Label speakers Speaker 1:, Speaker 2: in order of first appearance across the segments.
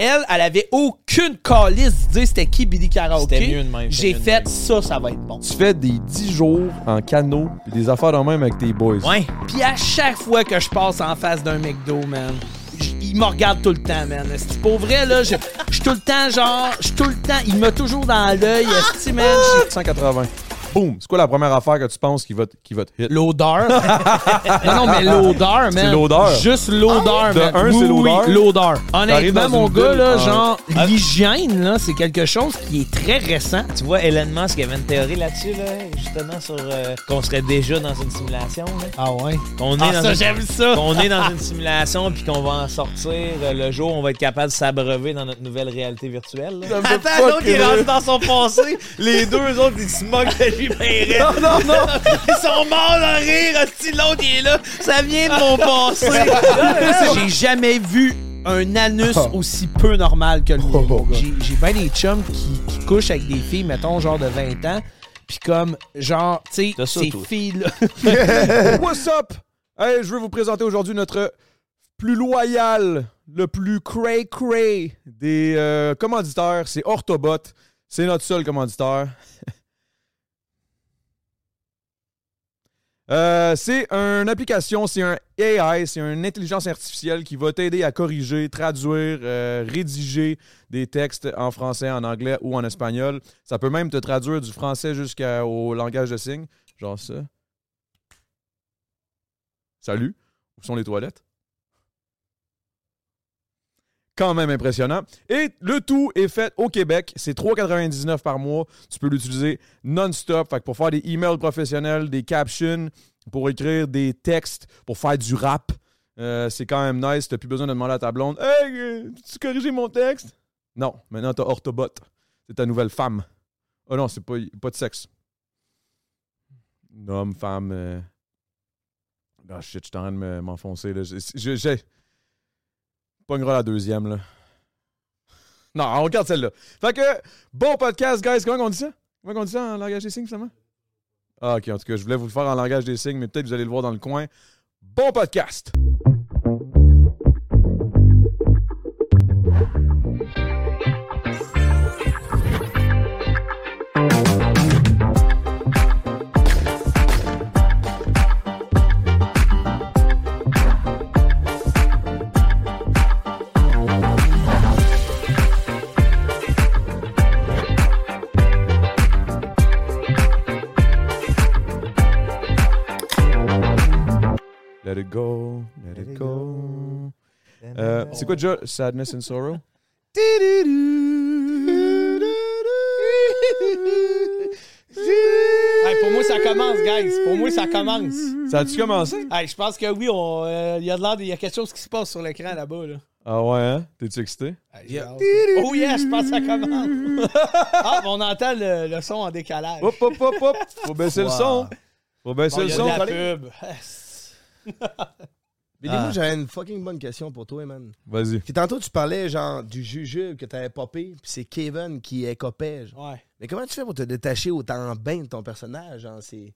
Speaker 1: Elle, elle avait aucune calice d'idée c'était qui Billy Karaoke.
Speaker 2: C'était mieux de même, c'était
Speaker 1: J'ai
Speaker 2: mieux de
Speaker 1: fait
Speaker 2: même.
Speaker 1: ça, ça va être bon.
Speaker 3: Tu fais des 10 jours en canot, puis des affaires de même avec tes boys.
Speaker 1: Ouais. Puis à chaque fois que je passe en face d'un McDo, man, j- il me regarde tout le temps, man. Esti, Pour vrai, là, je je suis tout le temps, genre, je suis tout le temps, il m'a toujours dans l'œil, esti, man. J'ai-
Speaker 3: 180. Boum! C'est quoi la première affaire que tu penses qui va, t- qui va te hit?
Speaker 1: L'odeur. non, non, mais l'odeur, man.
Speaker 3: C'est l'odeur. Ah
Speaker 1: Juste l'odeur,
Speaker 3: De
Speaker 1: man.
Speaker 3: un,
Speaker 1: Oui,
Speaker 3: c'est
Speaker 1: oui,
Speaker 3: l'odeur. T'arrives
Speaker 1: l'odeur. Honnêtement,
Speaker 3: dans
Speaker 1: mon
Speaker 3: une
Speaker 1: gars,
Speaker 3: ville,
Speaker 1: là,
Speaker 3: ah.
Speaker 1: genre, l'hygiène, là, c'est quelque chose qui est très récent.
Speaker 2: Tu vois, Elon Musk il avait une théorie là-dessus, là, justement, sur euh, qu'on serait déjà dans une simulation. Là.
Speaker 1: Ah ouais?
Speaker 2: Qu'on est,
Speaker 1: Ah,
Speaker 2: dans
Speaker 1: ça,
Speaker 2: une-
Speaker 1: j'aime ça.
Speaker 2: qu'on est dans une simulation puis qu'on va en sortir euh, le jour où on va être capable de s'abreuver dans notre nouvelle réalité virtuelle. là.
Speaker 3: me fait
Speaker 2: Attends,
Speaker 3: pas
Speaker 2: l'autre il est
Speaker 3: rire.
Speaker 2: rendu dans son passé. Les deux autres, ils se moquent de lui, ben raide.
Speaker 3: Non, non, non!
Speaker 2: Ils sont morts de rire, hostie, l'autre il est là. Ça vient de mon passé.
Speaker 1: J'ai jamais vu un anus aussi peu normal que le mien.
Speaker 3: Ah. Oh, God.
Speaker 1: J'ai- J'ai bien des chums qui, qui couchent avec des filles, mettons, genre de 20 ans. Puis comme, genre, tu sais,
Speaker 2: T'as ça,
Speaker 1: ces
Speaker 2: toi.
Speaker 1: filles-là...
Speaker 3: What's up? Hey, je veux vous présenter aujourd'hui notre plus loyal, le plus cray-cray des euh, commanditaires. C'est Orthobot. C'est notre seul commanditeur. Euh, c'est une application, c'est un AI, c'est une intelligence artificielle qui va t'aider à corriger, traduire, euh, rédiger des textes en français, en anglais ou en espagnol. Ça peut même te traduire du français jusqu'au langage de signes, genre ça. Salut, où sont les toilettes? Quand même impressionnant. Et le tout est fait au Québec. C'est 3,99 par mois. Tu peux l'utiliser non-stop. Fait que pour faire des emails professionnels, des captions, pour écrire des textes, pour faire du rap, euh, c'est quand même nice. T'as plus besoin de demander à ta blonde Hey, euh, tu corriger mon texte? Non, maintenant t'as Orthobot. C'est ta nouvelle femme. Oh non, c'est pas, pas de sexe. Homme, femme. euh, ah shit, je suis en train de me- m'enfoncer. là. Je, je, je- Pognera la deuxième, là. Non, on regarde celle-là. Fait que, bon podcast, guys. Comment on dit ça? Comment on dit ça en langage des signes, finalement? Ah, ok, en tout cas, je voulais vous le faire en langage des signes, mais peut-être vous allez le voir dans le coin. Bon podcast! Let it go, let, it go. Euh, C'est quoi déjà Sadness and Sorrow?
Speaker 1: Hey, Ben, pour moi, ça commence, guys. Pour moi, ça commence.
Speaker 3: Ça a-tu commencé?
Speaker 1: Hey, je pense que oui, on, euh, il y a de l'air, de- il y a quelque chose qui se passe sur l'écran là-bas. Là.
Speaker 3: Ah ouais, hein? T'es-tu excité?
Speaker 1: Hey, j'ai hâte. Oh yeah, je pense que ça commence. ah, on entend le, le son en décalage.
Speaker 3: Hop, hop, hop, hop! Faut baisser le son! Faut baisser
Speaker 1: Bon,
Speaker 3: le
Speaker 1: il y a
Speaker 3: son!
Speaker 1: de la
Speaker 3: fallait-
Speaker 1: pub.
Speaker 4: Mais
Speaker 2: Ah.
Speaker 4: moi, j'avais une fucking bonne question pour toi, man.
Speaker 3: Vas-y.
Speaker 4: Puis tantôt, tu parlais, genre, du jujube que t'avais popé, puis c'est Kevin qui écopait, genre.
Speaker 1: Ouais.
Speaker 4: Mais comment tu fais pour te détacher autant bien de ton personnage, genre, c'est...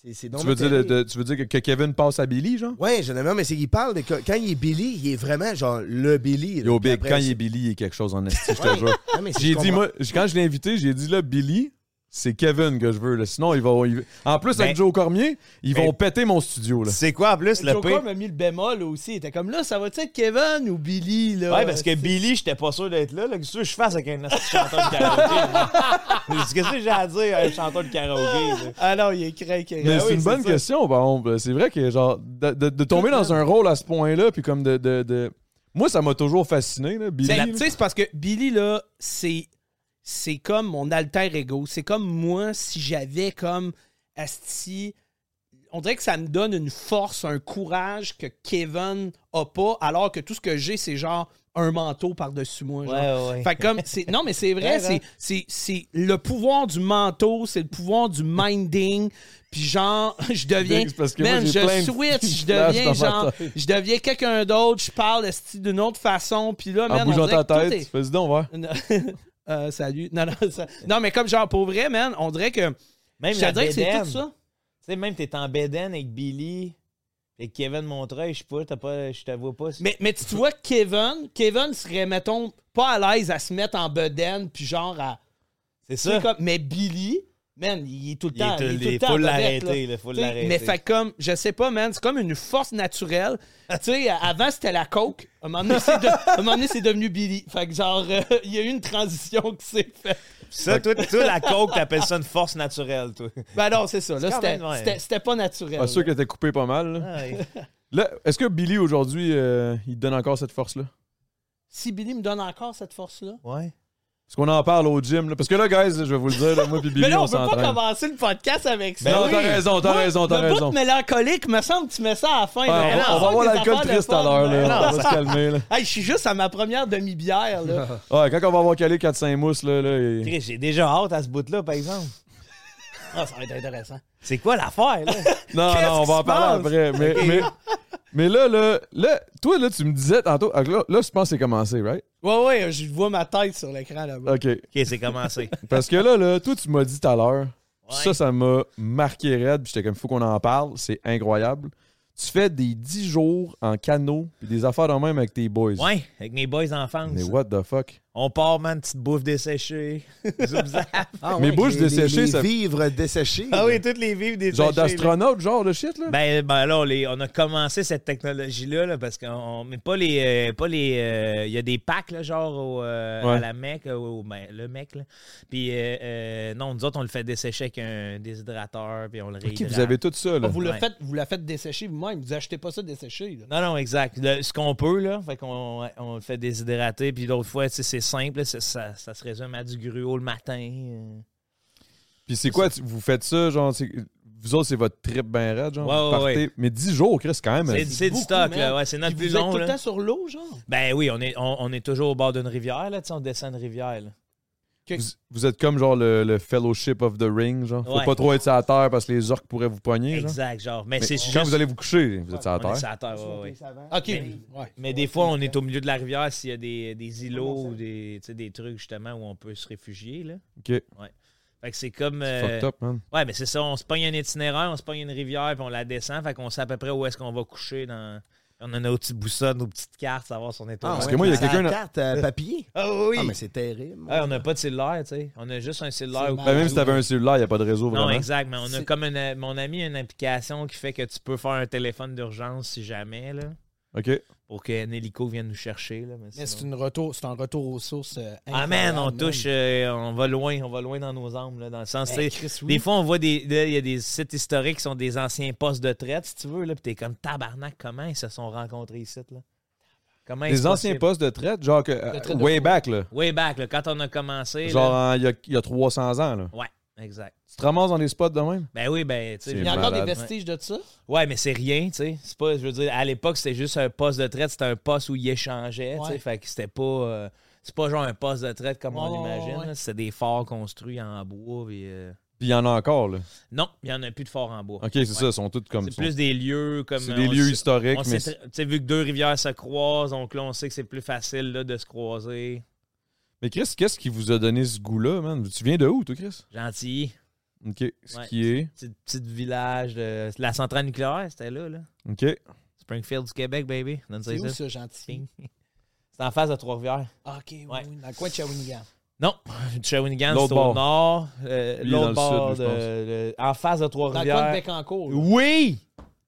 Speaker 4: C'est, c'est
Speaker 3: Tu veux, dire, de- de- tu veux dire que, que Kevin passe à Billy, genre?
Speaker 4: Ouais, j'en ai marre, mais c'est qu'il parle de... Quand il est Billy, il est vraiment, genre, le Billy. là.
Speaker 3: Yo,
Speaker 4: Puis
Speaker 3: Big,
Speaker 4: après,
Speaker 3: quand il est Billy, il est quelque chose en esti, je te jure.
Speaker 4: Non, mais c'est-
Speaker 3: J'ai
Speaker 4: je
Speaker 3: dit,
Speaker 4: comprends.
Speaker 3: moi, j- quand je l'ai invité, j'ai dit, là, Billy, c'est Kevin que je veux. là. Sinon, ils vont. ils- En plus, avec
Speaker 2: Ben-
Speaker 3: Joe Cormier, ils
Speaker 2: Ben-
Speaker 3: vont péter mon studio. Là.
Speaker 5: C'est quoi en plus le
Speaker 1: Joker
Speaker 5: pire?
Speaker 1: m'a mis le bémol aussi. Il était comme là, ça va-tu être Kevin ou Billy? Là?
Speaker 2: Ouais, parce que Billy, j'étais pas sûr d'être là. là. Qu'est-ce que je fasse avec un esti chanteur de karaoké? là? Qu'est-ce que j'ai à dire à un chanteur de karaoké? là?
Speaker 1: Ah non, il est craqué.
Speaker 3: Mais
Speaker 1: Ah
Speaker 3: c'est
Speaker 1: oui,
Speaker 3: une bonne
Speaker 1: ça.
Speaker 3: question, par contre. Ben, C'est vrai que, genre, de, de- de tomber dans un rôle à ce point-là, puis comme de. de- de- Moi, ça m'a toujours fasciné, là, Billy.
Speaker 1: C'est-
Speaker 3: là.
Speaker 1: Ben, Tu sais, c'est parce que Billy, là, c'est, c'est comme mon alter ego. C'est comme moi, si j'avais comme Asti. On dirait que ça me donne une force, un courage que Kevin a pas, alors que tout ce que j'ai, c'est genre un manteau par-dessus moi. genre.
Speaker 2: Ouais, ouais.
Speaker 1: Fait que comme, c'est, non, mais c'est vrai, c'est, c'est, c'est le pouvoir du manteau, c'est le pouvoir du minding. Puis genre, je deviens.
Speaker 3: C'est parce que moi,
Speaker 1: man,
Speaker 3: j'ai
Speaker 1: je
Speaker 3: plein de
Speaker 1: switch,
Speaker 3: flashs
Speaker 1: je
Speaker 3: dans
Speaker 1: deviens
Speaker 3: ma
Speaker 1: genre.
Speaker 3: tête.
Speaker 1: Je deviens quelqu'un d'autre, je parle esti, d'une autre façon. Puis là,
Speaker 3: en
Speaker 1: man, on
Speaker 3: bougeant ta
Speaker 1: dirait que tout
Speaker 3: tête,
Speaker 1: est-
Speaker 3: fais-y donc, voir.
Speaker 1: non. Euh, salut. Non, non, ça- non, mais comme genre, pour vrai, man, on dirait que.
Speaker 2: Même
Speaker 1: Je
Speaker 2: la
Speaker 1: te dirais que c'est
Speaker 2: bédaine.
Speaker 1: tout ça.
Speaker 2: Tu sais, même t'es en bédaine avec Billy, avec Kevin Montreuil, je sais pas, t'as pas, je te vois pas.
Speaker 1: Mais, mais tu vois, Kevin, Kevin serait, mettons, pas à l'aise à se mettre en bedaine, puis genre à.
Speaker 2: c'est
Speaker 1: tu sais,
Speaker 2: ça.
Speaker 1: comme- mais Billy, man, il est tout le
Speaker 2: Il est
Speaker 1: temps.
Speaker 2: tout-
Speaker 1: il est tout
Speaker 2: il
Speaker 1: le temps
Speaker 2: faut
Speaker 1: vedette,
Speaker 2: l'arrêter,
Speaker 1: là.
Speaker 2: là, faut
Speaker 1: Tu sais,
Speaker 2: l'arrêter.
Speaker 1: Mais fait comme, je sais pas, man, c'est comme une force naturelle. tu sais, avant, c'était la coke. À un moment donné, c'est de- à un moment donné, c'est devenu Billy. Fait que genre, euh, il y a eu une transition qui s'est faite.
Speaker 2: Ça, toi, toi, la coke, t'appelles ça une force naturelle, toi.
Speaker 1: Ben non, c'est ça. Là,
Speaker 2: quand
Speaker 1: c'était
Speaker 2: même, ouais.
Speaker 1: c'était- c'était pas naturel.
Speaker 3: Pas sûr que t'es coupé pas mal.
Speaker 1: Ah.
Speaker 3: Là, Là, est-ce que Billy, aujourd'hui, euh, il te donne encore cette force-là?
Speaker 1: si Billy me donne encore cette force-là.
Speaker 2: Ouais.
Speaker 3: Parce qu'on en parle au gym. là. Parce que là, guys, je vais vous le dire, là, moi puis Billy,
Speaker 1: mais là, on,
Speaker 3: on
Speaker 1: peut pas
Speaker 3: s'entraîne.
Speaker 1: commencer le podcast avec ça.
Speaker 3: Ben non, t'as raison, t'as raison, t'as
Speaker 1: le bout
Speaker 3: raison.
Speaker 1: de mélancolique, me semble que tu mets ça à la fin.
Speaker 3: Ouais, on,
Speaker 1: là.
Speaker 3: va- on
Speaker 1: sort
Speaker 3: va voir
Speaker 1: des
Speaker 3: l'alcool
Speaker 1: affaires de
Speaker 3: triste à
Speaker 1: fun,
Speaker 3: l'heure.
Speaker 1: ben
Speaker 3: là. On
Speaker 1: non.
Speaker 3: va se calmer. Là.
Speaker 1: Hey, je suis juste à ma première demi-bière. là.
Speaker 3: Ouais, quand on va avoir calé 4-5 mousses, là, là, et-
Speaker 2: Chris, J'ai déjà hâte à ce bout-là, par exemple.
Speaker 1: Ah, ça va être intéressant.
Speaker 2: C'est quoi l'affaire, là?
Speaker 3: Non,
Speaker 1: Qu'est-ce
Speaker 3: non, on
Speaker 1: qui
Speaker 3: va en
Speaker 1: se
Speaker 3: parler
Speaker 1: passe?
Speaker 3: après. Mais, mais, mais là, là, là, toi, là, tu me disais tantôt. ah, Là, là, je pense que c'est commencé, right?
Speaker 1: Ouais, ouais, je vois ma tête sur l'écran là-bas.
Speaker 3: OK.
Speaker 2: OK, c'est commencé.
Speaker 3: Parce que là, là, toi, tu m'as dit tout à l'heure. Ça, ça m'a marqué raide. Puis j'étais comme, faut qu'on en parle. C'est incroyable. Tu fais des 10 jours en canot. Puis des affaires de même avec tes boys.
Speaker 2: Ouais, avec mes boys enfants.
Speaker 3: Mais what the fuck?
Speaker 2: On part, man, petite bouffe desséchée. Zoom zap.
Speaker 4: Ah
Speaker 3: Mes bouches
Speaker 4: les- les-
Speaker 3: desséchées,
Speaker 4: les
Speaker 3: ça-
Speaker 4: vivres desséchés.
Speaker 2: Ah oui, toutes les vives desséchées.
Speaker 3: Genre
Speaker 2: là.
Speaker 3: d'astronaute, genre de shit, là?
Speaker 2: Ben, ben là, on, les- on a commencé cette technologie-là, là, parce qu'on met pas les. euh, pas les euh, Il y a des packs, là, genre au, euh,
Speaker 3: Ouais.
Speaker 2: à la Mecque, euh, au- ben, le Mecque. Là. Puis, euh, euh, non, nous autres, on le fait dessécher avec un déshydrateur, puis on le réhydrate.
Speaker 3: OK, vous avez tout ça, là.
Speaker 1: Vous, le
Speaker 2: Ouais.
Speaker 1: faites, vous la faites dessécher vous-même. Vous achetez pas ça desséché. là.
Speaker 2: Non, non, exact. Le- ce qu'on peut, là, fait qu'on on le fait déshydrater, puis l'autre fois, tu sais, c'est simple, là, c'est- ça, ça se résume à du gruau le matin. euh.
Speaker 3: Puis c'est quoi? tu- Vous faites ça, genre. c'est- Vous autres, c'est votre trip ben raide, genre.
Speaker 2: Ouais,
Speaker 3: vous
Speaker 2: ouais,
Speaker 3: partez- Mais 10 jours, Chris, quand même.
Speaker 2: C'est- c'est du
Speaker 1: beaucoup,
Speaker 2: stock,
Speaker 1: man.
Speaker 2: là, ouais, c'est notre
Speaker 1: Puis
Speaker 2: plus
Speaker 1: vous êtes
Speaker 2: long.
Speaker 1: tout le
Speaker 2: là.
Speaker 1: temps sur l'eau, genre.
Speaker 2: Ben oui, on est, on, on est toujours au bord d'une rivière, là, tu sais, on descend une rivière. Là.
Speaker 3: Vous, vous êtes comme genre le, le Fellowship of the Ring, genre. Faut
Speaker 2: Ouais.
Speaker 3: pas trop être sur la terre parce que les orques pourraient vous pogner. genre.
Speaker 2: Exact, genre. Mais,
Speaker 3: Mais
Speaker 2: c'est
Speaker 3: quand
Speaker 2: juste.
Speaker 3: vous allez vous coucher, vous êtes sur la
Speaker 2: on est sur
Speaker 3: terre.
Speaker 2: la terre, ouais, ouais.
Speaker 1: OK. Ouais.
Speaker 2: Mais des fois, on
Speaker 4: Ah,
Speaker 2: est au milieu de la rivière s'il y a des, des îlots ou des, tu sais, des trucs justement où on peut se réfugier. Là.
Speaker 3: Ok.
Speaker 2: Fait que c'est comme. euh,
Speaker 3: Fucked up, man.
Speaker 2: Ouais, mais c'est ça, on se pogne un itinéraire, on se pogne une rivière, puis on la descend. Fait qu'on sait à peu près où est-ce qu'on va coucher dans. On a nos petites boussoles, nos petites cartes, savoir si on est au
Speaker 4: Ah,
Speaker 2: bon
Speaker 3: que
Speaker 4: ouais,
Speaker 3: moi, il y a
Speaker 4: c'est la
Speaker 3: quelqu'un-
Speaker 4: carte à papier.
Speaker 2: Ah oui!
Speaker 4: Ah, mais c'est terrible.
Speaker 2: Ouais, on n'a pas de cellulaire, tu sais. On a juste un cellulaire. au
Speaker 3: Ben,
Speaker 2: cas
Speaker 3: même
Speaker 2: où.
Speaker 3: si t'avais un cellulaire, y a pas de réseau
Speaker 2: Non,
Speaker 3: vraiment.
Speaker 2: exact, mais on a comme une, mon ami a une application qui fait que tu peux faire un téléphone d'urgence si jamais, là,
Speaker 3: ok.
Speaker 2: pour qu'un hélico vienne nous chercher. Là, mais
Speaker 1: Mais c'est
Speaker 2: sinon-
Speaker 1: une retour- c'est un retour aux sources. euh,
Speaker 2: Ah man,
Speaker 1: incroyable,
Speaker 2: on
Speaker 1: man.
Speaker 2: touche, euh, on va loin, on va loin dans nos âmes, là, dans le sens,
Speaker 1: Ben,
Speaker 2: tu sais,
Speaker 1: Chris, oui.
Speaker 2: des fois on voit des, là, il y a des sites historiques qui sont des anciens postes de traite, si tu veux, là, pis t'es comme tabarnak, comment ils se sont rencontrés ici, là? Comment
Speaker 3: Les anciens postes de traite, genre que, euh,
Speaker 1: traite de
Speaker 3: way
Speaker 1: fou.
Speaker 3: back, là.
Speaker 2: Way back, là, quand on a commencé,
Speaker 3: Genre
Speaker 2: là-
Speaker 3: en- il y a, il y a 300 ans, là.
Speaker 2: ouais, exact.
Speaker 3: Tu te ramasses dans des spots de même?
Speaker 2: Ben oui, ben, tu sais,
Speaker 3: C'est
Speaker 1: Il y a encore des
Speaker 3: malade.
Speaker 1: vestiges de ça?
Speaker 2: Ouais, mais c'est rien, tu sais. C'est pas, je veux dire, à l'époque, c'était juste un poste de traite, c'était un poste où ils échangeaient, tu
Speaker 1: Ouais.
Speaker 2: sais. Fait que c'était pas. euh, c'est pas genre un poste de traite comme on
Speaker 1: Ouais, ouais,
Speaker 2: l'imagine.
Speaker 1: ouais.
Speaker 2: là. C'était des forts construits en bois. puis, euh,
Speaker 3: Puis il y en a encore, là.
Speaker 2: Non, il n'y en a plus de fort en bois.
Speaker 3: OK, c'est ça, ils sont tous comme
Speaker 2: C'est
Speaker 3: ça.
Speaker 2: plus des lieux comme. euh,
Speaker 3: C'est des
Speaker 2: on
Speaker 3: lieux
Speaker 2: sait-
Speaker 3: historiques,
Speaker 2: on sait
Speaker 3: mais
Speaker 2: très-
Speaker 3: c'est-
Speaker 2: Tu sais, vu que deux rivières se croisent, donc là, on sait que c'est plus facile là, de se croiser.
Speaker 3: Mais Chris, qu'est-ce qui vous a donné ce goût-là, man? Tu viens de où, toi, Chris?
Speaker 2: Gentil.
Speaker 3: OK, ce
Speaker 2: Ouais.
Speaker 3: qui est...
Speaker 2: Petit, petit village de. La centrale nucléaire, c'était là, là.
Speaker 3: OK.
Speaker 2: Springfield du Québec, baby. Donne ça
Speaker 1: C'est où
Speaker 2: ici.
Speaker 1: ça, gentil?
Speaker 2: C'est en face de Trois-Rivières.
Speaker 1: Ah, ok, oui,
Speaker 2: Ouais.
Speaker 1: oui, dans le coin de Shawinigan.
Speaker 2: Non, Shawinigan,
Speaker 3: L'autre
Speaker 2: c'est au
Speaker 3: bord.
Speaker 2: nord. euh,
Speaker 3: Lui, dans
Speaker 2: L'autre
Speaker 3: le
Speaker 2: bord,
Speaker 3: sud, je pense.
Speaker 2: de- le- en face de
Speaker 1: Dans le coin de
Speaker 2: Trois-Rivières.
Speaker 1: Bécancour. là.
Speaker 2: Oui!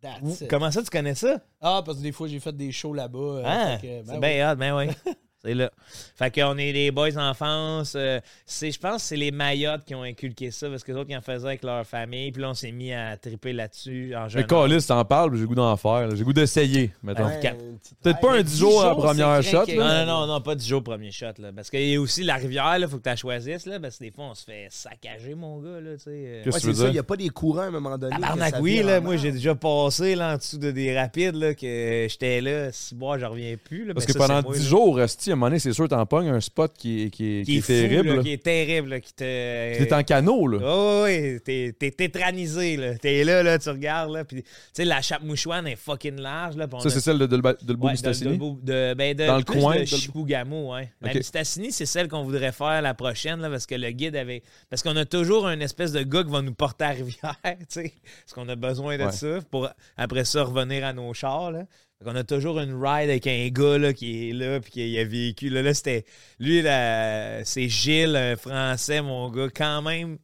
Speaker 1: That's it.
Speaker 2: Comment ça, tu connais ça?
Speaker 1: Ah, parce que des fois, j'ai fait des shows là-bas. euh,
Speaker 2: Hein?
Speaker 1: fait que, ben
Speaker 2: c'est
Speaker 1: oui.
Speaker 2: bien hot, ben oui. c'est là. Fait qu'on est les boys d'enfance. euh, c'est, je pense que c'est les Mayottes qui ont inculqué ça parce que les autres, ils en faisaient avec leur famille. Puis là, on s'est mis à triper là-dessus en
Speaker 3: Mais
Speaker 2: jeune.
Speaker 3: Calis, t'en parles, puis j'ai le goût d'en faire. là. J'ai le goût d'essayer, mettons.
Speaker 2: Ouais. Quatre.
Speaker 3: Peut-être pas un 10 jours à la première shot,
Speaker 2: Non,
Speaker 3: là.
Speaker 2: non, non, non, pas du jour au premier shot. Là, parce qu'il y a aussi la rivière, il faut que tu la choisisses. Là, parce que des fois, on se fait saccager, mon gars. Là, tu sais, euh.
Speaker 3: Qu'est-ce
Speaker 4: Ouais,
Speaker 3: que tu
Speaker 4: c'est
Speaker 3: veux
Speaker 4: ça, il n'y
Speaker 3: dire?
Speaker 4: a pas des courants à un moment donné. que
Speaker 2: Tabarnak,
Speaker 4: ça
Speaker 2: oui,
Speaker 4: vire
Speaker 2: là,
Speaker 4: en
Speaker 2: moi
Speaker 4: mer.
Speaker 2: j'ai déjà passé là, en dessous de des rapides là, que j'étais là, si moi je reviens plus. Là,
Speaker 3: Parce
Speaker 2: mais
Speaker 3: que
Speaker 2: ben ça, c'est
Speaker 3: pendant
Speaker 2: moi,
Speaker 3: 10
Speaker 2: là.
Speaker 3: jours, Rusty, à un moment donné, c'est sûr, t'en pognes un spot qui est, qui est, qui
Speaker 2: qui
Speaker 3: est
Speaker 2: est, fou,
Speaker 3: terrible.
Speaker 2: là,
Speaker 3: là.
Speaker 2: qui est terrible, là, qui te.
Speaker 3: T'es en canot, là.
Speaker 2: Oh, oui, t'es t'es tétranisé, là. T'es là, là, tu regardes, là. Puis, tu sais, la chape mouchouane est fucking large, là. puis on
Speaker 3: Ça,
Speaker 2: a-
Speaker 3: c'est celle de Delba- Delbo
Speaker 2: Ouais, de- de-
Speaker 3: Mistassini?
Speaker 2: de- ben, de-
Speaker 3: Dans le
Speaker 2: plus
Speaker 3: coin,
Speaker 2: de
Speaker 3: de-
Speaker 2: Chipougamau, ouais. La
Speaker 3: Ok.
Speaker 2: Mistassini, c'est celle qu'on voudrait faire la prochaine, là, parce que le guide avait. Parce qu'on a toujours un espèce de gars qui va nous porter à la rivière, tu sais. Parce qu'on a besoin de
Speaker 3: Ouais.
Speaker 2: ça pour après ça revenir à nos chars, là. On a toujours une ride avec un gars là, qui est là puis qui a vécu. Là, là c'était. Lui, là, c'est Gilles, un Français, mon gars, quand même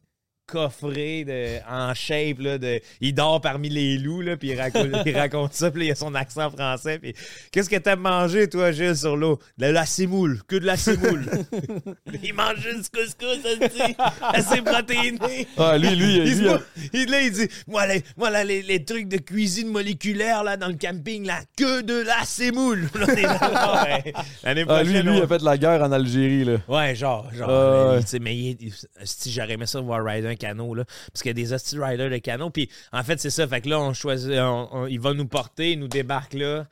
Speaker 2: coffré de, en shape. Là, de, il dort parmi les loups, là, puis il raconte, il raconte ça, puis là, il a son accent français. Puis, Qu'est-ce que t'aimes manger, toi, Gilles, sur l'eau? De la semoule, que de la semoule. il mange juste du couscous, ça se dit. assez protéiné.
Speaker 3: Ah, lui, lui,
Speaker 2: Il se
Speaker 3: lui,
Speaker 2: mou- il- là, il dit Moi, les, moi, là, les, les trucs de cuisine moléculaire là, dans le camping, là, que de la sémoule. Là, on est là, Ah, ouais. L'année
Speaker 3: Ah, lui,
Speaker 2: prochaine,
Speaker 3: lui, il
Speaker 2: on-
Speaker 3: a fait de la guerre en Algérie, là.
Speaker 2: Ouais, genre, genre.
Speaker 3: Ah,
Speaker 2: mais,
Speaker 3: ouais.
Speaker 2: tu sais, mais il- il- si j'aurais aimé ça voir rider un canot, là. Parce qu'il y a des hosties riders de canot. Puis en fait, c'est ça. Fait que là, on choisit, on- on- il va nous porter, il nous débarque là.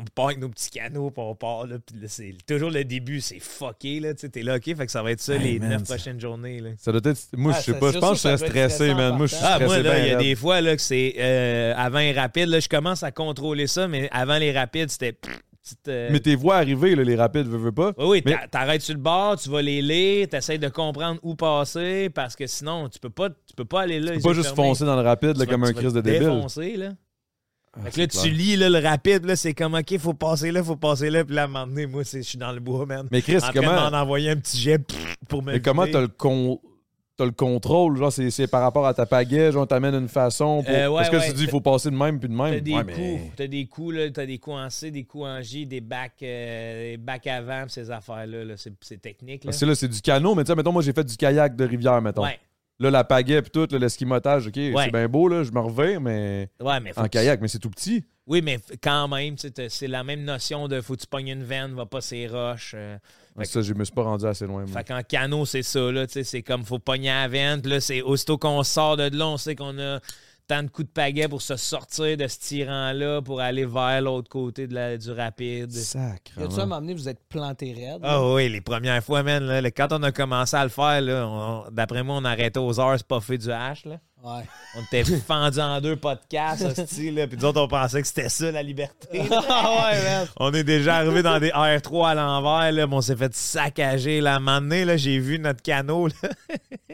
Speaker 2: On part avec nos petits canots, puis on part là. Puis là, c'est toujours le début, c'est fucké, là. Tu sais, t'es là, OK? Fait que ça va être ça les
Speaker 3: man,
Speaker 2: neuf
Speaker 3: ça-
Speaker 2: prochaines journées, là.
Speaker 3: Ça doit être... Moi,
Speaker 1: Ah,
Speaker 3: je sais
Speaker 1: ça,
Speaker 3: pas. Je
Speaker 1: c'est
Speaker 3: pense que je
Speaker 1: sûr, ça
Speaker 3: serais
Speaker 1: doit être
Speaker 3: stressé,
Speaker 1: stressant
Speaker 3: man.
Speaker 1: en
Speaker 3: Moi, je suis
Speaker 1: partant.
Speaker 2: Ah, moi,
Speaker 3: stressé
Speaker 2: là, il y a
Speaker 3: bien
Speaker 2: des fois, là, que c'est euh, avant les rapides, là, je commence à contrôler ça, mais avant les rapides, c'était. pff, petite, euh,
Speaker 3: Mais tes voix arriver, là, les rapides, veux, veux pas.
Speaker 2: oui, oui,
Speaker 3: Mais-
Speaker 2: t'a- t'arrêtes sur le bord, tu vas les lire, t'essayes de comprendre où passer, parce que sinon, tu peux pas, tu peux pas aller là. les
Speaker 3: Tu peux pas
Speaker 2: yeux
Speaker 3: juste
Speaker 2: fermés.
Speaker 3: foncer dans le rapide, là,
Speaker 2: Tu vas-
Speaker 3: comme
Speaker 2: tu
Speaker 3: un
Speaker 2: vas
Speaker 3: crise de
Speaker 2: te
Speaker 3: débile.
Speaker 2: défoncer, là.
Speaker 3: Ah,
Speaker 2: Fait que
Speaker 3: c'est
Speaker 2: là, tu
Speaker 3: clair.
Speaker 2: lis là, le rapide, là, c'est comme, OK, faut passer là, faut passer là, puis là, à un moment donné, moi, c'est- je suis dans le bois, man.
Speaker 3: Mais Chris,
Speaker 2: en train
Speaker 3: comment...
Speaker 2: de m'en envoyer un petit jet pff, pour me.
Speaker 3: Mais comment
Speaker 2: vider.
Speaker 3: t'as le con... T'as le contrôle, genre, c'est c'est par rapport à ta pagaie, genre, on t'amène une façon. Pour...
Speaker 2: Euh, ouais,
Speaker 3: Parce que
Speaker 2: ouais,
Speaker 3: tu dis, il
Speaker 2: t'as-
Speaker 3: faut passer de même puis de même.
Speaker 2: T'as des
Speaker 3: Ouais,
Speaker 2: coups,
Speaker 3: mais-
Speaker 2: t'as des coups, là, t'as des coups en C, des coups en J, des bacs, euh, des bacs avant, pis ces affaires-là, là, c'est c'est technique. Là.
Speaker 3: Parce que là, Ah, c'est du canot, mais tu sais, mettons, moi, j'ai fait du kayak de rivière, mettons.
Speaker 2: Ouais,
Speaker 3: Là, la pagaie puis tout, là, l'esquimotage, OK, c'est bien beau, là, je me reviens, mais
Speaker 2: ouais, mais faut
Speaker 3: en
Speaker 2: que tu-
Speaker 3: kayak, mais c'est tout petit.
Speaker 2: Oui, mais f- quand même, tu sais, t'as- c'est la même notion de faut que tu pognes une veine, va pas ses roches. euh,
Speaker 3: Ah, ça, je me suis pas rendu assez loin. moi.
Speaker 2: Fait qu'en canot, c'est ça, là, tu sais, c'est comme faut pogner à la veine, puis là, c'est aussitôt qu'on sort de là, on sait qu'on a tant de coups de pagaie pour se sortir de ce tyran-là, pour aller vers l'autre côté de la, du rapide.
Speaker 3: Sacre.
Speaker 1: Y a-tu un moment donné, vous êtes planté raide?
Speaker 2: Ah oui, les premières fois, man, là, le- quand on a commencé à le faire, là, on- d'après moi, on arrêtait aux heures, c'est pas fait du hache. Là.
Speaker 1: Ouais.
Speaker 2: On était fendus en deux podcasts, hostie, là, puis nous autres, on pensait que c'était ça, la liberté. là.
Speaker 1: ah ouais, man.
Speaker 2: On est déjà arrivé dans des R3 à l'envers, là, mais on s'est fait saccager. Là. À un moment donné, là, j'ai vu notre canot là,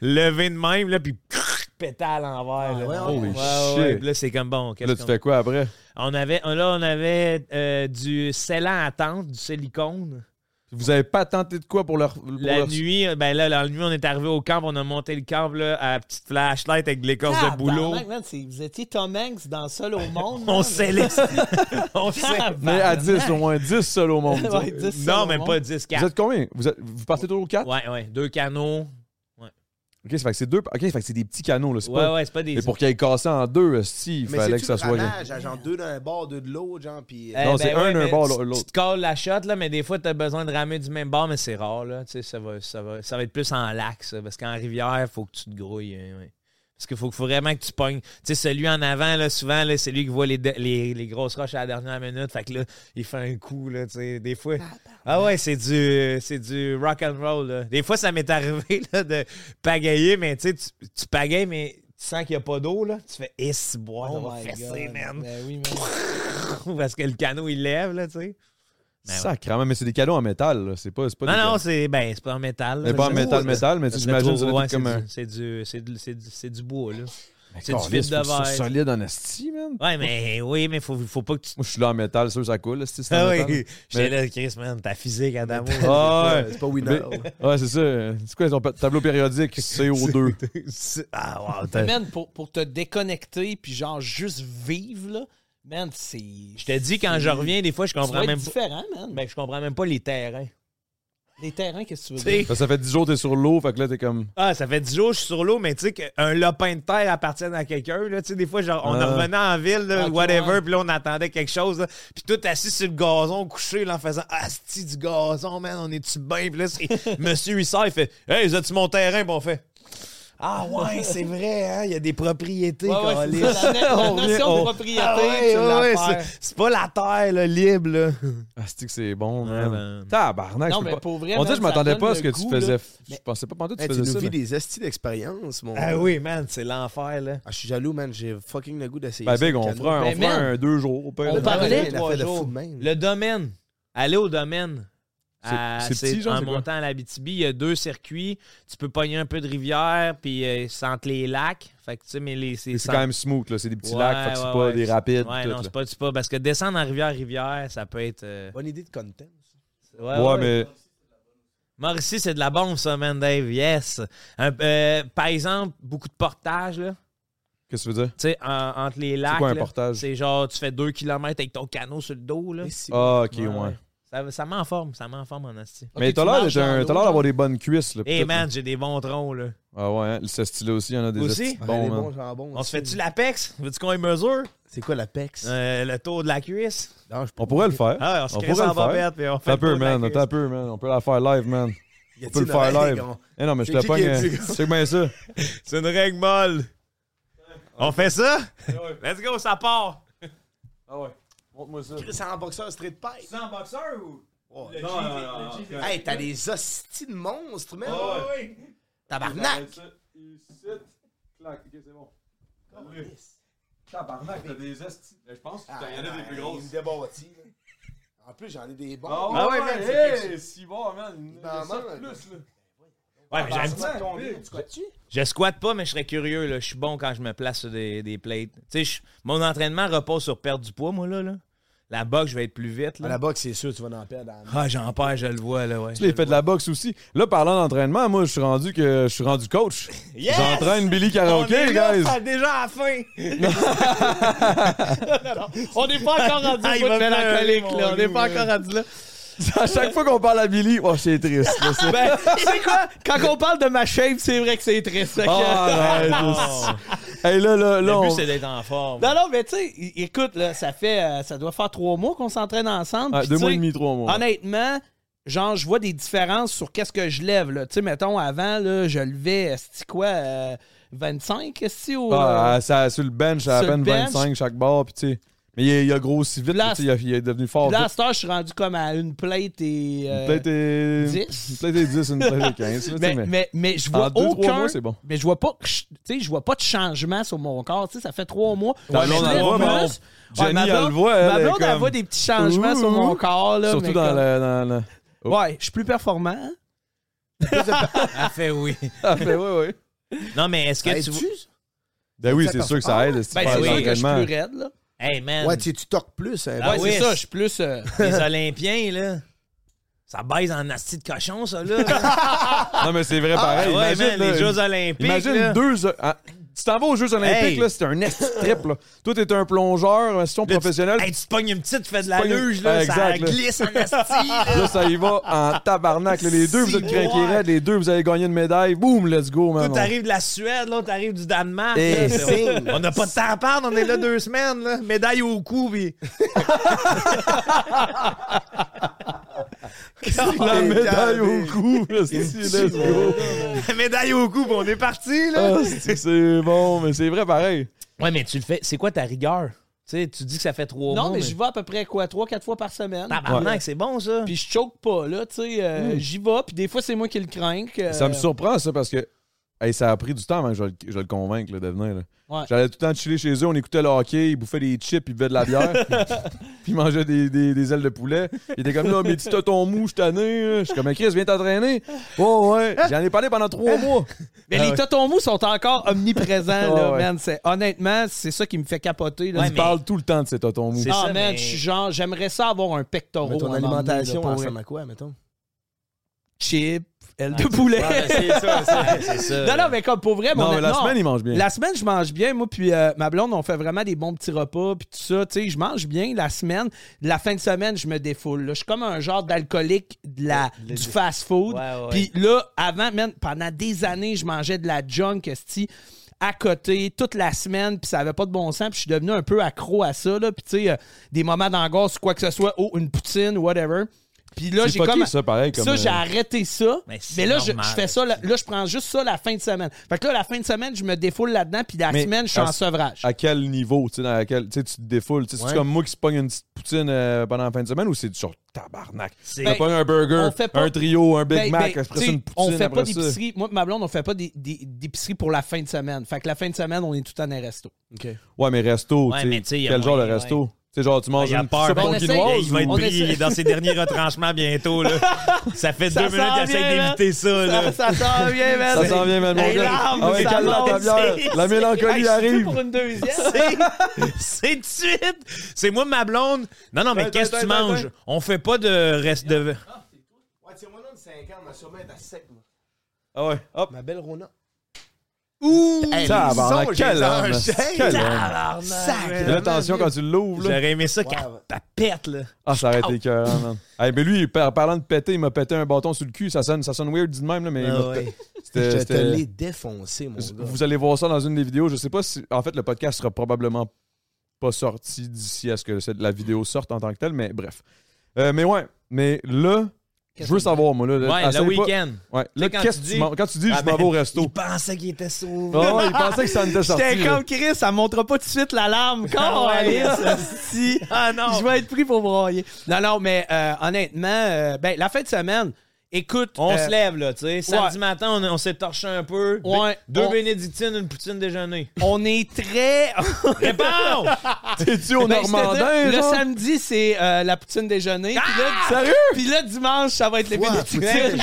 Speaker 2: lever de même, là, puis crrr, péter à l'envers. là.
Speaker 4: ouais,
Speaker 3: Holy
Speaker 2: Ouais,
Speaker 3: shit.
Speaker 2: ouais, puis là, c'est comme bon. qu'est-ce
Speaker 3: Là, tu
Speaker 2: qu'on-
Speaker 3: fais quoi après?
Speaker 2: on avait, là, on avait euh, du scellant à tente, du silicone.
Speaker 3: Vous avez pas tenté de quoi pour leur. pour
Speaker 2: La
Speaker 3: leur-
Speaker 2: nuit, euh, ben là, la nuit, on est arrivé au camp, on a monté le camp là, à petite flashlight avec de l'écorce de boulot.
Speaker 1: Tabarnak, man, c'est- vous étiez Tom Hanks dans Seul au monde.
Speaker 2: On
Speaker 1: man.
Speaker 2: scellait. ça. on scellait.
Speaker 3: Mais à 10, au moins 10 seuls au monde.
Speaker 1: Ouais, dix Seul
Speaker 2: Non,
Speaker 1: au
Speaker 2: même
Speaker 1: monde.
Speaker 2: pas 10
Speaker 3: Vous
Speaker 2: quatre.
Speaker 3: êtes combien? Vous, êtes- vous partez toujours 4?
Speaker 2: Ouais, ouais. Deux canots.
Speaker 3: Ok, ça fait que c'est deux. Ok, ça fait que c'est des petits canaux, là. c'est
Speaker 2: Ouais,
Speaker 3: pas-
Speaker 2: ouais, c'est pas des.
Speaker 3: Mais pour qu'il ait cassé en deux, si, il
Speaker 4: Mais
Speaker 3: fallait
Speaker 4: c'est
Speaker 3: que ça soit.
Speaker 4: genre deux d'un bord, deux de l'autre, genre, puis...
Speaker 2: Eh,
Speaker 3: Non, c'est un,
Speaker 2: mais
Speaker 3: un bord,
Speaker 2: tu-
Speaker 3: l'autre.
Speaker 2: Tu te colles la shot, là, mais des fois, t'as besoin de ramer du même bord, mais c'est rare, là. Tu sais, ça va, ça va, ça va être plus en lac, ça, parce qu'en rivière, faut que tu te grouilles. hein, ouais. Parce qu'il faut, faut vraiment que tu pognes. Tu sais, celui en avant, là, souvent, là, c'est lui qui voit les, de- les, les grosses roches à la dernière minute. Fait que là, il fait un coup, là, tu sais, des fois. Ah ouais, c'est du, euh, c'est du rock and roll, là. Des fois, ça m'est arrivé, là, de pagayer, mais tu sais, tu, tu pagayes, mais tu sens qu'il n'y a pas d'eau, là. Tu fais, eh, si bois, on va fesser, man.
Speaker 1: Oh Ben oui, man.
Speaker 2: Parce que le canot, il lève, là, tu sais. Ben ouais.
Speaker 3: Sacrément, mais c'est des canons en métal, là. C'est pas, c'est pas
Speaker 2: Non,
Speaker 3: des
Speaker 2: non,
Speaker 3: canons.
Speaker 2: c'est ben, c'est pas en métal.
Speaker 3: Mais
Speaker 2: là.
Speaker 3: pas en
Speaker 2: Ça,
Speaker 3: métal,
Speaker 2: c'est-
Speaker 3: métal, mais tu
Speaker 2: ça,
Speaker 3: j'imagine
Speaker 2: c'est
Speaker 3: ça doit
Speaker 2: trop-
Speaker 3: être comme
Speaker 2: ouais,
Speaker 3: un-
Speaker 2: C'est du, c'est du, c'est du, c'est du bois, là. C'est du
Speaker 3: Caliste,
Speaker 2: fil de
Speaker 3: faut que ce soit
Speaker 2: verre.
Speaker 3: solide en esti, man.
Speaker 2: Ouais, mais oui, mais faut, faut pas que tu.
Speaker 3: Moi, je suis là en métal, sûr, ça coule, là, si c'est en
Speaker 2: Ah
Speaker 3: métal.
Speaker 2: oui, j'étais
Speaker 3: Mais-
Speaker 2: là, Chris, man, ta physique, Adamo.
Speaker 3: Ah
Speaker 4: C'est pas winner. là.
Speaker 3: ouais, ouais c'est ça. C'est quoi, ils ont pa- tableau périodique, CO2.
Speaker 2: C'est- ah, wow, t'as-
Speaker 1: Man, pour, pour te déconnecter, puis genre juste vivre, là, man, c'est.
Speaker 2: Je te dis, quand je reviens, des fois, je
Speaker 1: Ça va
Speaker 2: comprends
Speaker 1: être
Speaker 2: même pas.
Speaker 1: différent, man.
Speaker 2: Ben, je comprends même pas les terrains.
Speaker 1: Les terrains, qu'est-ce que tu veux
Speaker 2: Tu
Speaker 1: dire?
Speaker 2: sais,
Speaker 3: Parce que ça fait 10 jours que t'es sur l'eau, fait que là, t'es comme...
Speaker 2: Ah, ça fait 10 jours que je suis sur l'eau, mais tu sais qu'un lopin de terre appartienne à quelqu'un. là. Tu sais, des fois, genre, on
Speaker 3: Ah.
Speaker 2: revenait en ville, là,
Speaker 1: Ah, ouais.
Speaker 2: whatever, puis là, on attendait quelque chose. là. Puis tout assis sur le gazon, couché, là, en faisant Ah, Asti du gazon, man, on est-tu bien? Puis là, c'est- monsieur, il sort, il fait Hey, vous êtes-tu mon terrain? Puis on fait Ah, ouais, c'est vrai, hein, il y a des propriétés.
Speaker 1: Ouais, ouais, c'est
Speaker 2: câlisse.
Speaker 1: ça, la- la
Speaker 2: On
Speaker 1: notion
Speaker 2: vient-
Speaker 1: de
Speaker 2: on-
Speaker 1: propriété,
Speaker 2: Ah, ouais,
Speaker 1: tu l'as
Speaker 2: ouais,
Speaker 1: faire.
Speaker 2: c'est- c'est pas la terre, là, libre, là.
Speaker 3: Ah, c'est que c'est bon,
Speaker 2: Ouais,
Speaker 3: man.
Speaker 2: ben.
Speaker 3: Tabarnak,
Speaker 1: Non,
Speaker 3: je peux
Speaker 1: mais
Speaker 3: pas-
Speaker 1: pour vrai,
Speaker 3: On
Speaker 1: man,
Speaker 3: dirait que je
Speaker 1: ça
Speaker 3: m'attendais
Speaker 1: donne
Speaker 3: pas à
Speaker 1: le
Speaker 3: ce que tu
Speaker 1: goût,
Speaker 3: faisais.
Speaker 1: là.
Speaker 3: Je pensais pas pendant que tu
Speaker 4: Hey, tu
Speaker 3: faisais
Speaker 4: nous
Speaker 3: ça.
Speaker 4: vis
Speaker 3: là.
Speaker 4: des estis d'expérience, mon
Speaker 2: Ah,
Speaker 4: gars.
Speaker 2: oui, man, c'est l'enfer, là.
Speaker 4: Ah, je suis jaloux, man. J'ai fucking le goût d'essayer.
Speaker 3: Ben,
Speaker 4: ça,
Speaker 3: big,
Speaker 4: le
Speaker 3: on
Speaker 4: canot.
Speaker 3: fera un, on
Speaker 1: Ben,
Speaker 3: fera
Speaker 1: man,
Speaker 3: un deux jours au pire.
Speaker 1: on
Speaker 3: là.
Speaker 1: parlait
Speaker 3: Ouais,
Speaker 4: une
Speaker 1: trois
Speaker 4: affaire de
Speaker 1: jours.
Speaker 4: fou de même.
Speaker 2: Le domaine. Allez au domaine.
Speaker 3: C'est-
Speaker 2: À-
Speaker 3: c'est petit,
Speaker 2: c'est-
Speaker 3: genre,
Speaker 2: en
Speaker 3: c'est quoi?
Speaker 2: montant à l'Abitibi, il y a deux circuits. Tu peux pogner un peu de rivière, puis euh, c'est entre les lacs. Fait que, tu sais, mais les,
Speaker 3: C'est
Speaker 2: sans-
Speaker 3: quand même smooth, là. C'est des petits
Speaker 2: Ouais,
Speaker 3: lacs, fait que c'est
Speaker 2: ouais,
Speaker 3: pas
Speaker 2: ouais.
Speaker 3: des rapides.
Speaker 2: Ouais,
Speaker 3: tout,
Speaker 2: non,
Speaker 3: là.
Speaker 2: c'est pas, c'est pas. Parce que descendre en rivière-rivière, ça peut être. euh,
Speaker 4: Bonne idée de content.
Speaker 3: Ouais, mais
Speaker 2: Mauricie, c'est de la bombe, ça, man, Dave. Yes. Un- euh, par exemple, beaucoup de portages, là.
Speaker 3: qu'est-ce que tu veux dire?
Speaker 2: Tu sais, en- entre les lacs.
Speaker 3: quoi un
Speaker 2: là.
Speaker 3: portage?
Speaker 2: C'est genre, tu fais deux kilomètres avec ton canot sur le dos, là.
Speaker 4: Mais si-
Speaker 3: Ah, ok,
Speaker 2: Ouais,
Speaker 3: ouais.
Speaker 2: ouais. Ça, ça m'enforme, ça m'enforme en asti.
Speaker 3: Mais
Speaker 1: Ok,
Speaker 3: t'as
Speaker 1: tu
Speaker 3: l'air d'être
Speaker 1: marches dans
Speaker 3: un-
Speaker 1: l'eau,
Speaker 3: t'as l'air
Speaker 1: genre.
Speaker 3: d'avoir des bonnes cuisses, là.
Speaker 2: Hey
Speaker 3: peut-être,
Speaker 2: man,
Speaker 3: là.
Speaker 2: j'ai des bons troncs, là.
Speaker 3: Ah ouais, hein, ce style-là aussi, il y en a des
Speaker 2: Aussi?
Speaker 3: estis
Speaker 4: Ah,
Speaker 3: de bons,
Speaker 4: les
Speaker 3: man.
Speaker 4: bons jambons
Speaker 2: On se
Speaker 4: aussi.
Speaker 2: fait-tu l'apex? Veux-tu qu'on y mesure?
Speaker 4: C'est quoi la pex?
Speaker 2: Euh, le tour de la cuisse?
Speaker 4: Non, je peux
Speaker 3: On pourrait le faire.
Speaker 2: Ah, ouais, on se crée
Speaker 3: pourrait
Speaker 2: en
Speaker 3: le faire.
Speaker 2: bobette, puis on fait
Speaker 3: T'as
Speaker 2: le tour
Speaker 3: peu,
Speaker 2: de la
Speaker 3: man.
Speaker 2: cuisse.
Speaker 3: T'as peu, man. On peut la faire live, man.
Speaker 4: Y
Speaker 3: On peut le
Speaker 4: a-t-il
Speaker 3: faire
Speaker 4: une oreille,
Speaker 3: live.
Speaker 4: gros?
Speaker 3: Eh non, mais je
Speaker 4: C'est
Speaker 3: te
Speaker 4: qui
Speaker 3: pogne.
Speaker 4: qui est
Speaker 3: hein.
Speaker 4: plus gros?
Speaker 3: C'est bien ça.
Speaker 2: C'est une règle molle. On fait ça? Let's go, ça part.
Speaker 3: Ah ouais. Montre-moi ça.
Speaker 4: C'est en boxeur street pipe.
Speaker 2: en boxeur ou?
Speaker 4: Ouais. Hey, t'as des hosties de monstres, man. Tabarnak.
Speaker 3: Clac, ok, c'est bon. Tabarnak, t'as des estis. Je pense que
Speaker 4: Ah, ouais, Il me débattit, là. En plus, j'en ai des bons.
Speaker 2: Ah ouais, man, c'est
Speaker 3: si bon, man. Il
Speaker 4: en
Speaker 3: ça
Speaker 4: manque.
Speaker 3: plus, là.
Speaker 2: Ouais, mais j'aime
Speaker 3: Tabarnak,
Speaker 4: Tu
Speaker 3: big.
Speaker 4: squattes-tu?
Speaker 2: Je squatte pas, mais je serais curieux. là. Je suis bon quand je me place sur des, des plates. Tu sais, je- mon entraînement repose sur perdre du poids, moi, là. là. La boxe, je vais être plus vite.
Speaker 4: À
Speaker 2: Là.
Speaker 4: Ah, la boxe, c'est sûr, tu vas en perdre. en-
Speaker 2: Ah, j'en perds, je le vois, là, ouais.
Speaker 3: Tu l'as fait de la boxe aussi. Là, parlant d'entraînement, moi, je suis rendu que je suis rendu coach.
Speaker 2: Yes!
Speaker 3: J'entraîne Billy Karaoke,
Speaker 2: On est là,
Speaker 3: guys.
Speaker 2: ça, déjà à la fin!
Speaker 1: On n'est pas encore rendu
Speaker 2: Ah,
Speaker 1: au
Speaker 2: il
Speaker 1: bout
Speaker 2: va
Speaker 1: de
Speaker 2: pleurer,
Speaker 1: mélancolique, là.
Speaker 2: mon
Speaker 1: On n'est pas
Speaker 2: loup, là.
Speaker 1: encore rendu là.
Speaker 3: À chaque fois qu'on parle à Billy, oh, c'est triste. là, c'est-
Speaker 1: Ben, tu sais quoi? Quand on parle de ma shape, c'est vrai que c'est triste. Fait que-
Speaker 3: Ah, arrête, c'est- Hey, là, là, là.
Speaker 2: Le
Speaker 3: on-
Speaker 2: but, c'est d'être en forme.
Speaker 1: Non, non, mais tu sais, é- écoute, là, ça fait, euh, ça doit faire trois mois qu'on s'entraîne ensemble.
Speaker 3: Ah,
Speaker 1: Puis,
Speaker 3: deux
Speaker 1: tu
Speaker 3: mois
Speaker 1: sais,
Speaker 3: et demi, trois mois.
Speaker 1: Honnêtement, genre, je vois des différences sur qu'est-ce que je lève, là. Tu sais, mettons, avant, là, je levais, c'est quoi, euh, 25, est ou...
Speaker 3: Ah,
Speaker 1: euh,
Speaker 3: ah, ça, sur le bench, à,
Speaker 1: Sur le
Speaker 3: peine
Speaker 1: bench.
Speaker 3: 25 chaque barre, puis tu sais. Mais il a, il a grossi vite,
Speaker 1: Là,
Speaker 3: tu sais, il, a- il est devenu fort.
Speaker 1: puis là, à
Speaker 3: vite.
Speaker 1: cette heure, je suis rendu comme à une plate et... euh,
Speaker 3: Peut-être euh,
Speaker 1: 10.
Speaker 3: peut-être euh, 10, une peut-être euh, 15. là, tu sais,
Speaker 1: mais,
Speaker 3: mais-
Speaker 1: mais, mais je
Speaker 3: en
Speaker 1: vois
Speaker 3: deux, trois
Speaker 1: aucun...
Speaker 3: mois, c'est bon.
Speaker 1: Mais je vois pas, que je- tu sais, je vois pas de changement sur mon corps. Tu sais, ça fait trois mois.
Speaker 3: Ta
Speaker 1: Ouais,
Speaker 3: blonde,
Speaker 1: je
Speaker 3: elle
Speaker 1: lève
Speaker 3: voit,
Speaker 1: plus.
Speaker 3: mais on-
Speaker 1: Ouais, ma
Speaker 3: Jenny, elle
Speaker 1: blonde-
Speaker 3: le voit, elle
Speaker 1: Ma
Speaker 3: est
Speaker 1: blonde, elle
Speaker 3: comme-
Speaker 1: voit des petits changements sur
Speaker 3: Ouh,
Speaker 1: mon corps, là.
Speaker 3: Surtout
Speaker 1: mais
Speaker 3: dans
Speaker 1: comme-
Speaker 3: le. Dans le... Oh.
Speaker 1: Ouais, je suis plus performant.
Speaker 2: Elle fait oui.
Speaker 3: Ah, ben oui, oui.
Speaker 2: Non, mais est-ce que
Speaker 4: Hey,
Speaker 2: tu...
Speaker 4: tu-
Speaker 3: Ben oui,
Speaker 4: Ça
Speaker 3: c'est
Speaker 4: performe.
Speaker 3: sûr que ça aide. si tu
Speaker 1: Ben,
Speaker 3: fais
Speaker 1: c'est
Speaker 3: des
Speaker 2: oui.
Speaker 1: sûr que je suis
Speaker 3: entraînements.
Speaker 1: plus raide, là.
Speaker 2: Hey, man,
Speaker 4: Ouais, tu sais, tu torques plus. hein.
Speaker 2: Ah
Speaker 1: ouais,
Speaker 2: oui,
Speaker 1: c'est ça, je suis plus. euh,
Speaker 2: les Olympiens, là, ça baise en asti de cochon, ça, là.
Speaker 3: Non, mais c'est vrai, pareil.
Speaker 2: Ah, ouais,
Speaker 3: imagine,
Speaker 2: man,
Speaker 3: là,
Speaker 2: les Jeux Olympiques,
Speaker 3: Imagine
Speaker 2: là.
Speaker 3: deux. euh, ah, tu t'en vas aux Jeux Olympiques,
Speaker 2: Hey.
Speaker 3: là, c'est un nest trip, là. Toi, t'es un plongeur, institution professionnelle.
Speaker 2: Hey, tu te pognes une petite, tu fais de la
Speaker 3: pognes une-
Speaker 2: luge,
Speaker 3: Ah,
Speaker 2: là, ça
Speaker 3: exact, là.
Speaker 2: glisse en asti.
Speaker 3: Ah. Là, ça y va en tabarnak. là. Les deux, vous êtes
Speaker 2: Si,
Speaker 3: craqués
Speaker 2: ouais.
Speaker 3: raides. Les deux, vous avez gagné une médaille. Boum, let's go, man.
Speaker 2: Toi, t'arrives de la Suède, l'autre t'arrives du Danemark. là,
Speaker 3: Eh,
Speaker 2: c'est- on n'a pas de temps à perdre, on est là deux semaines, là. médaille au cou. Puis...
Speaker 3: La médaille au
Speaker 4: cou.
Speaker 3: cou, esti, let's go.
Speaker 2: La médaille au cou, puis on est parti, là.
Speaker 3: Ah, esti, c'est bon, mais c'est vrai pareil.
Speaker 2: Ouais, mais tu le fais. C'est quoi ta rigueur? Tu sais, tu dis que ça fait trois mois.
Speaker 1: Non, mais j'y vais à peu près quoi, 3-4 fois par semaine.
Speaker 2: Tabarnak, c'est Hmm. bon, ça.
Speaker 1: Puis je choke pas, là, tu sais. euh, J'y vais, puis des fois, c'est moi qui le crains. que-
Speaker 3: Ça me surprend, ça, parce que hey, ça a pris du temps avant que je, le- je le convainque là, de venir. là.
Speaker 1: Ouais.
Speaker 3: J'allais tout le temps chiller chez eux, on écoutait le hockey, ils bouffaient des chips, ils buvaient de la bière, puis ils mangeaient des, des- des ailes de poulet. Ils étaient comme là, mais dis ton mou, je suis tanné. là. Je suis comme, mais Chris, viens t'entraîner. Oh, ouais, j'en ai parlé pendant trois mois.
Speaker 1: Mais
Speaker 2: Ah
Speaker 1: les tontons mous sont encore omniprésents,
Speaker 3: Ouais,
Speaker 1: là,
Speaker 3: ouais.
Speaker 1: man. C'est- Honnêtement, c'est ça qui me fait capoter. Là,
Speaker 2: Ouais,
Speaker 3: Ils
Speaker 2: mais-
Speaker 3: parlent tout le temps de ces totons mous.
Speaker 2: C'est
Speaker 1: Ah,
Speaker 2: ça,
Speaker 1: man,
Speaker 2: mais-
Speaker 1: je suis genre, j'aimerais ça avoir un pectoral.
Speaker 4: Mais ton
Speaker 1: à un moment donné,
Speaker 4: alimentation,
Speaker 1: là,
Speaker 4: elle
Speaker 1: pour
Speaker 4: ressemble
Speaker 1: vrai.
Speaker 4: à quoi, mettons?
Speaker 1: Chip, aile de poulet.
Speaker 2: Ah, c'est ça, c'est ça.
Speaker 1: Non, non, mais comme pour vrai,
Speaker 3: euh, Non,
Speaker 1: mon-
Speaker 3: mais la semaine, ils mangent bien.
Speaker 1: La semaine, je mange bien. Moi, puis euh, ma blonde, on fait vraiment des bons petits repas, puis tout ça. Tu sais, je mange bien la semaine. La fin de semaine, je me défoule. là. Je suis comme un genre d'alcoolique de la, du fast-food.
Speaker 2: Ouais, ouais.
Speaker 1: Puis là, avant, man, pendant des années, je mangeais de la junk, esti, à côté, toute la semaine, puis ça avait pas de bon sens, puis je suis devenu un peu accro à ça, là. Puis tu sais, euh, des moments d'angoisse, quoi que ce soit, oh, une poutine, whatever. Puis là,
Speaker 3: C'est
Speaker 1: j'ai
Speaker 3: fucké,
Speaker 1: comme...
Speaker 3: ça, pareil,
Speaker 1: Puis
Speaker 3: comme,
Speaker 1: ça, j'ai
Speaker 3: euh,
Speaker 1: arrêté ça.
Speaker 2: Mais
Speaker 1: Mais,
Speaker 2: c'est
Speaker 1: là, je,
Speaker 2: normal.
Speaker 1: je fais ça. Là, là, je prends juste ça la fin de semaine. Fait que là, la fin de semaine, je me défoule là-dedans, puis la
Speaker 3: Mais
Speaker 1: semaine, je suis
Speaker 3: à-
Speaker 1: en sevrage.
Speaker 3: À quel niveau, tu sais, dans quel, tu sais, tu te défoules? Tu sais,
Speaker 4: Ouais.
Speaker 3: C'est comme moi qui se pogne une petite poutine euh, pendant la fin de semaine ou c'est du genre tabarnak?
Speaker 2: C'est-
Speaker 1: ben,
Speaker 3: T'as pas un burger,
Speaker 1: on fait pas-
Speaker 3: un trio, un Big
Speaker 1: Ben,
Speaker 3: Mac,
Speaker 1: ben,
Speaker 3: après ça,
Speaker 1: t'sais,
Speaker 3: une poutine,
Speaker 1: on fait pas
Speaker 3: après ça.
Speaker 1: d'épicerie. Moi, et ma blonde, on fait pas des- des- d'épicerie pour la fin de semaine. Fait que la fin de semaine, on est tout en resto.
Speaker 3: Ouais, mais resto,
Speaker 2: Ouais,
Speaker 3: tu
Speaker 2: mais
Speaker 3: sais,
Speaker 2: tu sais, y a
Speaker 3: quel genre de
Speaker 2: moyen,
Speaker 3: resto?
Speaker 2: ouais.
Speaker 3: Tu sais, genre, tu manges
Speaker 2: Il a
Speaker 3: une
Speaker 2: peur.
Speaker 3: soupe
Speaker 2: Ben, on
Speaker 3: tonkinoise
Speaker 2: Il va être
Speaker 3: ou-
Speaker 1: on
Speaker 2: pris
Speaker 1: essaie.
Speaker 2: dans ses derniers retranchements bientôt. Là. Ça fait
Speaker 1: Ça
Speaker 2: deux minutes
Speaker 1: s'en
Speaker 2: qu'il essaie
Speaker 1: vient,
Speaker 2: d'éviter
Speaker 1: là.
Speaker 2: ça. là.
Speaker 1: Ça sent bien, man.
Speaker 3: Ça s'en vient, man, mon
Speaker 1: Les
Speaker 3: gars.
Speaker 1: larmes,
Speaker 3: Ah ouais,
Speaker 1: ça
Speaker 3: calme-la, ta
Speaker 1: monte.
Speaker 3: bière. La
Speaker 1: Hey,
Speaker 3: mélancolie
Speaker 1: je suis
Speaker 3: arrive.
Speaker 1: pour une deuxième.
Speaker 2: C'est tout de suite. C'est moi, ma blonde. Non, non, mais
Speaker 3: Attends,
Speaker 2: qu'est-ce que tu
Speaker 3: attends, attends,
Speaker 2: manges?
Speaker 3: attends.
Speaker 2: On fait pas de reste de.
Speaker 4: Ah, Ouais, tiens, moi, non, de 50, ma sûrement est à sec, moi.
Speaker 3: Ah ouais, hop.
Speaker 4: Ma belle Rona.
Speaker 3: Tabarnak,
Speaker 4: les
Speaker 3: quel homme.
Speaker 4: enchaînes.
Speaker 3: Quel homme.
Speaker 4: Sac!
Speaker 3: Fais attention quand tu l'ouvres, là.
Speaker 2: J'aurais aimé ça qu'elle
Speaker 4: ouais.
Speaker 2: ta pète, là.
Speaker 3: Ah, ça aurait été écœurant, man. Hey, mais lui, par- parlant de péter, il m'a pété un bâton sur le cul. Ça sonne, ça sonne weird, dit de même, là, mais il m'a- c'était-
Speaker 4: Je te
Speaker 3: c'était-
Speaker 1: Euh,
Speaker 4: l'ai défoncé, mon gars.
Speaker 3: Vous allez voir ça dans une des vidéos. Je sais pas si. En fait, le podcast sera probablement pas sorti d'ici à ce que cette- la vidéo sorte en tant que telle, mais bref. Euh, mais ouais, mais là, je veux savoir, moi. Là,
Speaker 2: Ouais,
Speaker 3: essaye
Speaker 2: le
Speaker 3: pas-
Speaker 2: week-end.
Speaker 3: Ouais, là,
Speaker 2: quand
Speaker 3: qu'est-ce
Speaker 2: tu
Speaker 3: que
Speaker 2: dis-
Speaker 3: tu manges- quand tu dis je m'en vais au resto.
Speaker 2: Il pensait qu'il était sauvé.
Speaker 3: Ah ouais, il pensait que ça nous était sorti.
Speaker 1: J'étais
Speaker 3: là.
Speaker 1: comme Chris, ça montre pas tout de suite l'alarme. Quand on
Speaker 2: Ah ouais,
Speaker 1: si.
Speaker 2: Ah non.
Speaker 1: Je vais être pris pour broyer. Non, non, mais euh, honnêtement, euh, ben, la fin de semaine, écoute.
Speaker 2: On
Speaker 1: euh,
Speaker 2: se lève, là, tu sais. Samedi matin, on, on s'est torché un peu.
Speaker 1: Ouais.
Speaker 2: Deux
Speaker 1: On-
Speaker 2: bénédictines, une poutine déjeuner.
Speaker 1: On est très.
Speaker 2: Réponds!
Speaker 3: T'es-tu au
Speaker 1: Ben, je te dis,
Speaker 3: Normandin,
Speaker 1: le
Speaker 3: genre?
Speaker 1: samedi, c'est euh, la poutine déjeuner. Puis là,
Speaker 2: Ah!
Speaker 1: di-
Speaker 3: Sérieux?
Speaker 1: Puis là, dimanche, ça va être les bénédictines.
Speaker 3: T'es-tu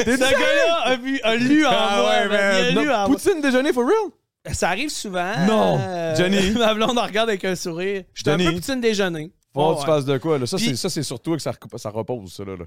Speaker 1: Ce gars-là a, vu- a lu en
Speaker 2: Ah
Speaker 1: moi.
Speaker 2: ouais,
Speaker 1: man. Il a
Speaker 3: Non,
Speaker 1: lu en moi.
Speaker 3: Poutine déjeuner for real?
Speaker 1: Ça arrive souvent. euh,
Speaker 3: Non. Johnny.
Speaker 1: Ma blonde en regarde avec un sourire. Je suis un
Speaker 3: Johnny.
Speaker 1: peu poutine déjeuner.
Speaker 3: Faut
Speaker 1: Oh,
Speaker 3: que tu
Speaker 1: ouais.
Speaker 3: fasses de quoi, là? Ça,
Speaker 1: Puis-
Speaker 3: c'est- ça, c'est sur toi que ça, reco- ça repose, ça, là. là.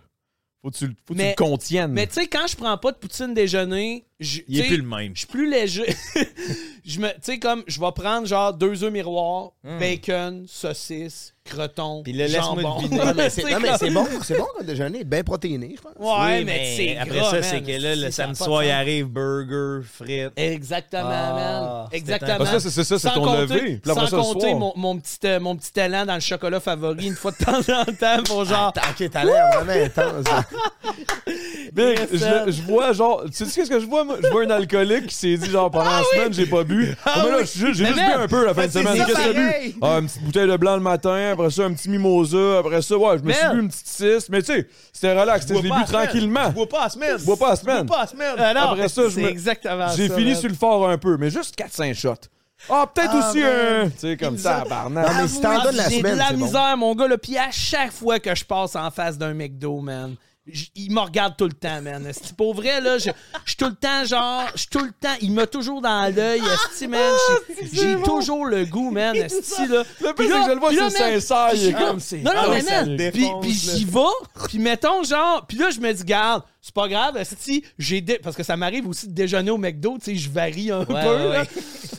Speaker 3: Faut que tu, le- faut que tu
Speaker 1: Mais-
Speaker 3: le contiennes.
Speaker 1: Mais tu sais, quand je prends pas de poutine déjeuner, je-
Speaker 2: Il
Speaker 1: tu
Speaker 2: est
Speaker 1: sais,
Speaker 2: plus le même.
Speaker 1: Je suis plus léger. je me, tu sais, comme, je vais prendre genre deux œufs miroirs,
Speaker 3: Hmm.
Speaker 1: bacon, saucisse, creton,
Speaker 2: Puis là, laisse-moi
Speaker 1: jambon.
Speaker 2: deviner.
Speaker 4: Non, mais c'est non, mais
Speaker 1: comme-
Speaker 4: c'est bon, c'est bon comme déjeuner, bien protéiné, je pense.
Speaker 1: Ouais,
Speaker 2: Oui,
Speaker 1: mais c'est
Speaker 2: Après
Speaker 1: gras,
Speaker 2: ça,
Speaker 1: man.
Speaker 2: c'est que là, le
Speaker 1: Si, ça a
Speaker 2: samedi
Speaker 1: pas de
Speaker 2: soir, il
Speaker 1: sens.
Speaker 2: arrive burger, frites.
Speaker 1: Exactement, man. Exactement.
Speaker 3: Ah, Parce que ça, c'est ça, c'est
Speaker 1: Sans
Speaker 3: ton
Speaker 1: compter-
Speaker 3: lever. Puis
Speaker 1: Sans
Speaker 3: après ça, le
Speaker 1: compter
Speaker 3: soir.
Speaker 1: mon, mon petit, euh, mon petit talent dans le chocolat favori une fois de temps en temps pour genre.
Speaker 4: Ok, t'as l'air vraiment intense. hein.
Speaker 3: Big,
Speaker 1: Yes,
Speaker 3: je,
Speaker 1: sir.
Speaker 3: je vois genre. Tu sais qu'est-ce que je vois, moi? Je vois un alcoolique qui s'est dit genre pendant la semaine, j'ai pas bu. Ah, mais là,
Speaker 1: Ah oui.
Speaker 3: je- j'ai
Speaker 1: Mais
Speaker 3: juste bu
Speaker 1: merde,
Speaker 3: un peu la fin
Speaker 1: mais
Speaker 3: de
Speaker 1: c'est
Speaker 3: semaine.
Speaker 1: ça
Speaker 3: Qu'est-ce que j'ai
Speaker 1: pareil.
Speaker 3: bu? Ah, une petite bouteille de blanc le matin, après ça, un petit mimosa, après ça, ouais, je me suis
Speaker 1: Merde.
Speaker 3: bu une petite six. Mais tu sais, c'était relax, je l'ai bu tranquillement.
Speaker 2: Bois pas à semaine.
Speaker 3: Je bois pas à semaine.
Speaker 2: Bois pas à semaine.
Speaker 1: Ah non,
Speaker 3: Après ça, je
Speaker 1: c'est
Speaker 3: me-
Speaker 1: exactement
Speaker 3: J'ai
Speaker 1: ça,
Speaker 3: fini
Speaker 1: man.
Speaker 3: sur le fort un peu, mais juste 4-5 shots. Ah, peut-être aussi un. Tu sais, comme ça,
Speaker 4: Non, mais
Speaker 3: barnac.
Speaker 4: si t'en donnes la
Speaker 1: J'ai de
Speaker 4: semaine,
Speaker 1: la
Speaker 4: c'est bon.
Speaker 1: misère, mon gars. Là. Puis à chaque fois que je passe en face d'un McDo, man, j- il me regarde tout le temps, man. Esti. Pour vrai, là, je je suis tout le temps, genre, je suis tout le temps, il m'a toujours dans l'œil, esti, man.
Speaker 3: Ah,
Speaker 1: J'ai- J'ai toujours le goût, man, esti, là.
Speaker 3: Le pire,
Speaker 1: Puis
Speaker 3: c'est
Speaker 1: là-
Speaker 3: que je le vois,
Speaker 1: puis là,
Speaker 3: c'est
Speaker 1: man,
Speaker 3: sincère,
Speaker 1: puis
Speaker 3: il est
Speaker 1: je suis
Speaker 3: comme, c'est
Speaker 1: Non, non,
Speaker 3: bon,
Speaker 1: mais
Speaker 3: ça
Speaker 1: man,
Speaker 3: le
Speaker 1: puis, puis
Speaker 2: là.
Speaker 1: j'y vais, puis mettons, genre, puis là, je me dis, garde, c'est pas grave, si j'ai dé- parce que ça m'arrive aussi de déjeuner au McDo, tu sais, je varie un peu.
Speaker 2: ouais,
Speaker 1: là.
Speaker 2: ouais.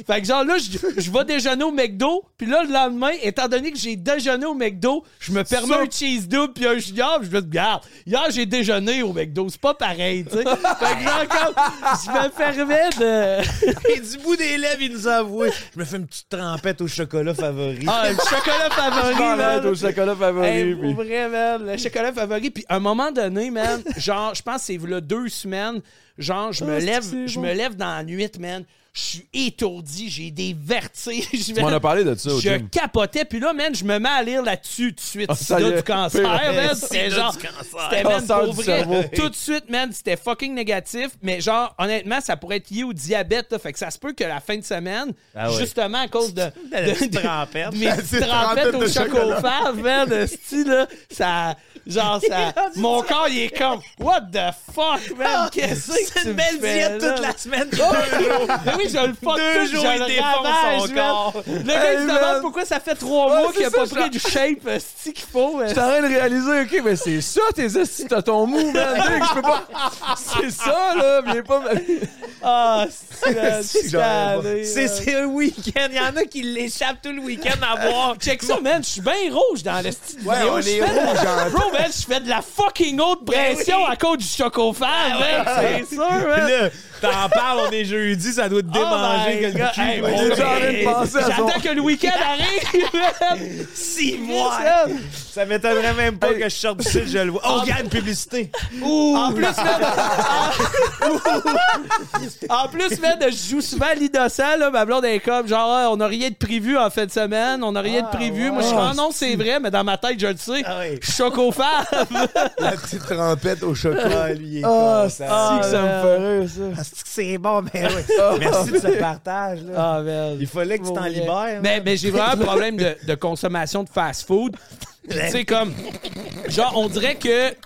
Speaker 1: fait que genre là, je je vais déjeuner au McDo, puis là le lendemain, étant donné que j'ai déjeuné au McDo, je me permets
Speaker 2: Ça-
Speaker 1: un cheese double puis un junior, puis je me dis regarde, hier j'ai déjeuné au McDo, c'est pas pareil, tu sais. fait que genre comme, je me permets de
Speaker 2: Et du bout des lèvres, il nous a avoué. Je me fais une petite trempette au chocolat favori.
Speaker 1: ah, le chocolat favori, man.
Speaker 3: Parlette au chocolat favori.
Speaker 1: Hey,
Speaker 3: puis-
Speaker 1: pour vrai, man, le chocolat favori. Puis à un moment donné, man, genre, je pense que c'est là deux semaines, genre, je me
Speaker 3: Ah, c'est
Speaker 1: lève,
Speaker 3: que c'est
Speaker 1: je
Speaker 3: bon.
Speaker 1: me lève dans la nuit, man. Je suis étourdi, j'ai des vertiges.
Speaker 3: Tu m'en as parlé de ça au
Speaker 1: Je
Speaker 3: gym.
Speaker 1: capotais, puis là, man, je me mets à lire là-dessus tout de suite.
Speaker 3: Ah, ça
Speaker 1: sida
Speaker 3: y est.
Speaker 1: du cancer,
Speaker 3: Pire. Ah,
Speaker 1: man. C'était
Speaker 2: Sida
Speaker 1: genre.
Speaker 2: du cancer.
Speaker 1: C'était, man,
Speaker 3: Cancer
Speaker 1: pour
Speaker 3: du
Speaker 1: vrai.
Speaker 3: cerveau.
Speaker 1: Tout de suite, man, c'était fucking négatif. Mais genre, honnêtement, ça pourrait être lié au diabète, là. Fait que ça se peut que la fin de semaine,
Speaker 2: Ah ouais.
Speaker 1: justement, à cause de.
Speaker 2: La petite trempette.
Speaker 1: mes
Speaker 2: La
Speaker 4: petite
Speaker 1: petites trempettes
Speaker 4: trempette
Speaker 1: au
Speaker 4: de
Speaker 1: chocolat
Speaker 4: chocolat.
Speaker 1: fave, man, esti, là, ça, genre, ça, mon corps, il est comme, what the fuck,
Speaker 3: Ah,
Speaker 1: man, qu'est-ce que
Speaker 2: C'est
Speaker 1: tu
Speaker 2: une
Speaker 1: me
Speaker 2: belle
Speaker 1: fais,
Speaker 2: diète
Speaker 1: là?
Speaker 2: toute la semaine.
Speaker 1: Ben oui, je le fuck
Speaker 2: Deux
Speaker 1: tout,
Speaker 2: jours,
Speaker 1: je
Speaker 2: il
Speaker 1: le
Speaker 2: défonce son
Speaker 1: ravage, man.
Speaker 2: corps.
Speaker 1: Le gars, il
Speaker 3: Hey,
Speaker 1: se
Speaker 3: man.
Speaker 1: demande pourquoi ça fait trois
Speaker 3: Ouais,
Speaker 1: mois qu'il a
Speaker 3: c'est
Speaker 1: pas
Speaker 3: ça,
Speaker 1: pris du shape, esti, qu'il faut,
Speaker 3: Je
Speaker 1: esti.
Speaker 3: suis en train de réaliser, OK, mais c'est ça tes estis, t'as ton mou, man. Dick, je peux pas... C'est ça, là, viens pas...
Speaker 1: Ah, esti, man, je suis allé,
Speaker 2: C'est
Speaker 1: man.
Speaker 2: c'est un week-end. Il y en a qui l'échappent tout le week-end à boire.
Speaker 1: Check ça, man, je suis bien rouge dans le style
Speaker 4: Ouais, on est rouge en-
Speaker 1: Bro, man, je fais de la fucking haute pression
Speaker 2: Ben oui. Ah
Speaker 1: à cause du chocofan, man, c'est sûr, man.
Speaker 2: Là, t'en parles, on est jeudi, ça doit te démanger
Speaker 1: Oh my
Speaker 2: quelqu'un.
Speaker 1: God. Hey,
Speaker 3: on est déjà en train de penser à
Speaker 1: J'attends
Speaker 3: son-
Speaker 1: que le week-end arrive.
Speaker 2: Six mois!
Speaker 1: Moi,
Speaker 2: Ça m'étonnerait même pas que je sorte du site, je le vois. Oh, regarde, publicité!
Speaker 1: en plus, man, en plus, man, je joue souvent à l'innocent, là, ma blonde est comme, genre, ah, on n'a rien de prévu en fin de semaine, on n'a rien de prévu. Moi, je suis, ah non, c'est vrai, mais dans ma tête, je le sais.
Speaker 2: Ah oui.
Speaker 1: Je suis chocofave.
Speaker 4: La petite trempette au chocolat.
Speaker 2: Ah, lui, il est
Speaker 3: Ah, c'est
Speaker 2: content.
Speaker 3: que ça me ferait, ça.
Speaker 2: Ah, c'est que c'est bon, mais oui. Merci de ce partage, là.
Speaker 1: Ah, merde.
Speaker 2: Il fallait que tu t'en
Speaker 1: Pour vrai.
Speaker 2: libères. hein.
Speaker 1: Mais, mais j'ai vraiment un problème de, de consommation de fast-food. tu sais, comme... Genre, on dirait que... Tu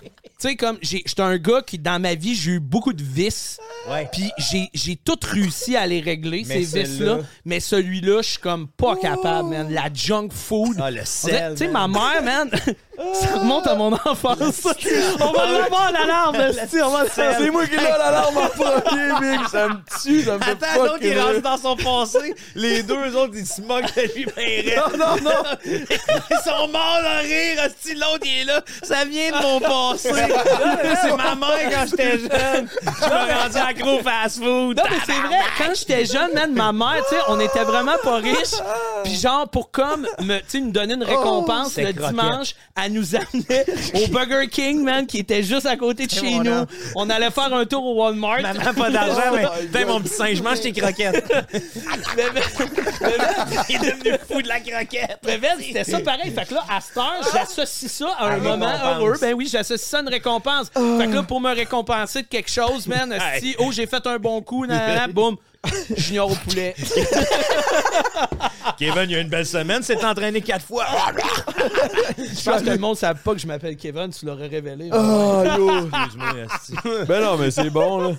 Speaker 1: sais, comme... j'ai- J'étais un gars qui, dans ma vie, j'ai eu beaucoup de vices.
Speaker 2: Ouais.
Speaker 1: Puis j'ai- j'ai tout réussi à les régler,
Speaker 2: Mais celui-là-
Speaker 1: ces vices-là. Mais celui-là, je suis comme pas capable, man. La junk food.
Speaker 2: Ah, le
Speaker 1: On dirait-
Speaker 2: sel.
Speaker 1: Tu sais, ma
Speaker 2: man.
Speaker 1: mère, man, ça remonte à mon enfance. on va l'avoir, l'alarme. esti, on va l'avoir.
Speaker 3: C'est moi qui l'ai l'alarme en premier, Big. Ça me tue, ça me fait
Speaker 2: Attends, l'autre, il
Speaker 3: fucking
Speaker 2: est rendu
Speaker 3: rire.
Speaker 2: dans son passé. Les deux autres, ils se moquent de lui, ben raide.
Speaker 3: Non, non, non.
Speaker 2: Ils sont morts de rire. hostie, l'autre, il est là. Ça vient de mon passé. C'est ma mère quand j'étais jeune. Je me rendu accro au fast-food.
Speaker 1: Non, mais c'est vrai, quand j'étais jeune, man, ma mère, tu sais, on était vraiment pas riches. Puis genre, pour comme, me- tu sais, nous donner une récompense
Speaker 2: Oh! c'est
Speaker 1: le
Speaker 2: croquette.
Speaker 1: dimanche, elle nous amenait au Burger King, man, qui était juste à côté de chez
Speaker 2: mon
Speaker 1: nous.
Speaker 2: homme.
Speaker 1: On allait faire un tour au Walmart.
Speaker 2: Maman, pas d'argent, mais t'es mon petit singe, mange tes croquettes. Il est devenu fou de la croquette.
Speaker 1: Mais ben, c'était ça pareil. Fait que là, à cette heure, j'associe ça à un
Speaker 2: une
Speaker 1: moment
Speaker 2: récompense. Oh.
Speaker 1: heureux. Ben oui, j'associe ça à une récompense. Fait que là, pour me récompenser de quelque chose, man, si, oh, j'ai fait un bon coup, nan, nan, nan, boum, junior au poulet.
Speaker 2: Kevin, il y a une belle semaine, s'est entraîné quatre fois.
Speaker 1: Je
Speaker 3: Ah,
Speaker 1: pense que le monde ne savait pas que je m'appelle Kevin, tu l'aurais révélé.
Speaker 3: Oh, yo.
Speaker 2: Excuse-moi, hostie.
Speaker 3: Ben non, mais c'est bon, là.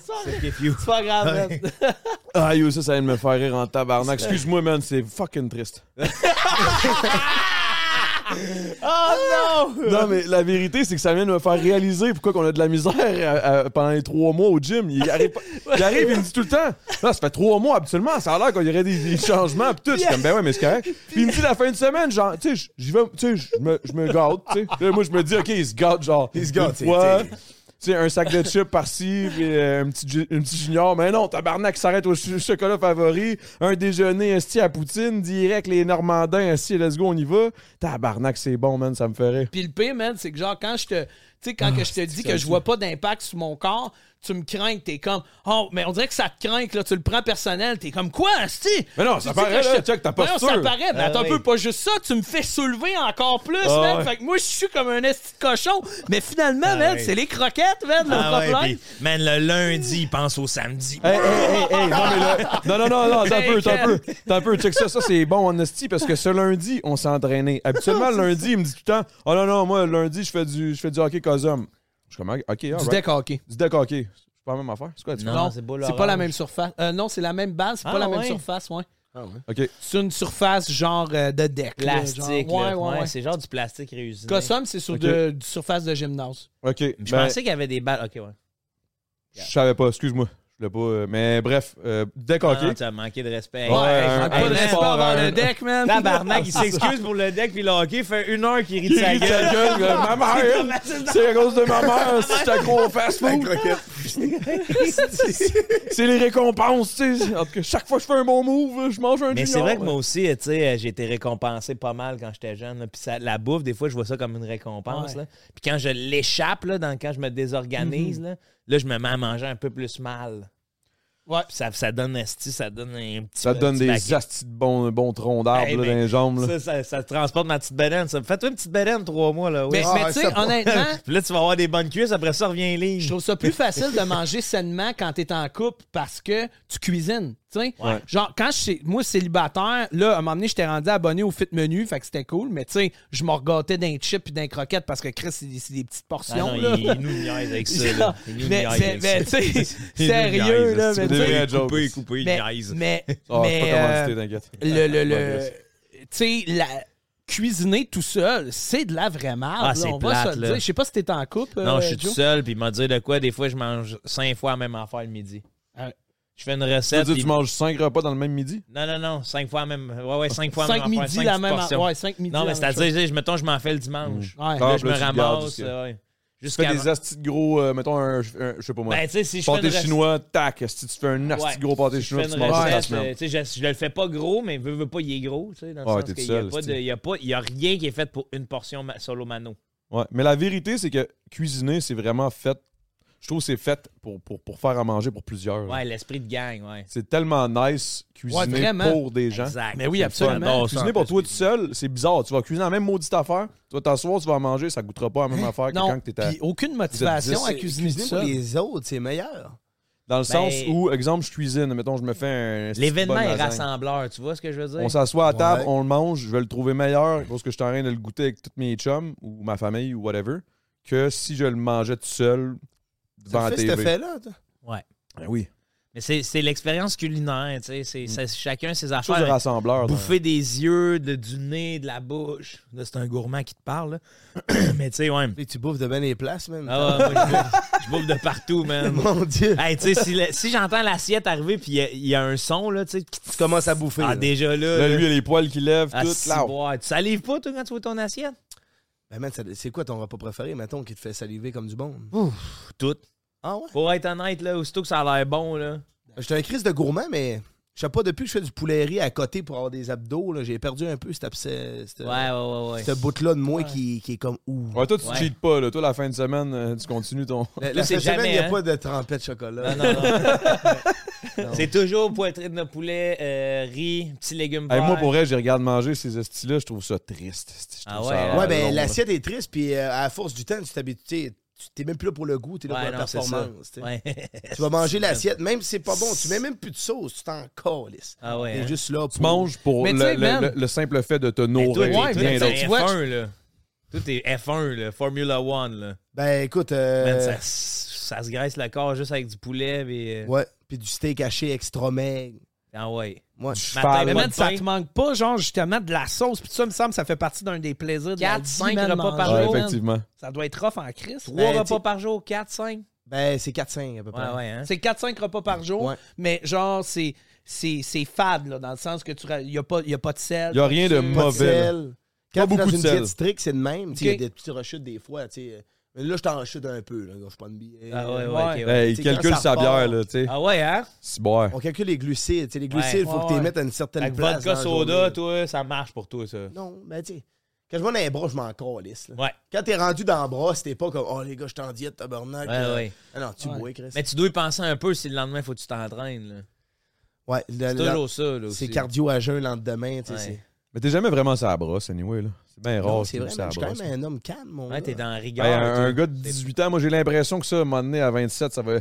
Speaker 2: If you-
Speaker 1: C'est pas grave, man.
Speaker 3: Ah, yo, ça, ça vient de me faire rire en tabarnak. Excuse-moi, man, c'est fucking triste.
Speaker 1: Oh non!
Speaker 3: Non, mais la vérité, c'est que ça vient de me faire réaliser pourquoi qu'on a de la misère à- à- pendant les trois mois au gym. Il arrive, pas- il arrive, il me dit tout le temps Là, ça fait trois mois, habituellement, ça a l'air qu'il y aurait des, des changements, pis tout. Je suis comme, ben ouais, mais c'est correct. Puis il me dit la fin de semaine, genre, tu sais, j- j'y vais, tu sais, je me- je me gâte, tu sais. Là, moi, je me dis, ok, il se gâte, genre,
Speaker 4: Il se gâte,
Speaker 3: une fois,
Speaker 4: c'est-
Speaker 3: tu sais, un sac de chips par-ci, puis euh, un, petit, ju- un petit junior. Mais non, tabarnak, il s'arrête au ch- chocolat favori. Un déjeuner, esti à poutine, direct, les Normandins, esti, let's go, on y va. Tabarnak, c'est bon, man, ça me ferait.
Speaker 1: Puis le pire, man, c'est que genre, quand je te. Tu sais,
Speaker 3: Ah,
Speaker 1: quand que je te dis que je vois pas d'impact sur mon corps, tu me crains que t'es comme. Oh, mais on dirait que ça te craint, que là, tu le prends personnel, t'es comme quoi, asti?
Speaker 3: Mais non,
Speaker 1: Tu
Speaker 3: ça
Speaker 1: dis que
Speaker 3: paraît,
Speaker 1: je
Speaker 3: là,
Speaker 1: te-
Speaker 3: check ta
Speaker 1: Mais non, ça
Speaker 3: posture.
Speaker 1: paraît, mais
Speaker 2: Ah
Speaker 1: attends un
Speaker 2: oui.
Speaker 1: peu, pas juste ça, tu me fais soulever encore plus,
Speaker 3: Ah ouais.
Speaker 1: man.
Speaker 3: Ah,
Speaker 1: Fait que moi, je suis comme un esti de cochon. Mais finalement, man,
Speaker 2: oui.
Speaker 1: c'est les croquettes, man, le
Speaker 2: Ah ouais,
Speaker 1: problème.
Speaker 2: puis, man, le lundi, il pense au samedi.
Speaker 3: Hey, hey, hey, hey, non, mais là, non, non, non, non, t'as un peu, t'as un peu,
Speaker 1: Bacon.
Speaker 3: t'as un peu, check ça, ça c'est bon en esti, parce que ce lundi, on s'est entraîné. Habituellement, le lundi, il me dit tout le temps, oh non, non, moi, lundi, je fais du, je fais du hockey cosum. Je suis comme, ok,
Speaker 1: Du
Speaker 3: alright.
Speaker 1: deck hockey.
Speaker 3: Du deck hockey. C'est pas la même affaire, c'est quoi, tu
Speaker 2: Non.
Speaker 3: fais?
Speaker 1: Non,
Speaker 2: c'est beau,
Speaker 1: c'est pas
Speaker 2: l'orange.
Speaker 1: la même surface. Euh, non, c'est la même base, c'est
Speaker 2: Ah
Speaker 1: pas la même
Speaker 2: ouais.
Speaker 1: surface, ouais.
Speaker 2: Mm-hmm.
Speaker 3: Ok.
Speaker 1: C'est une surface genre euh, de deck. là,
Speaker 2: Plastique,
Speaker 1: genre.
Speaker 2: là.
Speaker 1: Ouais, ouais, ouais.
Speaker 2: c'est genre du plastique réussi.
Speaker 1: Gossum, c'est sur
Speaker 3: Ok.
Speaker 1: de, du surface de gymnase.
Speaker 3: Ok.
Speaker 2: Je
Speaker 3: ben,
Speaker 2: pensais qu'il y avait des balles. Ok, ouais.
Speaker 3: Je savais pas, excuse-moi. Je l'ai pas. euh, Mais bref, euh, deck
Speaker 2: Ah,
Speaker 3: hockey.
Speaker 2: non, tu as manqué de respect.
Speaker 3: Ouais,
Speaker 2: Hey,
Speaker 3: un-
Speaker 2: manque
Speaker 3: un
Speaker 2: pas de
Speaker 3: sport,
Speaker 2: respect envers
Speaker 3: un-
Speaker 2: le deck, man. Tabarnak, il s'excuse pour le deck, puis le hockey fait une heure qu'il rit de
Speaker 3: Il
Speaker 2: sa
Speaker 3: rit de
Speaker 2: gueule.
Speaker 3: sa gueule, il dit, ma mère, c'est à cause de ma mère, si je accro au fast-food. C'est les récompenses, tu sais. En tout cas, chaque fois que je fais un bon move, je mange un
Speaker 2: Mais
Speaker 3: junior.
Speaker 2: c'est vrai que moi aussi, euh, tu sais, euh, j'ai été récompensé pas mal quand j'étais jeune. là. Puis ça- la bouffe, des fois, je vois ça comme une récompense.
Speaker 1: Ouais.
Speaker 2: là. Puis quand je l'échappe, là, dans- quand je me désorganise, là, là, je me mets à manger un peu plus mal.
Speaker 1: Ouais.
Speaker 2: Puis ça, ça donne asti, ça donne un petit
Speaker 3: Ça te donne
Speaker 2: petit
Speaker 3: des
Speaker 2: paquet.
Speaker 3: astis de bons, bons troncs d'arbres
Speaker 2: Hey,
Speaker 3: là,
Speaker 2: mais
Speaker 3: dans les jambes. là.
Speaker 2: Ça, ça, ça transporte ma petite bédaine. ça. Fais-toi une petite bédaine trois mois, là. oui. Ah,
Speaker 1: Mais, mais tu sais, honnêtement,
Speaker 2: Puis là, tu vas avoir des bonnes cuisses, après ça, reviens ligne.
Speaker 1: je trouve ça plus facile de manger sainement quand t'es en couple parce que tu cuisines. tu sais.
Speaker 2: Ouais.
Speaker 1: Genre, quand je suis- moi célibataire, là, à un moment donné, j'étais rendu abonné au fit menu, fait que c'était cool, mais tu sais, je me regâtais d'un chip et d'un croquette parce que Chris, c'est des, c'est des petites
Speaker 2: Ah non,
Speaker 1: portions. là.
Speaker 2: il, il nous niaise avec ça. là. Il nous
Speaker 1: Mais-
Speaker 2: niaise
Speaker 1: mais-
Speaker 2: avec
Speaker 1: mais,
Speaker 2: ça.
Speaker 1: tu sais,
Speaker 2: Il nous
Speaker 1: sérieux,
Speaker 2: niaise,
Speaker 1: là,
Speaker 2: asti,
Speaker 1: mais
Speaker 2: pour
Speaker 3: tu
Speaker 2: de
Speaker 3: sais-
Speaker 2: vrai, coupé,
Speaker 3: jokes.
Speaker 2: coupé, il
Speaker 1: mais,
Speaker 2: niaise.
Speaker 1: mais,
Speaker 3: Ah, c'est
Speaker 1: mais,
Speaker 3: pas
Speaker 1: euh,
Speaker 3: commandité, t'inquiète.
Speaker 1: le, le, le-
Speaker 3: Progress.
Speaker 1: tu sais, la cuisiner tout seul, c'est de la vraie merde.
Speaker 2: Ah,
Speaker 1: là,
Speaker 2: c'est
Speaker 1: on va
Speaker 2: plate,
Speaker 1: se le
Speaker 2: là.
Speaker 1: dire. Je sais pas si t'es en couple.
Speaker 2: Non,
Speaker 1: euh,
Speaker 2: je suis tout
Speaker 1: Joe.
Speaker 2: seul, puis il m'a dit de quoi, des fois, je mange cinq fois la même affaire le midi.
Speaker 1: Ah.
Speaker 2: Je fais une
Speaker 3: Tu veux
Speaker 2: recette.
Speaker 3: dire,
Speaker 2: puis-
Speaker 3: tu manges 5 repas dans le même midi?
Speaker 2: Non, non, non, cinq fois la même. Ouais, ouais, cinq fois la même
Speaker 1: Cinq
Speaker 2: affaire.
Speaker 1: midi,
Speaker 2: cinq
Speaker 1: la
Speaker 2: petites
Speaker 1: même
Speaker 2: portions.
Speaker 1: affaire. Ouais, cinq midi,
Speaker 2: Non,
Speaker 1: la
Speaker 2: mais
Speaker 1: même
Speaker 2: c'est-à-dire, je- mettons, je m'en fais le dimanche. Là,
Speaker 1: Ouais.
Speaker 3: Ah,
Speaker 2: je
Speaker 3: là,
Speaker 2: me
Speaker 3: tu gardes
Speaker 2: ramasse.
Speaker 3: jusqu'à-
Speaker 2: euh, ouais.
Speaker 3: Tu
Speaker 2: Jusqu'à.
Speaker 3: fais des astis de gros, euh, mettons, un, un- je sais pas moi.
Speaker 2: Ben, tu sais, si je fais
Speaker 3: pâté
Speaker 2: une recette-
Speaker 3: chinois, tac. Si tu fais un asti
Speaker 2: Ouais.
Speaker 3: de gros pâté
Speaker 2: Si
Speaker 3: chinois,
Speaker 2: je
Speaker 3: tu
Speaker 2: fais
Speaker 3: manges
Speaker 2: une
Speaker 3: toute la
Speaker 2: recette,
Speaker 3: semaine.
Speaker 2: euh, tu sais, je, je le fais pas gros, mais veux, veux pas, il est gros. tu sais, Dans le
Speaker 3: Ouais,
Speaker 2: sens
Speaker 3: t'es
Speaker 2: qu'il
Speaker 3: tout
Speaker 2: y a
Speaker 3: seul,
Speaker 2: pas de-
Speaker 3: c'est-
Speaker 2: il y a, pas- il y a rien qui est fait pour une portion ma- solo mano.
Speaker 3: Ouais. Mais la vérité, c'est que cuisiner, c'est vraiment fait. Je trouve que c'est fait pour, pour, pour faire à manger pour plusieurs. là.
Speaker 2: Ouais, l'esprit de gang, ouais.
Speaker 3: C'est tellement nice cuisiner
Speaker 1: vraiment.
Speaker 3: pour des gens.
Speaker 2: Exact.
Speaker 1: Mais oui,
Speaker 3: C'est
Speaker 1: absolument.
Speaker 3: fun.
Speaker 2: J'adore ça,
Speaker 3: Cuisiner
Speaker 2: en
Speaker 3: pour
Speaker 2: plus,
Speaker 3: toi tout seul, c'est bizarre. Tu vas cuisiner la même maudite affaire. Tu vas t'asseoir, tu vas en manger, ça goûtera pas la
Speaker 2: Hein?
Speaker 3: même affaire que
Speaker 1: Non,
Speaker 3: quand tu étais.
Speaker 1: puis aucune motivation
Speaker 3: dix,
Speaker 1: à
Speaker 3: c'est-
Speaker 1: cuisiner tout
Speaker 4: Cuisiner pour
Speaker 1: seul.
Speaker 4: les autres, c'est meilleur.
Speaker 3: Dans le sens
Speaker 2: Ben-
Speaker 3: où, exemple, je cuisine, mettons, je me fais un.
Speaker 2: L'événement
Speaker 3: bonne
Speaker 2: est
Speaker 3: lasagne.
Speaker 2: rassembleur, tu vois ce que je veux dire?
Speaker 3: On s'assoit à table,
Speaker 4: Ouais.
Speaker 3: on le mange, je vais le trouver meilleur parce que je suis en train de le goûter avec tous mes chums ou ma famille ou whatever, que si je le mangeais tout seul devant
Speaker 4: Ça
Speaker 3: la
Speaker 4: fait cet
Speaker 3: TV.
Speaker 4: effet-là, toi.
Speaker 2: Ouais.
Speaker 3: Ben oui.
Speaker 2: Mais c'est c'est l'expérience culinaire, tu sais. c'est- ça- Chacun ses
Speaker 3: Mm. Chose de
Speaker 2: affaires.
Speaker 3: rassembleur. dans-
Speaker 2: Bouffer des yeux, de, du nez, de la bouche. Là, c'est un gourmand qui te parle, là. Mais tu sais, ouais.
Speaker 4: Et tu bouffes de bien les places, même.
Speaker 2: Ah, ouais, moi, je, bouffe, je bouffe de partout, man.
Speaker 4: Mon Dieu.
Speaker 2: Hey, tu sais, si, le- si j'entends l'assiette arriver puis il y a- il y, a un son, là, tu sais.
Speaker 4: Tu commences à bouffer.
Speaker 2: Ah,
Speaker 4: là.
Speaker 2: déjà là.
Speaker 3: Là,
Speaker 2: là,
Speaker 3: lui, il a les poils qui lèvent,
Speaker 2: ah,
Speaker 3: tout.
Speaker 2: si,
Speaker 3: là.
Speaker 2: boy. Tu salives pas, toi, quand tu vois ton assiette?
Speaker 4: Ben, man, ça- c'est quoi ton repas préféré, mettons, qui te fait saliver comme du bon?
Speaker 2: Tout.
Speaker 4: Ah ouais?
Speaker 2: Pour être honnête, là, aussitôt que ça a l'air bon, là.
Speaker 4: J'étais un crise de gourmand, mais je sais pas, depuis que je fais du poulet riz à côté pour avoir des abdos, là, j'ai perdu un peu cette, abs- cette,
Speaker 2: Ouais, ouais, ouais,
Speaker 4: cette
Speaker 2: ouais.
Speaker 4: bout-là de moi qui, qui est comme ouh.
Speaker 3: Ouais, toi, tu
Speaker 2: Ouais.
Speaker 3: cheats pas, là. Toi, la fin de semaine, euh, tu continues ton.
Speaker 4: La,
Speaker 2: Toi,
Speaker 4: la
Speaker 2: c'est
Speaker 4: fin de semaine,
Speaker 2: jamais,
Speaker 4: il n'y a
Speaker 2: hein?
Speaker 4: pas de trempette de chocolat.
Speaker 2: Non, non, non. C'est toujours poitrine de poulet, euh, riz, petits légumes
Speaker 3: Hey,
Speaker 2: verts.
Speaker 3: moi, pour vrai, j'y regarde manger ces styles là je trouve ça triste. esti. Je
Speaker 2: Ah
Speaker 3: trouve
Speaker 2: ouais,
Speaker 3: ça a
Speaker 2: hein?
Speaker 3: l'air
Speaker 4: Ouais, ben
Speaker 3: long, là.
Speaker 4: l'assiette est triste, puis euh, à force du temps, tu t'habitues. tu sais, Tu t'es même plus là pour le goût, t'es là
Speaker 2: Ouais,
Speaker 4: pour la
Speaker 2: non, c'est ça.
Speaker 4: performance. tu sais.
Speaker 2: Ouais.
Speaker 4: Tu vas manger l'assiette, même si c'est pas bon, tu mets même plus de sauce, tu t'en calisses.
Speaker 2: Ah ouais,
Speaker 4: T'es
Speaker 2: hein.
Speaker 4: juste là pour.
Speaker 3: Tu manges pour
Speaker 1: Mais
Speaker 3: le,
Speaker 1: tu sais,
Speaker 3: le-
Speaker 1: man-
Speaker 3: le- le simple fait de te
Speaker 2: Mais toi,
Speaker 3: nourrir.
Speaker 2: t'es-
Speaker 1: Ouais,
Speaker 2: toi, t'es
Speaker 3: rien d'autre.
Speaker 1: tu
Speaker 2: F1,
Speaker 1: vois,
Speaker 2: là. Tout est F1, là. Formula One, là.
Speaker 4: Ben écoute. euh,
Speaker 2: Man, ça, ça se graisse le corps juste avec du poulet, mais... euh,
Speaker 4: Ouais, puis du steak haché extra maigre.
Speaker 2: Ah ouais.
Speaker 4: Ouais.
Speaker 3: cheval.
Speaker 1: Mais
Speaker 3: Pas
Speaker 1: man, ça te manque pas, genre, justement, de la sauce. Puis ça, me semble, ça fait partie d'un des plaisirs de la
Speaker 2: 4,
Speaker 1: vie,
Speaker 2: 5
Speaker 1: man,
Speaker 2: repas par
Speaker 1: manger.
Speaker 3: Ouais,
Speaker 2: jour.
Speaker 3: effectivement.
Speaker 1: Ça doit être rough en crise.
Speaker 2: 3
Speaker 4: Ben,
Speaker 2: repas
Speaker 4: t'sais-
Speaker 2: par jour, 4, 5.
Speaker 4: Ben c'est 4-5 à peu près.
Speaker 2: Ouais, ouais, hein.
Speaker 1: C'est 4-5 repas par jour,
Speaker 4: Ouais.
Speaker 1: mais genre, c'est, c'est, c'est fade, là, dans le sens que tu n'y a, pas- y a pas de sel.
Speaker 3: Il n'y a rien de
Speaker 4: Pas de
Speaker 3: mauvais. là.
Speaker 4: sel. Quand t'es
Speaker 3: beaucoup
Speaker 4: dans
Speaker 3: de
Speaker 4: une
Speaker 3: sel.
Speaker 4: diète stricte, c'est le même. Tu sais, Il
Speaker 1: Ok.
Speaker 4: y a des petites rechutes des fois. tu sais. Mais là, je t'en rechute un peu. Là. Je prends une billet.
Speaker 2: Ah ouais, ouais,
Speaker 1: Ouais.
Speaker 2: ok, ouais.
Speaker 3: Hey, il
Speaker 4: Tu sais, quand
Speaker 3: calcule
Speaker 4: ça
Speaker 3: sa bière,
Speaker 4: repart-
Speaker 3: là, tu sais.
Speaker 2: Ah ouais, hein?
Speaker 3: Si, boire.
Speaker 4: On calcule les glucides. tu sais, les glucides, il faut
Speaker 1: Ouais,
Speaker 4: que tu
Speaker 1: ouais.
Speaker 4: les mettes à une certaine
Speaker 2: Avec
Speaker 4: place.
Speaker 2: vodka,
Speaker 4: dans la
Speaker 2: soda,
Speaker 4: journée.
Speaker 2: toi, ça marche pour toi, ça.
Speaker 4: Non, mais tu sais, quand je vois dans les bras, je m'en calisse. là.
Speaker 2: Ouais.
Speaker 4: Quand t'es rendu dans le bras, c'était pas comme Oh les gars, je t'en diète, tabarnak.
Speaker 2: Ouais,
Speaker 4: Euh,
Speaker 2: ouais.
Speaker 4: Ah non, tu bois, Chris.
Speaker 2: Mais tu dois y penser un peu si le lendemain, faut que tu t'entraînes, là.
Speaker 4: Ouais, le-
Speaker 2: C'est
Speaker 4: le-
Speaker 2: toujours ça, là,
Speaker 4: C'est
Speaker 2: aussi.
Speaker 4: cardio à jeun le lendemain. tu sais,
Speaker 2: Ouais.
Speaker 4: c'est-
Speaker 3: Mais t'es jamais vraiment ça brosse, anyway, là. C'est bien
Speaker 4: Non,
Speaker 3: rare.
Speaker 4: C'est
Speaker 3: que
Speaker 4: vrai,
Speaker 3: tu
Speaker 4: man, je
Speaker 3: la
Speaker 4: suis quand
Speaker 3: brosse.
Speaker 4: même un homme calme, mon
Speaker 2: Ouais, t'es
Speaker 4: gars.
Speaker 2: dans la rigueur.
Speaker 3: Hey, un,
Speaker 2: toi.
Speaker 3: un gars de 18 ans, moi, j'ai l'impression que ça, à un moment donné, à 27, ça va.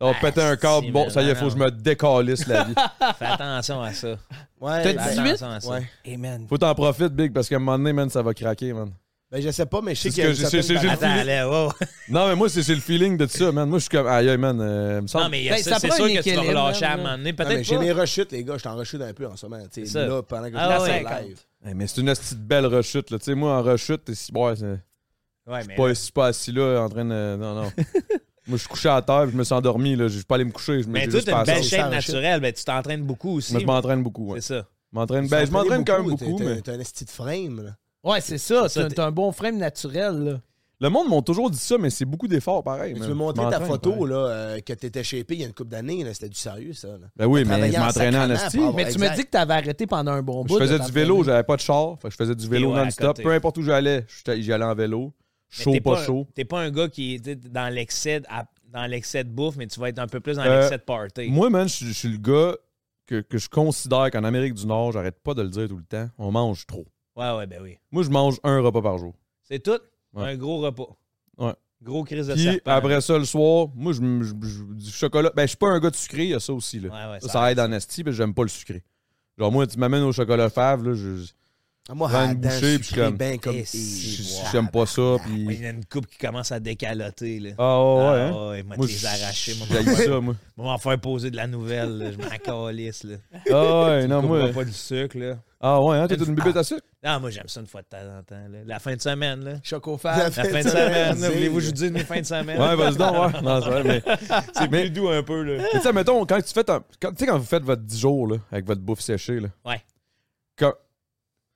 Speaker 3: On va
Speaker 2: Ah,
Speaker 3: péter un
Speaker 2: si,
Speaker 3: câble. Bon,
Speaker 2: mais
Speaker 3: ça y est,
Speaker 2: non,
Speaker 3: faut que je
Speaker 2: non.
Speaker 3: me décalisse la vie.
Speaker 2: Fais attention à ça.
Speaker 4: Ouais,
Speaker 1: T'as
Speaker 2: Fais
Speaker 4: ben-
Speaker 1: 18?
Speaker 2: attention à ça.
Speaker 4: Ouais.
Speaker 1: Amen.
Speaker 3: Faut t'en profiter, Big, parce qu'à un moment donné, man, ça va craquer, man.
Speaker 4: Ben, je sais pas, mais je sais
Speaker 3: C'est
Speaker 4: qu'il y a
Speaker 3: ce que
Speaker 4: une certaine
Speaker 3: j'ai- c'est- j'ai-
Speaker 4: balance.
Speaker 2: Attends, là, wow.
Speaker 3: Non, mais moi, c'est c'est le feeling de ça, man. Moi, je suis comme. Aïe, aïe, man. euh, il me semble-
Speaker 2: Non, mais il y a
Speaker 1: Ben,
Speaker 2: ça,
Speaker 1: ça
Speaker 2: c'est
Speaker 1: prend
Speaker 2: sûr
Speaker 1: un
Speaker 2: que tu vas
Speaker 1: équilibre,
Speaker 2: relâcher à un
Speaker 1: là.
Speaker 2: moment donné.
Speaker 4: Ah, mais
Speaker 2: Peut-être
Speaker 4: J'ai
Speaker 2: pas.
Speaker 4: mes rechutes, les gars, je t'en rechute un peu en ce moment. tu
Speaker 2: C'est
Speaker 4: sais,
Speaker 2: ça.
Speaker 4: Là, pendant que je
Speaker 2: Ah,
Speaker 4: suis
Speaker 2: ouais.
Speaker 4: en live.
Speaker 3: Hey, mais c'est une hostie de belle rechute, là. Tu sais, moi, en rechute, t'es si. Ouais, c'est
Speaker 2: Ouais, mais
Speaker 3: pas, je suis pas assis là en train de. Non, non. Moi, je suis couché à terre, puis je me suis endormi. Là. Je suis pas allé me coucher. Je me
Speaker 2: Mais
Speaker 3: suis
Speaker 2: toi,
Speaker 3: juste
Speaker 2: t'as une
Speaker 3: passé.
Speaker 2: belle
Speaker 4: ça,
Speaker 2: shape
Speaker 4: la
Speaker 2: naturelle. Ben, tu t'entraînes beaucoup aussi.
Speaker 3: Mais je m'entraîne beaucoup. ouais.
Speaker 2: C'est ça.
Speaker 3: Je m'entraîne- ben, je m'entraîne quand même beaucoup.
Speaker 4: T'es-
Speaker 3: mais-
Speaker 4: t'es- T'es un esti de frame, là.
Speaker 1: Ouais, c'est ça.
Speaker 2: ça,
Speaker 1: T'as
Speaker 2: t'es-
Speaker 1: t'as un bon frame naturel. Là.
Speaker 3: Le monde m'a toujours dit ça, mais c'est beaucoup d'efforts, pareil.
Speaker 4: Tu
Speaker 3: man.
Speaker 4: veux montrer
Speaker 3: Je
Speaker 4: ta
Speaker 3: m'entraîne,
Speaker 4: photo
Speaker 3: pareil.
Speaker 4: là, euh, que t'étais shapé il y a une couple d'années, là, c'était du sérieux ça. là.
Speaker 3: Ben oui,
Speaker 4: T'as
Speaker 3: mais
Speaker 4: travaillé
Speaker 3: je
Speaker 4: en
Speaker 3: m'entraînais en
Speaker 4: sacrement
Speaker 3: esti.
Speaker 4: pour avoir-
Speaker 1: Mais tu
Speaker 4: Exact.
Speaker 1: me dis que t'avais arrêté pendant un bon bout.
Speaker 3: Je faisais
Speaker 1: là,
Speaker 3: du vélo,
Speaker 1: t'entraîner.
Speaker 3: j'avais pas de char. fait que je faisais du vélo
Speaker 2: ouais, à
Speaker 3: non-stop.
Speaker 2: côté.
Speaker 3: Peu importe où j'allais, j'étais- j'y allais en vélo.
Speaker 2: Mais
Speaker 3: Chaud,
Speaker 2: t'es
Speaker 3: pas chaud.
Speaker 2: T'es pas un gars qui est tu sais, dans l'excès de- à- dans l'excès de bouffe, mais tu vas être un peu plus dans
Speaker 3: Euh,
Speaker 2: l'excès de party.
Speaker 3: Moi, man, je suis- je suis le gars que, que je considère qu'en Amérique du Nord, j'arrête pas de le dire tout le temps, on mange trop.
Speaker 2: Ouais, ouais, ben oui.
Speaker 3: Moi, je mange un repas par jour.
Speaker 2: C'est tout.
Speaker 3: Ouais.
Speaker 2: Un gros repas.
Speaker 3: Ouais.
Speaker 2: Gros crise de
Speaker 3: Puis
Speaker 2: serpent.
Speaker 3: après ça, le soir, moi, je, me- je- je- du chocolat. Ben, je suis pas un gars de sucré, il y a ça aussi. Là.
Speaker 2: Ouais, ouais,
Speaker 3: ça,
Speaker 2: ça
Speaker 3: ça aide en esti, puis j'aime pas le sucré. Genre, moi, tu m'amènes au chocolat fave, là, je- je-
Speaker 4: Ah, Moi,
Speaker 3: Prends une
Speaker 4: ah, dans le
Speaker 3: bouchée, puis
Speaker 4: sucré,
Speaker 3: comme-
Speaker 4: ben comme
Speaker 2: Et si,
Speaker 4: Et-
Speaker 2: wow.
Speaker 3: j'aime pas ça.
Speaker 2: Ouais, Il
Speaker 3: Puis...
Speaker 2: y a une coupe qui commence à décaloter. Là.
Speaker 3: Ah ouais,
Speaker 2: Ah,
Speaker 3: hein?
Speaker 2: ouais, moi,
Speaker 3: Moi,
Speaker 2: te les
Speaker 3: je-
Speaker 2: arracher. Moi,
Speaker 3: j'haïs
Speaker 2: m'en faire-
Speaker 3: ça, moi.
Speaker 2: moi, m'en faire poser de la nouvelle. là. Je m'en calisse. Là.
Speaker 3: Ah ouais, non,
Speaker 2: On
Speaker 3: moi.
Speaker 2: pas du sucre. Là.
Speaker 3: Ah ouais, hein, t'es une bibite à sucre?
Speaker 2: Non, moi, j'aime ça une fois de temps en temps. là. La fin de semaine. Là.
Speaker 4: La
Speaker 1: Chocofab.
Speaker 2: La fin de semaine. là. Voulez-vous que je vous dise mes fins de semaine? Ah,
Speaker 3: Ouais, vas-y donc, ouais. Non, c'est vrai, mais.
Speaker 2: C'est plus doux un peu. Là.
Speaker 3: Mais tu sais, mettons, quand tu fais ton- quand, tu sais, quand vous faites votre 10 jours là, avec votre bouffe séchée, là,
Speaker 2: Ouais.
Speaker 3: quand-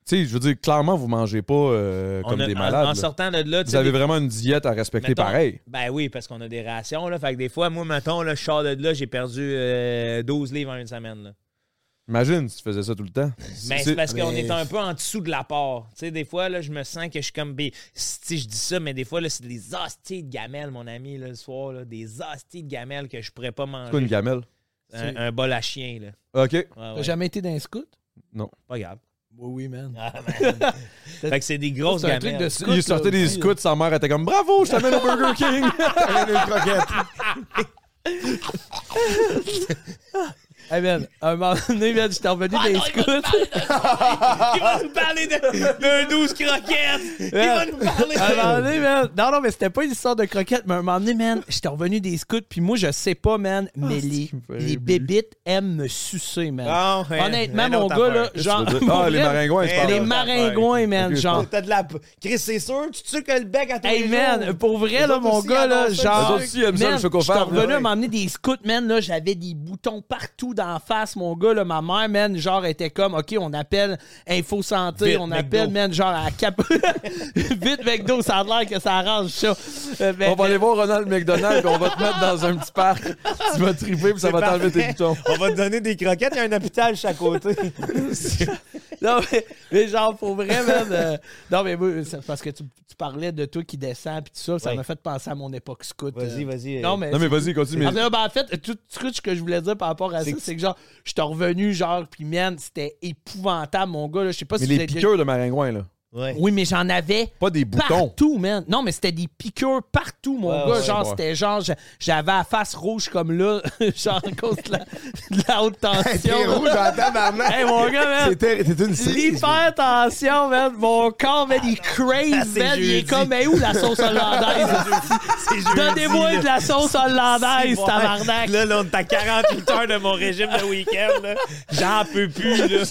Speaker 3: tu sais, je veux dire, clairement, vous mangez pas euh,
Speaker 2: On
Speaker 3: comme
Speaker 2: a-
Speaker 3: des
Speaker 2: en-
Speaker 3: malades.
Speaker 2: En,
Speaker 3: là.
Speaker 2: sortant de là, tu
Speaker 3: vous
Speaker 2: sais,
Speaker 3: avez
Speaker 2: des-
Speaker 3: vraiment une diète à respecter
Speaker 2: Mettons-
Speaker 3: pareil.
Speaker 2: Ben oui, parce qu'on a des rations. Là, fait que des fois, moi, mettons, là, je sors de là, j'ai perdu euh, 12 livres en une semaine. là.
Speaker 3: Imagine si tu faisais ça tout le temps.
Speaker 2: Mais
Speaker 3: C'est-
Speaker 2: c'est parce qu'on
Speaker 4: mais-
Speaker 2: est un peu en dessous de la part. Tu sais, des fois, là, je me sens que je suis comme. ben, Si je dis ça, mais des fois, là, c'est des hosties de gamelles, mon ami, là, le soir. Là, des hosties de gamelles que je pourrais pas
Speaker 3: c'est
Speaker 2: manger.
Speaker 3: quoi une gamelle?
Speaker 2: un, un bol à chien, là.
Speaker 3: OK.
Speaker 2: Ouais,
Speaker 1: T'as
Speaker 2: ouais.
Speaker 1: jamais été dans un scout?
Speaker 2: Pas grave.
Speaker 1: Oui, oui, man.
Speaker 2: Ah, man. fait que c'est des grosses
Speaker 1: Oh, C'est un
Speaker 2: gamelles.
Speaker 1: truc de scout.
Speaker 3: Il sortait
Speaker 1: là.
Speaker 3: des scouts, sa mère était comme Bravo, je t'amène au Burger King!
Speaker 1: Hey, man, un moment donné, man, j'étais revenu
Speaker 2: Ah,
Speaker 1: des scouts.
Speaker 2: Il va nous parler de- d'un 12 croquettes. Il va nous parler
Speaker 1: Un moment
Speaker 2: de.
Speaker 1: donné, man. Non, non, mais c'était pas une histoire de croquettes, mais un moment donné, man, j'étais revenu des scouts, puis moi, je sais pas, man,
Speaker 3: Ah,
Speaker 1: mais les, les bébites aiment me sucer, man.
Speaker 2: Ah, ouais.
Speaker 1: Honnêtement,
Speaker 2: Un
Speaker 1: mon
Speaker 2: autre
Speaker 1: gars,
Speaker 2: affaire.
Speaker 1: là,
Speaker 2: Qu'est-ce
Speaker 3: que
Speaker 1: genre.
Speaker 3: tu veux dire? Ah,
Speaker 1: pour
Speaker 3: les
Speaker 1: vrai,
Speaker 3: maringouins,
Speaker 2: c'est pas
Speaker 1: Les
Speaker 2: vrai.
Speaker 1: maringouins, man,
Speaker 3: Ok,
Speaker 1: genre.
Speaker 2: T'as de la. Chris, c'est sûr, tu te sucres le bec à tous
Speaker 1: Hey
Speaker 2: les
Speaker 1: man,
Speaker 2: jours.
Speaker 1: pour vrai,
Speaker 2: Les
Speaker 1: là,
Speaker 2: autres
Speaker 1: mon
Speaker 2: aussi
Speaker 1: gars,
Speaker 2: adorent
Speaker 1: là,
Speaker 2: ça,
Speaker 1: genre.
Speaker 3: Les autres aussi aiment ça, le
Speaker 1: man,
Speaker 3: chocofave,
Speaker 1: j'étais
Speaker 3: là,
Speaker 1: revenu
Speaker 3: ouais.
Speaker 1: à m'emmener des scouts, man, là, j'avais des boutons partout dans la face, mon gars, là, ma mère, man, genre, était comme, OK, on appelle Info Santé,
Speaker 2: Vite,
Speaker 1: on
Speaker 2: McDo.
Speaker 1: appelle, man, genre, à Cap. Vite, McDo, ça a l'air que ça arrange ça. Euh, ben,
Speaker 3: on va aller voir Ronald McDonald puis on va te mettre dans un petit parc. Tu vas triper puis ça va t'enlever tes boutons.
Speaker 2: On va te donner des croquettes et un hôpital chaque côté.
Speaker 1: non, mais, mais genre, pour vrai, man, euh, non, mais moi, c'est parce que tu, tu parlais de toi qui descend, puis tout ça, ça
Speaker 2: Oui.
Speaker 1: m'a fait penser à mon époque scout.
Speaker 2: Vas-y,
Speaker 1: euh.
Speaker 2: vas-y, euh,
Speaker 1: Non, mais.
Speaker 3: Non, mais vas-y, continue.
Speaker 1: Ah,
Speaker 3: mais-
Speaker 1: ben, ben, en fait, tout ce que- ce que je voulais dire par rapport à ça, c'est que genre, je suis revenu, genre, puis man, c'était épouvantable, mon gars. là. Je sais pas
Speaker 3: Mais
Speaker 1: si vous
Speaker 3: les
Speaker 1: avez-
Speaker 3: piqûres de maringouin, là.
Speaker 2: ouais.
Speaker 1: Oui, mais j'en avais.
Speaker 3: Pas des boutons.
Speaker 1: Partout, man. Non, mais c'était des piqûres partout, mon
Speaker 2: Ouais,
Speaker 1: gars.
Speaker 2: ouais,
Speaker 1: genre,
Speaker 3: ouais.
Speaker 1: c'était genre, j'a- j'avais la face rouge comme là, genre, à cause de la, de la haute
Speaker 4: T'es
Speaker 1: tension.
Speaker 4: rouge en tabarnak.
Speaker 1: Hey, mon gars, man.
Speaker 4: C'était c'était une
Speaker 1: L'hypertension, man. Mon corps, man, il craze,
Speaker 2: c'est
Speaker 1: man. Il est
Speaker 2: jeudi.
Speaker 1: comme, mais où la sauce hollandaise? Donnez-moi de la sauce hollandaise, tabarnak.
Speaker 2: Là, là, on est à 48 heures de mon régime de week-end. là. J'en peux plus. Là.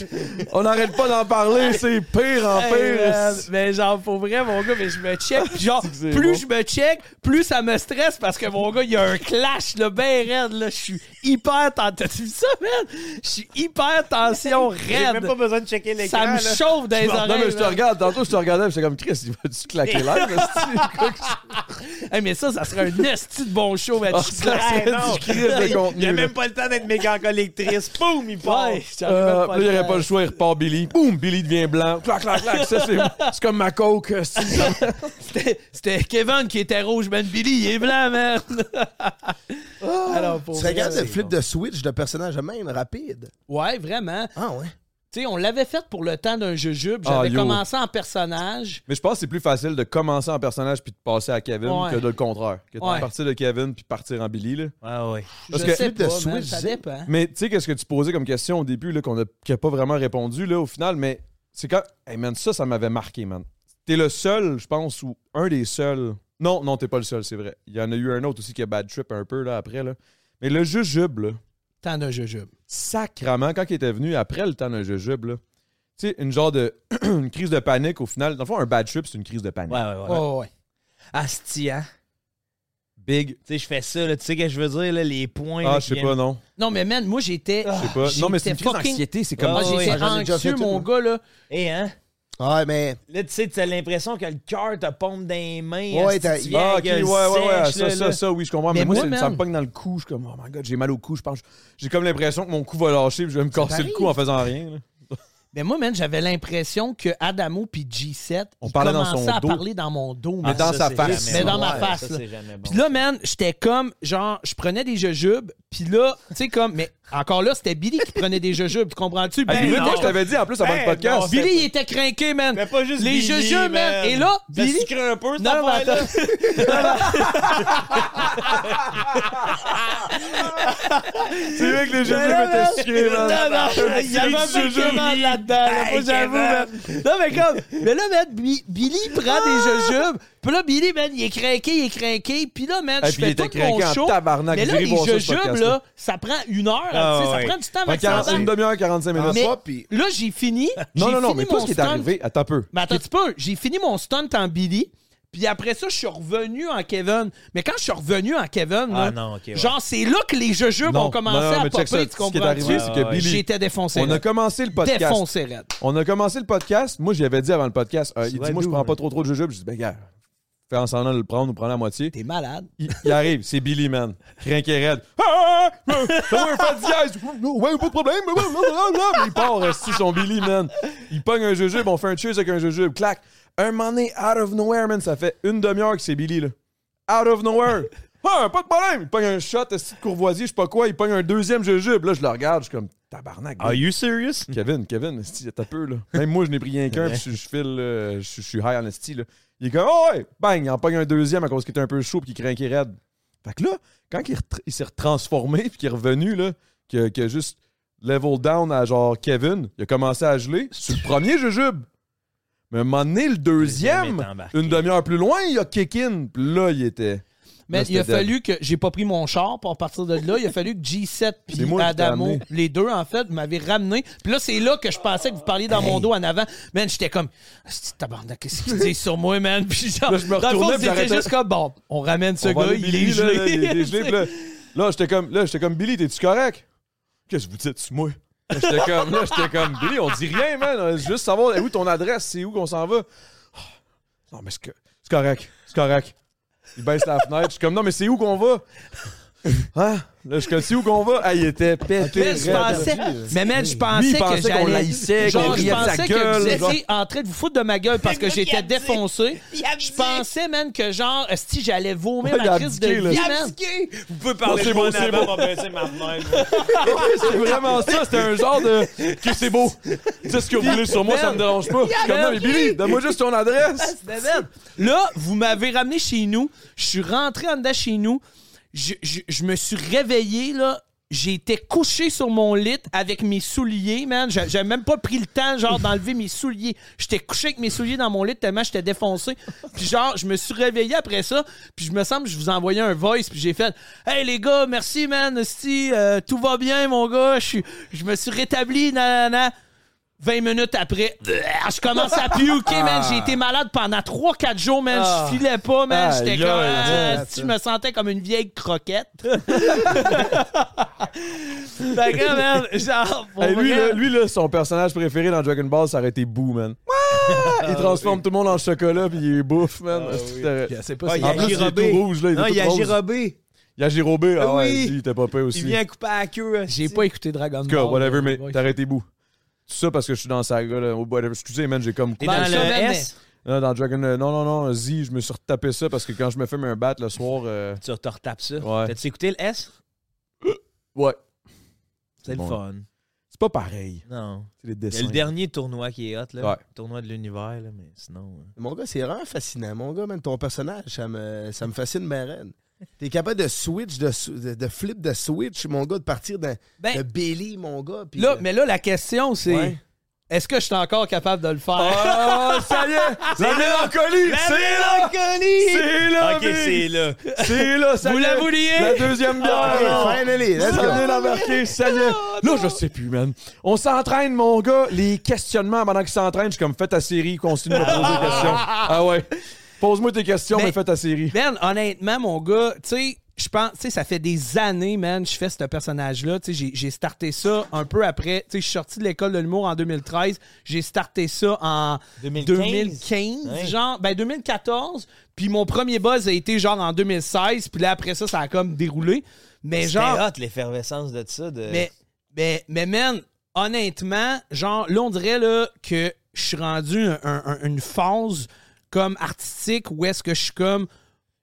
Speaker 3: On n'arrête pas d'en parler, c'est pire en
Speaker 1: Hey, man,
Speaker 3: pire.
Speaker 1: mais genre, pour vrai, mon gars, mais je me check. puis genre,
Speaker 3: C'est
Speaker 1: plus
Speaker 3: bon.
Speaker 1: je me check, plus ça me stresse parce que mon gars, il y a un clash, là, ben raide, là. Je suis hyper tension. T'as vu ça, man? Je suis hyper tension
Speaker 2: J'ai même
Speaker 1: raide.
Speaker 2: pas besoin de checker l'écran.
Speaker 1: Ça me
Speaker 2: là.
Speaker 1: chauffe dans les
Speaker 3: Non,
Speaker 1: oreilles.
Speaker 3: mais je te
Speaker 1: man.
Speaker 3: regarde, tantôt je te regardais, puis j'étais comme Chris, il va-tu claquer l'air?
Speaker 1: Hey, mais ça, ça serait un esti de bon show, man.
Speaker 3: Ah,
Speaker 1: Je suis
Speaker 3: ça
Speaker 1: clair.
Speaker 3: serait
Speaker 2: Hey, non.
Speaker 3: du Chris de contenu.
Speaker 2: Il a
Speaker 3: là.
Speaker 2: même pas le temps d'être méga collectrice. Boum, il part.
Speaker 1: Ouais, j'arrive
Speaker 3: Euh,
Speaker 1: même
Speaker 3: là,
Speaker 1: pas
Speaker 3: il n'y
Speaker 1: le
Speaker 3: aurait
Speaker 1: temps.
Speaker 3: pas le choix, il repart Billy. Boum, Billy devient blanc. Clac, clac, clac, ça c'est c'est comme ma coke. esti.
Speaker 1: C'était- C'était Kevin qui était rouge, man. Billy, il est blanc, man. Alors, pour
Speaker 4: Tu
Speaker 1: vrai,
Speaker 4: regardes le
Speaker 1: c'est
Speaker 4: flip
Speaker 1: bon.
Speaker 4: de switch de personnage même rapide.
Speaker 1: Ouais, vraiment.
Speaker 4: Ah ouais.
Speaker 1: Tu sais, on l'avait fait pour le temps d'un jujube.
Speaker 3: Ah,
Speaker 1: J'avais
Speaker 3: yo.
Speaker 1: commencé en personnage.
Speaker 3: Mais je pense que c'est plus facile de commencer en personnage puis de passer à Kevin
Speaker 1: Ouais.
Speaker 3: que de le contraire. Que de
Speaker 1: Ouais.
Speaker 3: partir de Kevin puis partir en Billy. Là.
Speaker 2: Ouais, ouais.
Speaker 3: Parce
Speaker 1: je
Speaker 3: que-
Speaker 1: sais
Speaker 4: Flip de
Speaker 1: pas, man,
Speaker 4: Switch,
Speaker 1: ça
Speaker 4: zip.
Speaker 1: dépend.
Speaker 3: Mais tu sais, qu'est-ce que tu posais comme question au début là, qu'on n'a pas vraiment répondu là, au final, mais c'est quand. Hey man, ça, ça m'avait marqué, man. T'es le seul, je pense, ou un des seuls. Non, non, t'es pas le seul, c'est vrai. Il y en a eu un autre aussi qui a bad trip un peu là après. Là. Mais le jujube, là,
Speaker 1: Tant d'un jujube.
Speaker 3: sacrament, quand il était venu après le temps d'un jujube, là, tu sais, une genre de. une crise de panique au final. Dans le fond, un bad trip, c'est une crise de panique.
Speaker 2: Ouais, ouais, ouais.
Speaker 1: Oh, ouais.
Speaker 2: Astia.
Speaker 3: Big.
Speaker 2: Tu sais, je fais ça, là, tu sais ce que je veux dire, là, les points.
Speaker 3: Ah,
Speaker 2: là,
Speaker 3: je sais
Speaker 2: qui
Speaker 3: pas,
Speaker 2: viennent-
Speaker 3: non.
Speaker 1: Non, mais man, moi, j'étais.
Speaker 3: Je sais pas. Non, mais c'est une
Speaker 1: j'étais
Speaker 3: crise
Speaker 1: fucking-
Speaker 3: d'anxiété. C'est comme.
Speaker 1: Moi,
Speaker 2: Ah,
Speaker 3: Ah,
Speaker 2: ouais,
Speaker 1: j'étais
Speaker 4: j'en ai déjà
Speaker 1: anxieux,
Speaker 4: fait,
Speaker 1: mon
Speaker 4: là.
Speaker 1: gars, là.
Speaker 2: Eh, hein?
Speaker 4: Ouais, mais.
Speaker 2: Là, tu sais, t'as l'impression que le cœur te pompe dans les mains.
Speaker 4: Ouais,
Speaker 2: asti,
Speaker 4: t'as-
Speaker 2: tu viens
Speaker 3: Ah, ok,
Speaker 2: avec
Speaker 3: ouais,
Speaker 2: le
Speaker 3: ouais, ouais.
Speaker 2: sèche,
Speaker 3: Ça,
Speaker 2: là,
Speaker 3: ça,
Speaker 2: là.
Speaker 3: ça, oui, je comprends. Mais,
Speaker 1: Mais
Speaker 3: moi,
Speaker 1: moi,
Speaker 3: c'est- ça
Speaker 1: man.
Speaker 3: me pogne dans le cou. Je suis comme, oh my god, j'ai mal au cou. Je pense, j'ai comme l'impression que mon cou va lâcher puis je vais me casser le cou en faisant rien. là.
Speaker 1: Mais Ben, moi, man, j'avais l'impression que Adamo puis G7,
Speaker 3: On
Speaker 1: ils
Speaker 3: parlait dans
Speaker 1: commençaient
Speaker 3: son
Speaker 1: à
Speaker 3: dos.
Speaker 1: parler dans mon dos,
Speaker 2: Ah,
Speaker 1: man.
Speaker 3: dans
Speaker 2: ça,
Speaker 3: sa
Speaker 2: c'est
Speaker 3: face.
Speaker 2: jamais
Speaker 1: Mais dans
Speaker 2: bon.
Speaker 1: ma
Speaker 2: Ouais,
Speaker 1: face,
Speaker 2: ça,
Speaker 1: là.
Speaker 2: c'est jamais bon.
Speaker 1: Puis là, man, j'étais comme, genre, je prenais des jujubes, puis là, tu sais, comme, mais encore là, c'était Billy qui prenait des jujubes, tu comprends-tu?
Speaker 3: Ah,
Speaker 1: Billy,
Speaker 3: Billy,
Speaker 2: non.
Speaker 3: je t'avais dit en plus avant
Speaker 2: Ben,
Speaker 3: le podcast.
Speaker 2: non,
Speaker 1: Billy, il était craqué, man.
Speaker 2: Mais pas juste
Speaker 1: Les
Speaker 2: Billy,
Speaker 1: jujubes, man. Et là,
Speaker 2: Ça
Speaker 1: Billy.
Speaker 2: sucre un peu, cette
Speaker 1: Non, mais
Speaker 2: affaire-là.
Speaker 1: attends.
Speaker 3: C'est vrai que les jeux
Speaker 1: Mais là, man,
Speaker 2: hein?
Speaker 3: étaient sucrés,
Speaker 1: Non,
Speaker 3: man.
Speaker 1: non, il y
Speaker 3: Billy,
Speaker 1: avait un peu de
Speaker 3: jujube.
Speaker 1: commande là-dedans. là. Moi,
Speaker 2: Hey,
Speaker 1: j'avoue,
Speaker 2: Kevin.
Speaker 1: man. Non, mais comme. Mais là, man, Bi- Billy prend
Speaker 3: Ah!
Speaker 1: des jujubes. Puis là, Billy, man, il est craqué, il est craqué. Puis là, man,
Speaker 3: Ah,
Speaker 1: je
Speaker 3: puis il
Speaker 1: fais
Speaker 3: était
Speaker 1: tout mon
Speaker 3: craqué en
Speaker 1: show.
Speaker 3: tabarnak.
Speaker 1: Mais
Speaker 3: Vous
Speaker 1: là,
Speaker 3: irez
Speaker 1: les
Speaker 3: voir ça, ce
Speaker 1: jujubes,
Speaker 3: podcast-là.
Speaker 1: là, ça prend une heure.
Speaker 2: Ah,
Speaker 1: tu sais,
Speaker 2: ouais.
Speaker 1: Ça prend du temps
Speaker 3: Ouais,
Speaker 1: avec
Speaker 3: 40
Speaker 1: ça. Ah,
Speaker 3: une demi-heure, 45 minutes.
Speaker 1: Mais-
Speaker 4: Pas, puis
Speaker 1: Là, j'ai fini.
Speaker 3: Non,
Speaker 1: j'ai
Speaker 3: non, non,
Speaker 1: fini
Speaker 3: mais toi, ce
Speaker 1: mon
Speaker 3: qui est
Speaker 1: stunt.
Speaker 3: arrivé, attends un peu.
Speaker 1: Mais attends un petit peu, j'ai fini mon stunt en Billy. Puis après ça, je suis revenu en Kevin. Mais quand je suis revenu en Kevin,
Speaker 2: Ah
Speaker 1: là,
Speaker 2: non, ok, ouais.
Speaker 1: genre, c'est là que les jeux
Speaker 3: Non,
Speaker 1: ont commencé
Speaker 3: non, non,
Speaker 1: à
Speaker 3: mais check
Speaker 1: popper,
Speaker 3: ça.
Speaker 1: tu
Speaker 3: Ce qui est
Speaker 1: comprends?
Speaker 3: arrivé, c'est que Billy-
Speaker 1: J'étais défoncé.
Speaker 3: On a
Speaker 1: raide.
Speaker 3: commencé le podcast.
Speaker 1: Défoncé raide.
Speaker 3: On a commencé le podcast. Moi, j'avais dit avant le podcast, euh, il
Speaker 2: vrai,
Speaker 3: dit Moi, je
Speaker 2: nous,
Speaker 3: prends
Speaker 2: hein.
Speaker 3: pas trop trop de jujubes. Je dis Ben, gars, fais en semblant de le prendre ou prends la moitié.
Speaker 1: T'es malade.
Speaker 3: Il, il arrive, c'est Billy, man. Crinqué raide. Ah, ah, ah, ah, ouais, fatigué. Ouais, pas de problème. Mais il part, resti son Billy, man. Il pogne un jujube, on fait un cheers avec un jujube. Clac. Un money out of nowhere, man. Ça fait une demi-heure que c'est Billy, là. Out of nowhere. Ah, pas de problème. Il pogne un shot, esti de courvoisier, je sais pas quoi. Il pogne un deuxième jujube. Là, je le regarde, je suis comme tabarnak. gars.
Speaker 2: Are you serious?
Speaker 3: Kevin, Kevin, esti, t'as peu, là. Même moi, je n'ai pris rien qu'un, puis je, je file, euh, je, je suis high en esti, là. Il est comme, oh, ouais, bang, il en pogne un deuxième à cause qu'il était un peu chaud, puis qu'il craquait raide. Fait que là, quand il, retr- il s'est retransformé, puis qu'il est revenu, là, que, que juste level down à genre Kevin, il a commencé à geler sur le premier jujube. Mais à un moment donné, le
Speaker 2: Deuxième
Speaker 3: deuxième,
Speaker 2: est embarqué.
Speaker 3: une demi-heure plus loin, il a kick in, puis là, il était.
Speaker 1: Mais
Speaker 3: Là,
Speaker 1: il a
Speaker 3: c'était dead.
Speaker 1: fallu que. J'ai pas pris mon char pour partir de là. Il a fallu que G7
Speaker 3: C'est
Speaker 1: puis
Speaker 3: moi qui t'ai
Speaker 1: Adamo,
Speaker 3: amené.
Speaker 1: les deux, en fait, m'avaient ramené. Puis là, c'est là que je pensais que vous parliez dans mon dos en avant. Man, j'étais comme. Asti de tabarnak, qu'est-ce qu'ils disent sur moi, man? Puis genre.
Speaker 3: Là, je me
Speaker 1: dans le fond,
Speaker 3: retournais, puis
Speaker 1: c'était
Speaker 3: j'arrêtais.
Speaker 1: juste comme, bon, on ramène ce
Speaker 3: On va
Speaker 1: gars,
Speaker 3: aller
Speaker 1: il est
Speaker 3: Billy, là, là, il est gelé,
Speaker 1: gelé.
Speaker 3: puis là, là, j'étais comme, là, j'étais comme, Billy, t'es-tu correct? Qu'est-ce que vous dites, moi? Là, J'étais comme, là, j'étais comme, Billy, on dit rien, man. On veut Juste savoir eh, où ton adresse, c'est où qu'on s'en va. Ah, Non, mais c'est que- c'est correct, c'est correct. Il baisse la fenêtre. Je suis comme, non, mais c'est où qu'on va? Hein? Là, je suis comme, c'est où qu'on va? Ah, il était pété.
Speaker 1: Mais je
Speaker 3: raide.
Speaker 1: pensais, mais man, je
Speaker 3: Lui, il
Speaker 1: pensais
Speaker 3: pensait
Speaker 1: que
Speaker 3: qu'on
Speaker 1: j'allais-
Speaker 3: l'haïssait,
Speaker 1: Genre,
Speaker 3: qu'on
Speaker 1: je
Speaker 3: riait de sa
Speaker 1: pensais que
Speaker 3: gueule,
Speaker 1: vous
Speaker 3: genre.
Speaker 1: étiez en train de vous foutre de ma gueule parce que j'étais défoncé. Je pensais, man, que genre, si j'allais vomir
Speaker 3: Ouais, il
Speaker 1: ma
Speaker 3: a
Speaker 1: crise de
Speaker 3: abdiqué, là.
Speaker 1: vie,
Speaker 3: Il a
Speaker 1: man.
Speaker 2: Vous pouvez parler de
Speaker 3: beau,
Speaker 2: moi en
Speaker 3: c'est
Speaker 2: avant,
Speaker 3: beau.
Speaker 2: on va baisser ma fenêtre.
Speaker 3: C'est vraiment Ah, ça, c'était un genre de. Que c'est beau. Dites ce que vous voulez sur moi, ça me dérange pas. Je suis comme, non, mais Billy, donne-moi juste ton adresse.
Speaker 1: Mais man, ben, Là, vous m'avez ramené chez nous. Je suis rentré en dedans chez nous. Je, je- je me suis réveillé, là. J'étais couché sur mon lit avec mes souliers, man. J'a- J'avais même pas pris le temps, genre, d'enlever mes souliers. J'étais couché avec mes souliers dans mon lit tellement j'étais défoncé. Puis genre, je me suis réveillé après ça. Puis je me semble que je vous envoyais un voice. Puis j'ai fait « Hey, les gars, merci, man. Si, euh, tout va bien, mon gars. Je suis- je me suis rétabli, nanana. » 20 minutes après, Ah, je commence à puker, man.
Speaker 3: Ah.
Speaker 1: J'ai été malade pendant 3-4 jours, man. Je filais pas, man.
Speaker 3: Ah,
Speaker 1: J'étais
Speaker 3: là,
Speaker 1: comme.
Speaker 3: là,
Speaker 1: ah,
Speaker 3: là,
Speaker 1: si, je me sentais comme une vieille croquette. fait que, man, genre. pour
Speaker 3: Hey, lui,
Speaker 1: vrai,
Speaker 3: là, lui, là, son personnage préféré dans Dragon Ball, ça aurait été Boo, man. il transforme tout le monde en chocolat puis il bouffe, man. C'est tout à-
Speaker 4: je sais pas
Speaker 2: Ah,
Speaker 4: si.
Speaker 2: il y a
Speaker 3: En plus, il est
Speaker 2: Jirobé.
Speaker 3: tout rouge, là, il est
Speaker 2: Non,
Speaker 3: tout
Speaker 2: il y a
Speaker 3: rose.
Speaker 2: Jirobé.
Speaker 3: Il y a Jirobé. Ah ouais,
Speaker 2: Oui.
Speaker 3: lui, il était pas payé aussi.
Speaker 2: Il vient couper à la queue.
Speaker 1: J'ai pas écouté Dragon
Speaker 3: En
Speaker 1: Ball.
Speaker 3: tout cas, whatever, mais
Speaker 1: Ouais.
Speaker 3: t'as arrêté Boo. Tout ça parce que je suis dans sa gueule. oh, whatever. Excusez, man, j'ai comme.
Speaker 2: T'es
Speaker 3: Non,
Speaker 1: Ben,
Speaker 2: dans
Speaker 1: ça,
Speaker 2: le
Speaker 1: ben,
Speaker 2: S.
Speaker 3: dans Dragon. euh, Non, non, non, Z, je me suis retapé ça parce que quand je me fais un bat le soir. euh,
Speaker 2: Tu te retapes ça.
Speaker 3: Ouais.
Speaker 2: T'as-tu écouté le S?
Speaker 3: Ouais.
Speaker 2: C'est le
Speaker 3: bon.
Speaker 2: fun.
Speaker 3: C'est pas pareil.
Speaker 2: Non.
Speaker 3: C'est les
Speaker 2: Il y
Speaker 3: dessins.
Speaker 2: a le dernier tournoi qui est hot, là.
Speaker 3: Ouais.
Speaker 2: Tournoi de l'univers, là, mais sinon. euh,
Speaker 4: Mon gars, c'est vraiment fascinant. Mon gars, même ton personnage, ça me, ça me fascine, ma reine. T'es capable de switch, de, sou- de, de flip de switch, mon gars, de partir dans
Speaker 1: Ben,
Speaker 4: de Billy, mon gars. puis
Speaker 1: Là,
Speaker 4: de-
Speaker 1: mais là, la question, c'est.
Speaker 4: Ouais.
Speaker 1: Est-ce que je suis encore capable de le faire? Ben,
Speaker 3: Ah, ça y est! La mélancolie! C'est là! C'est là!
Speaker 2: Ah, Ok,
Speaker 3: Big!
Speaker 2: c'est là.
Speaker 3: C'est là, ça
Speaker 1: Vous
Speaker 3: y est.
Speaker 1: la vouliez? Ah,
Speaker 3: La deuxième bière!
Speaker 4: Ok, finally, let's
Speaker 3: Ça
Speaker 4: go.
Speaker 3: vient d'embarquer, ça y est.
Speaker 1: Oh,
Speaker 3: Là, je sais plus, man. On s'entraîne, mon gars. Les questionnements pendant qu'ils s'entraînent, je suis comme, fais ta série, continue de me poser des questions. Ah ouais. Pose-moi tes questions, mais,
Speaker 1: Mais-
Speaker 3: fais ta série.
Speaker 1: Ben, honnêtement, mon gars, tu sais, je pense, tu sais, ça fait des années, man, je fais ce personnage-là. Tu sais, j'ai- j'ai starté ça un peu après. Tu sais, je suis sorti de l'école de l'humour en 2013. J'ai starté ça en
Speaker 2: 2015.
Speaker 1: 2015,
Speaker 2: Ouais.
Speaker 1: genre, ben 2014. Puis mon premier buzz a été genre en 2016. Puis là, après ça, ça a comme déroulé. Mais
Speaker 2: C'était
Speaker 1: genre.
Speaker 2: hot, l'effervescence de ça. De...
Speaker 1: Mais, mais, mais man, honnêtement, genre, là, on dirait là, que je suis rendu un- un- une phase comme artistique où est-ce que je suis comme.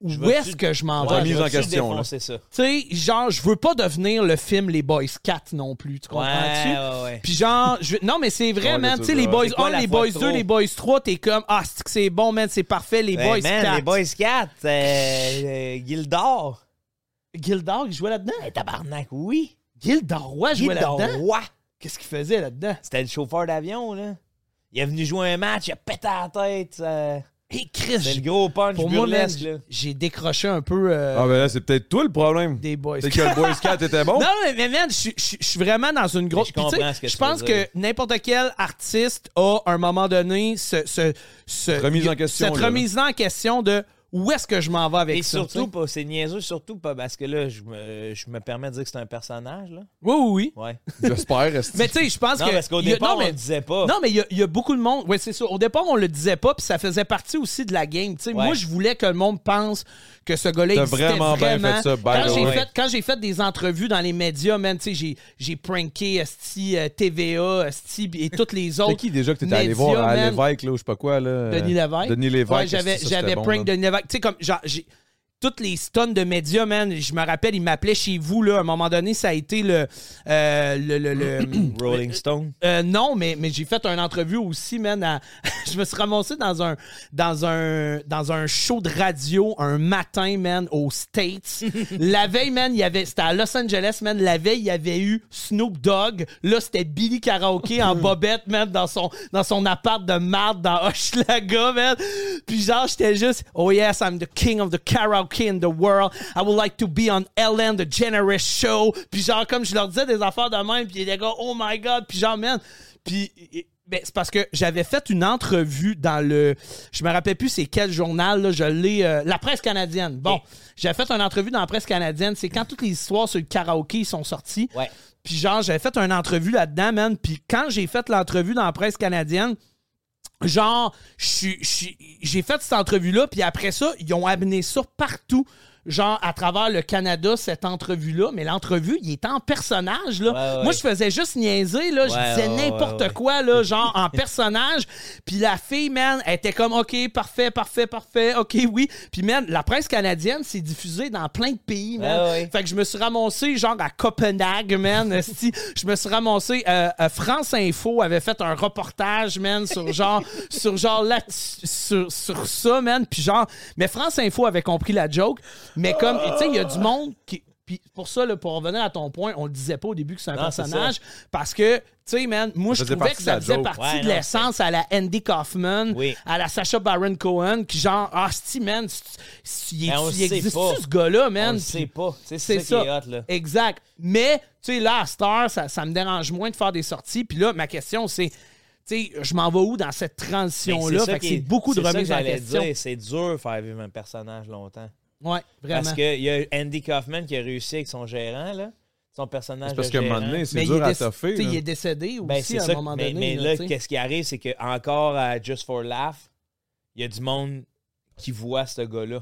Speaker 1: Où
Speaker 2: vais-tu-
Speaker 1: est-ce que je m'en
Speaker 2: Ouais,
Speaker 1: vais?
Speaker 3: remise
Speaker 2: je
Speaker 3: en
Speaker 2: veux-tu
Speaker 3: question, là.
Speaker 2: défoncer ça.
Speaker 1: Tu sais, genre, je veux pas devenir le film Les Boys 4 non plus. Tu comprends-tu?
Speaker 2: Ouais, ouais, ouais.
Speaker 1: Puis genre, je... non, mais c'est
Speaker 3: Ouais,
Speaker 1: vrai, man.
Speaker 3: c'est
Speaker 1: Tu sais,
Speaker 3: ça.
Speaker 1: les Boys
Speaker 2: C'est quoi
Speaker 1: 1,
Speaker 2: la
Speaker 1: les
Speaker 2: fois
Speaker 1: Boys
Speaker 2: de
Speaker 1: 2,
Speaker 2: trop?
Speaker 1: les Boys 3, t'es comme, ah, c'est que c'est bon, man, c'est parfait, les
Speaker 2: Ben,
Speaker 1: Boys
Speaker 2: man,
Speaker 1: 4.
Speaker 2: les Boys 4, euh, euh, Gildor.
Speaker 1: Gildor, il jouait là-dedans?
Speaker 2: Eh, tabarnak, oui.
Speaker 1: Gildor Roy jouait
Speaker 2: Gildor
Speaker 1: là-dedans?
Speaker 2: Roy.
Speaker 1: Qu'est-ce qu'il faisait là-dedans?
Speaker 2: C'était le chauffeur d'avion, là. Il est venu jouer un match, il a pété la tête. euh,
Speaker 1: Hey, Chris,
Speaker 2: C'est
Speaker 1: j'ai-
Speaker 2: le gros punch
Speaker 1: Pour moi, man,
Speaker 2: burlesque, là.
Speaker 1: j'ai décroché un peu euh,
Speaker 3: Ah, ben là, c'est peut-être toi le problème.
Speaker 1: des boys.
Speaker 3: Peut-être que le Boys 4 était bon.
Speaker 1: Non, mais, mais man, je suis- je suis je suis vraiment dans une grosse.
Speaker 2: Mais je comprends
Speaker 1: Puis, tu sais,
Speaker 2: ce que tu
Speaker 1: Je pense
Speaker 2: veux dire.
Speaker 1: que n'importe quel artiste a, à un moment donné, ce, ce- ce-
Speaker 3: Remise en question,
Speaker 1: cette
Speaker 3: là.
Speaker 1: remise en question de où est-ce que je m'en vais avec
Speaker 2: Et
Speaker 1: ça.
Speaker 2: surtout,
Speaker 1: tu sais.
Speaker 2: pas, c'est niaiseux, surtout pas parce que là, je me, je me permets de dire que c'est un personnage, là.
Speaker 1: Oui, oui, oui.
Speaker 2: Ouais.
Speaker 3: J'espère. est-ce que-
Speaker 1: Mais tu sais, je pense
Speaker 2: Non,
Speaker 1: que.
Speaker 2: parce qu'au
Speaker 1: il y a-
Speaker 2: départ,
Speaker 1: non, mais-
Speaker 2: on le disait pas.
Speaker 1: Non, mais il y a- il y, a beaucoup de monde. Oui, c'est ça. Au départ, on le disait pas, puis ça faisait partie aussi de la game. Tu sais,
Speaker 2: Ouais.
Speaker 1: Moi, je voulais que le monde pense que ce gars-là
Speaker 3: T'as
Speaker 1: existait
Speaker 3: vraiment
Speaker 1: vraiment.
Speaker 3: bien fait ça, by
Speaker 1: quand
Speaker 3: the
Speaker 1: j'ai
Speaker 3: way.
Speaker 1: fait, quand j'ai fait des entrevues dans les médias, man, tu sais, j'ai, j'ai pranké esti, euh, TVA, esti, et toutes les autres.
Speaker 3: C'est qui déjà que t'étais allé
Speaker 1: médias,
Speaker 3: voir à
Speaker 1: man.
Speaker 3: Lévesque, là, ou je sais pas quoi, là?
Speaker 1: Denis Lévesque.
Speaker 3: Denis Lévesque.
Speaker 1: Ouais, j'avais,
Speaker 3: ça, c'était
Speaker 1: j'avais
Speaker 3: bon,
Speaker 1: prank
Speaker 3: là.
Speaker 1: Denis Lévesque. Tu sais, comme, genre, j'ai. Toutes les stuns de médias, man, je me rappelle, il m'appelait chez vous, là. À un moment donné, ça a été le. euh, le, le, le
Speaker 2: Rolling Stone.
Speaker 1: euh, non, mais, mais j'ai fait une entrevue aussi, man. à- je me suis ramassé dans un, dans, un, dans un show de radio un matin, man, aux States. la veille, man, il y avait. C'était à Los Angeles, man. La veille, il y avait eu Snoop Dogg. Là, c'était Billy Karaoke en bobette, man, dans son, dans son appart de marde dans Hochelaga, man. Puis genre, j'étais juste, oh yes, I'm the king of the karaoke in the world. I would like to be on Ellen, the generous show. Puis genre, comme je leur disais des affaires de même, puis les gars, oh my god, puis genre, man. Puis et- ben, c'est parce que j'avais fait une entrevue dans le. Je me rappelle plus c'est quel journal, là, je l'ai. euh, la presse canadienne. Bon, j'avais fait une entrevue dans la presse canadienne. C'est quand toutes les histoires sur le karaoké sont sorties.
Speaker 2: Ouais.
Speaker 1: Puis genre, j'avais fait une entrevue là-dedans, man. Puis quand j'ai fait l'entrevue dans la presse canadienne, genre, je suis- je suis- j'ai fait cette entrevue-là, puis après ça, ils ont amené ça partout. Genre, à travers le Canada, cette entrevue-là, mais l'entrevue, il était en personnage, là.
Speaker 2: Ouais, ouais.
Speaker 1: Moi, je faisais juste niaiser, là.
Speaker 2: Ouais,
Speaker 1: je disais
Speaker 2: ouais,
Speaker 1: n'importe
Speaker 2: ouais, ouais.
Speaker 1: quoi, là, genre, en personnage. Puis la fille, man, elle était comme, OK, parfait, parfait, parfait, OK, oui. Puis, man, la presse canadienne s'est diffusée dans plein de pays, man.
Speaker 2: Ouais, ouais.
Speaker 1: Fait que je me suis ramassé genre à Copenhague, man. esti. je me suis ramassé euh, à France Info avait fait un reportage, man, sur genre sur genre là sur, sur ça, man. Puis genre, mais France Info avait compris la joke, mais comme tu sais, il y a du monde qui puis pour ça, là, pour revenir à ton point, on le disait pas au début que c'est un
Speaker 2: Non, c'est
Speaker 1: personnage. Parce que, tu sais, man, moi, je
Speaker 3: faisait
Speaker 1: trouvais
Speaker 3: partie de
Speaker 1: que ça
Speaker 3: la
Speaker 1: faisait
Speaker 3: joke.
Speaker 1: partie
Speaker 2: Ouais,
Speaker 1: de
Speaker 2: non,
Speaker 1: l'essence à la Andy Kaufman,
Speaker 2: Oui.
Speaker 1: à la Sacha Baron Cohen, qui genre, ah, si, man, c'est- c'est- il
Speaker 2: Ben, on le sait
Speaker 1: existe
Speaker 2: pas.
Speaker 1: ce gars-là, man?
Speaker 2: On le
Speaker 1: Puis
Speaker 2: sait pas. Tu sais,
Speaker 1: C'est
Speaker 2: c'est
Speaker 1: ça.
Speaker 2: ça qui est hot, là.
Speaker 1: Exact. Mais, tu sais, là, à cette heure, ça, ça me dérange moins de faire des sorties. Puis là, ma question, c'est, tu sais, je m'en vais où dans cette
Speaker 2: Mais
Speaker 1: transition-là?
Speaker 2: Ben, ça
Speaker 1: Fait que
Speaker 2: qui
Speaker 1: c'est
Speaker 2: est-
Speaker 1: beaucoup de
Speaker 2: c'est ça que
Speaker 1: remises en
Speaker 2: j'allais
Speaker 1: question.
Speaker 2: dire, C'est dur de faire vivre un personnage longtemps.
Speaker 1: Ouais, vraiment.
Speaker 2: Parce qu'il y a Andy Kaufman qui a réussi avec son gérant, là. Son personnage.
Speaker 3: C'est parce
Speaker 2: de
Speaker 3: qu'à un
Speaker 2: gérant.
Speaker 3: moment donné, c'est
Speaker 1: mais il
Speaker 3: dur
Speaker 1: est,
Speaker 3: à
Speaker 1: déc-
Speaker 3: toffer.
Speaker 1: tu sais,
Speaker 3: là.
Speaker 1: il est décédé
Speaker 2: Ben,
Speaker 1: aussi
Speaker 2: c'est
Speaker 1: à un
Speaker 2: ça.
Speaker 1: moment
Speaker 2: mais,
Speaker 1: donné.
Speaker 2: mais là,
Speaker 1: là, tu sais.
Speaker 2: qu'est-ce qui arrive, c'est qu'encore à Just for Laugh, il y a du monde qui voit ce gars-là.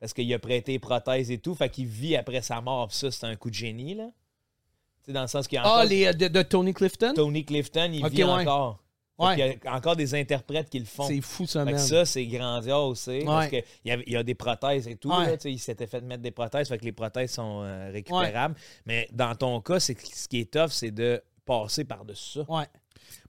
Speaker 2: Parce qu'il a prêté prothèse et tout, fait qu'il vit après sa mort. Puis ça, c'est un coup de génie, là. Tu sais, dans le sens qu'il y a encore
Speaker 1: Ah, les, euh, de, de Tony Clifton?
Speaker 2: Tony Clifton, il
Speaker 1: Ok,
Speaker 2: vit
Speaker 1: ouais.
Speaker 2: encore. Fait
Speaker 1: Ouais.
Speaker 2: qu'il y a encore des interprètes qui le font.
Speaker 1: C'est fou, ça,
Speaker 2: Fait que
Speaker 1: man.
Speaker 2: ça, c'est grandiose, tu sais, parce
Speaker 1: Ouais.
Speaker 2: qu'il y, avait- il y a des prothèses et tout.
Speaker 1: Ouais.
Speaker 2: là, tu sais, il s'était fait mettre des prothèses, fait que les prothèses sont euh, récupérables. Mais dans ton cas, c'est que ce qui est tough, c'est de passer par-dessus ça.
Speaker 1: Ouais.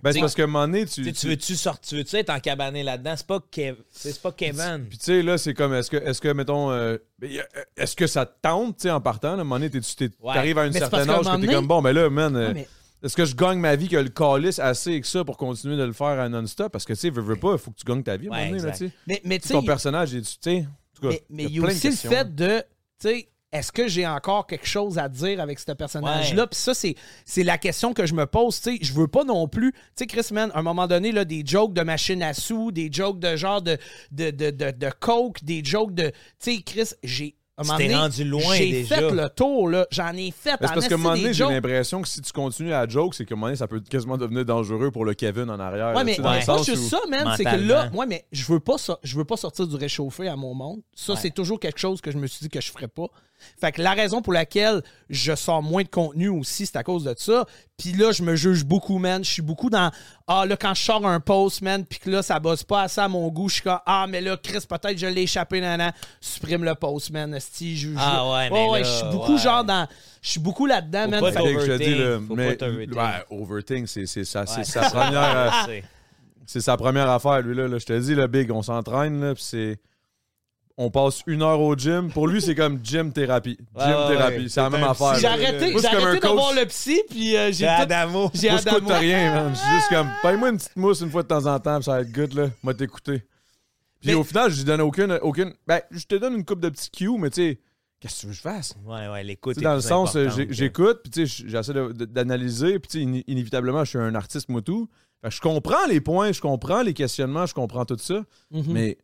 Speaker 3: Ben, c'est parce que un moment donné, tu.
Speaker 2: Tu sais, tu veux-tu sortir, tu veux-tu être encabané là-dedans? C'est pas, Kev- tu sais, c'est pas Kevin.
Speaker 3: Puis tu sais, là, c'est comme, est-ce que, est-ce que mettons, euh, ben, y a- est-ce que ça te tente, tu sais, en partant, là, à un moment donné, t'es- t'es-
Speaker 2: Ouais.
Speaker 3: t'arrives à une
Speaker 1: Mais c'est parce
Speaker 3: certaine
Speaker 1: qu'à un
Speaker 3: âge que
Speaker 1: moment
Speaker 3: t'es
Speaker 1: donné-
Speaker 3: comme, bon, mais là, man, euh,
Speaker 1: Ouais, mais-
Speaker 3: est-ce que je gagne ma vie que le calice assez que ça pour continuer de le faire à non-stop? Parce que, tu sais, veux, veux pas, il faut que tu gagnes ta vie, à un
Speaker 2: Ouais,
Speaker 3: moment donné, là,
Speaker 2: exact.
Speaker 3: tu sais.
Speaker 1: Mais, mais
Speaker 3: Tu
Speaker 1: tu
Speaker 3: sais,
Speaker 1: sais,
Speaker 3: Ton personnage, il- tu sais, en tout cas,
Speaker 1: mais, mais il y a
Speaker 3: plein de
Speaker 1: aussi le
Speaker 3: questions.
Speaker 1: fait de, tu sais, est-ce que j'ai encore quelque chose à dire avec ce personnage-là?
Speaker 2: Ouais.
Speaker 1: Puis ça, c'est, c'est la question que je me pose. Tu sais, je veux pas non plus. Tu sais, Chris, man, à un moment donné, là, des jokes de machine à sous, des jokes de genre de, de, de, de, de coke, des jokes de. Tu sais, Chris, j'ai. à un moment
Speaker 2: Tu t'es
Speaker 1: donné,
Speaker 2: rendu loin
Speaker 1: J'ai
Speaker 2: déjà.
Speaker 1: fait le tour, là. J'en ai fait.
Speaker 3: Mais C'est parce
Speaker 1: en
Speaker 3: qu'à un
Speaker 1: esti
Speaker 3: moment
Speaker 1: des
Speaker 3: donné, j'ai
Speaker 1: jokes.
Speaker 3: l'impression que si tu continues à joke, c'est qu'à un moment donné, ça peut quasiment devenir dangereux pour le Kevin en arrière.
Speaker 1: Ouais,
Speaker 3: là, tu
Speaker 1: mais
Speaker 3: sais, dans le
Speaker 1: moi,
Speaker 3: sens
Speaker 1: c'est
Speaker 3: où-
Speaker 1: ça, man. C'est que là,
Speaker 2: mentalement.
Speaker 1: moi, mais je veux pas ça. Je veux pas sortir du réchauffé à mon monde. Ça, c'est toujours quelque chose que je me suis dit que je ferais pas. Fait que la raison pour laquelle je sors moins de contenu aussi, c'est à cause de ça. Puis là, je me juge beaucoup, man. Je suis beaucoup dans Ah, là, quand je sors un post, man, puis que là, ça bosse pas assez à mon goût, je suis comme Ah, mais là, Chris, peut-être je l'ai échappé, nanan. Supprime le post, man. esti, je- je-
Speaker 2: Ah, ouais, mais là,
Speaker 1: je suis beaucoup
Speaker 2: ouais.
Speaker 1: genre dans. Je suis beaucoup là-dedans,
Speaker 2: Faut
Speaker 1: man.
Speaker 2: pas
Speaker 1: Fait
Speaker 3: Fait que je te dis,
Speaker 2: Overthink,
Speaker 3: là,
Speaker 2: faut
Speaker 3: mais-
Speaker 2: pas t'overthink.
Speaker 3: ben, overthink, c'est c'est sa c'est
Speaker 2: Ouais.
Speaker 3: sa première. euh,
Speaker 1: Ah!
Speaker 2: C'est-
Speaker 3: C'est sa première affaire, lui, là. là. Je te dis, le Big, on s'entraîne, là, puis c'est... On passe une heure au gym. Pour lui, c'est comme gym thérapie. Gym
Speaker 2: Ouais, ouais,
Speaker 3: thérapie,
Speaker 2: ouais.
Speaker 3: c'est
Speaker 2: C'est
Speaker 3: la même
Speaker 2: un-
Speaker 3: affaire.
Speaker 1: J'ai
Speaker 3: Ah, là.
Speaker 1: arrêté,
Speaker 3: Moi,
Speaker 1: j'ai
Speaker 3: c'est comme un
Speaker 1: arrêté d'avoir
Speaker 3: coach.
Speaker 1: le psy, puis euh, j'ai
Speaker 2: C'est
Speaker 1: tout-
Speaker 2: Adamo.
Speaker 1: J'ai
Speaker 3: Moi, je coûte
Speaker 1: Adamo.
Speaker 3: rien, man. Je suis juste comme, paye-moi une petite mousse une fois de temps en temps, puis ça va être good, là. Moi, t'écouter. Puis
Speaker 1: Mais-
Speaker 3: au final, je lui donne aucune, aucune. Ben, je te donne une coupe de petits cues, mais tu sais, qu'est-ce que tu veux que je fasse?
Speaker 2: Ouais, ouais, l'écoute.
Speaker 3: Tu sais,
Speaker 2: est
Speaker 3: dans le
Speaker 2: plus
Speaker 3: sens, euh,
Speaker 2: importante
Speaker 3: j'ai-
Speaker 2: que-
Speaker 3: j'écoute, puis tu sais, j'essaie de- de- d'analyser, puis tu sais, iné- inévitablement, je suis un artiste, moi, tout. Fait que je comprends les points, je comprends les questionnements, je comprends tout ça,
Speaker 1: Mm-hmm.
Speaker 3: mais,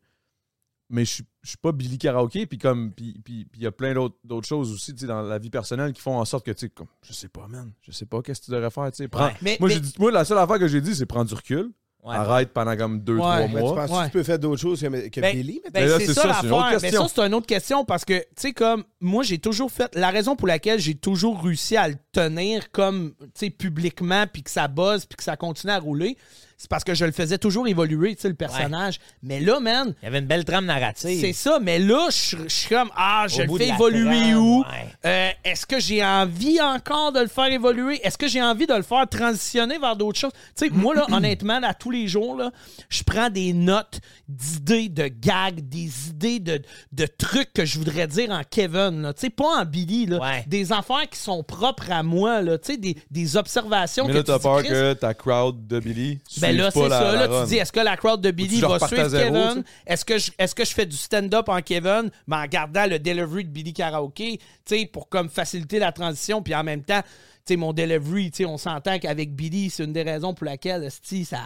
Speaker 3: mais je suis- je suis pas Billy Karaoke, puis comme, puis puis- puis il y a plein d'autres d'autres choses aussi, tu sais, dans la vie personnelle qui font en sorte que, tu sais, comme, je sais pas, man, je sais pas qu'est-ce que tu devrais faire, tu sais. prends-
Speaker 2: Ouais.
Speaker 1: Mais-
Speaker 3: moi, j'ai
Speaker 1: mais-
Speaker 3: dit- moi, la seule affaire que j'ai dit, c'est prends du recul,
Speaker 2: Ouais.
Speaker 3: arrête pendant comme deux,
Speaker 1: Ouais.
Speaker 3: trois
Speaker 4: Mais tu
Speaker 3: mois.
Speaker 4: penses que
Speaker 1: Ouais.
Speaker 4: tu peux faire d'autres choses que, que
Speaker 1: Ben,
Speaker 4: Billy?
Speaker 1: ben,
Speaker 3: Mais là,
Speaker 1: c'est
Speaker 3: c'est
Speaker 1: ça,
Speaker 3: ça, c'est une autre
Speaker 1: l'affaire. Mais
Speaker 3: question.
Speaker 1: ça, c'est une autre question parce que, tu sais, comme moi, j'ai toujours fait. La raison pour laquelle j'ai toujours réussi à le tenir comme, tu sais, publiquement, puis que ça buzz, puis que ça continue à rouler, c'est parce que je le faisais toujours évoluer, tu sais, le personnage. Mais là, man,
Speaker 2: Il y avait une belle trame narrative.
Speaker 1: c'est ça. Mais là, je je suis comme, ah, je
Speaker 2: Au
Speaker 1: le
Speaker 2: bout
Speaker 1: fais
Speaker 2: de la
Speaker 1: évoluer
Speaker 2: trame,
Speaker 1: où?
Speaker 2: ouais.
Speaker 1: Euh, Est-ce que j'ai envie encore de le faire évoluer? Est-ce que j'ai envie de le faire transitionner vers d'autres choses? Tu sais, moi, là, honnêtement, à tous les jours, là, je prends des notes d'idées de gags, des idées de, de trucs que je voudrais dire en Kevin, là. tu sais, pas en Billy, là.
Speaker 2: Ouais.
Speaker 1: Des affaires qui sont propres à moi, là, tu sais, des, des observations
Speaker 3: Mais
Speaker 1: que
Speaker 3: là,
Speaker 1: tu
Speaker 3: t'as
Speaker 1: dis,
Speaker 3: peur
Speaker 1: Chris,
Speaker 3: que ta crowd de Billy
Speaker 1: ben
Speaker 3: suive pas
Speaker 1: là, c'est
Speaker 3: la-
Speaker 1: ça.
Speaker 3: la
Speaker 1: Là,
Speaker 3: run.
Speaker 1: tu dis, est-ce que la crowd de
Speaker 3: Ou
Speaker 1: Billy
Speaker 3: tu leur
Speaker 1: va
Speaker 3: repartes
Speaker 1: suivre
Speaker 3: à zéro,
Speaker 1: Kevin?
Speaker 3: tu sais.
Speaker 1: Est-ce que, je- est-ce que je fais du stand-up en Kevin, mais en gardant le delivery de Billy Karaoke, tu sais, pour comme faciliter la transition, puis en même temps, tu sais, mon delivery, tu sais, on s'entend qu'avec Billy, c'est une des raisons pour laquelle, esti, ça,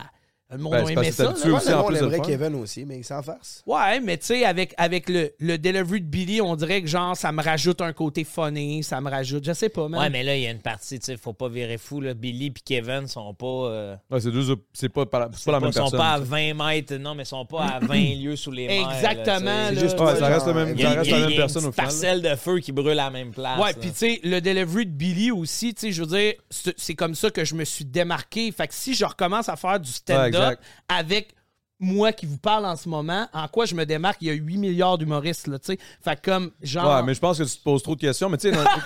Speaker 1: le monde
Speaker 3: Ben,
Speaker 1: a
Speaker 3: c'est
Speaker 1: aimé
Speaker 3: parce que
Speaker 1: ça.
Speaker 3: t'es habitué
Speaker 1: là.
Speaker 3: aussi, en
Speaker 4: on
Speaker 3: plus de le
Speaker 4: aimerait
Speaker 3: faire.
Speaker 4: Kevin aussi, mais sans farce.
Speaker 1: Ouais, mais tu sais, avec, avec le, le delivery de Billy, on dirait que genre, ça me rajoute un côté funny, ça me rajoute, je sais pas, man.
Speaker 2: Ouais, mais là, il y a une partie, tu sais, faut pas virer fou. Là. Billy et Kevin sont pas. euh,
Speaker 3: Ouais, c'est deux, op- c'est pas, par- c'est pas la
Speaker 2: pas-
Speaker 3: même
Speaker 2: sont
Speaker 3: personne.
Speaker 2: pas à
Speaker 3: tu sais.
Speaker 2: 20 mètres, non, mais sont pas à 20 lieux sous les mers.
Speaker 1: Exactement,
Speaker 2: là, tu sais.
Speaker 3: C'est
Speaker 1: là.
Speaker 3: juste- ouais, ça reste, le
Speaker 4: Il
Speaker 3: même,
Speaker 2: Il y
Speaker 3: ça
Speaker 2: a,
Speaker 3: reste
Speaker 2: il y a-
Speaker 3: la
Speaker 2: il
Speaker 3: même
Speaker 2: y a une
Speaker 3: personne au
Speaker 2: petite
Speaker 3: final. là.
Speaker 2: parcelle de feu qui brûle à la même place.
Speaker 1: Ouais,
Speaker 2: là.
Speaker 1: puis tu sais, le delivery de Billy aussi, tu sais, je veux dire, c'est c'est comme ça que je me suis démarqué. Fait que si je recommence à faire du
Speaker 3: Ouais,
Speaker 1: stand-up
Speaker 3: exact.
Speaker 1: avec moi qui vous parle en ce moment, en quoi je me démarque, il y a 8 milliards d'humoristes, là, tu sais. Fait que comme, genre...
Speaker 3: Ouais, mais je pense que tu te poses trop de questions. Mais tu sais, dans- t'es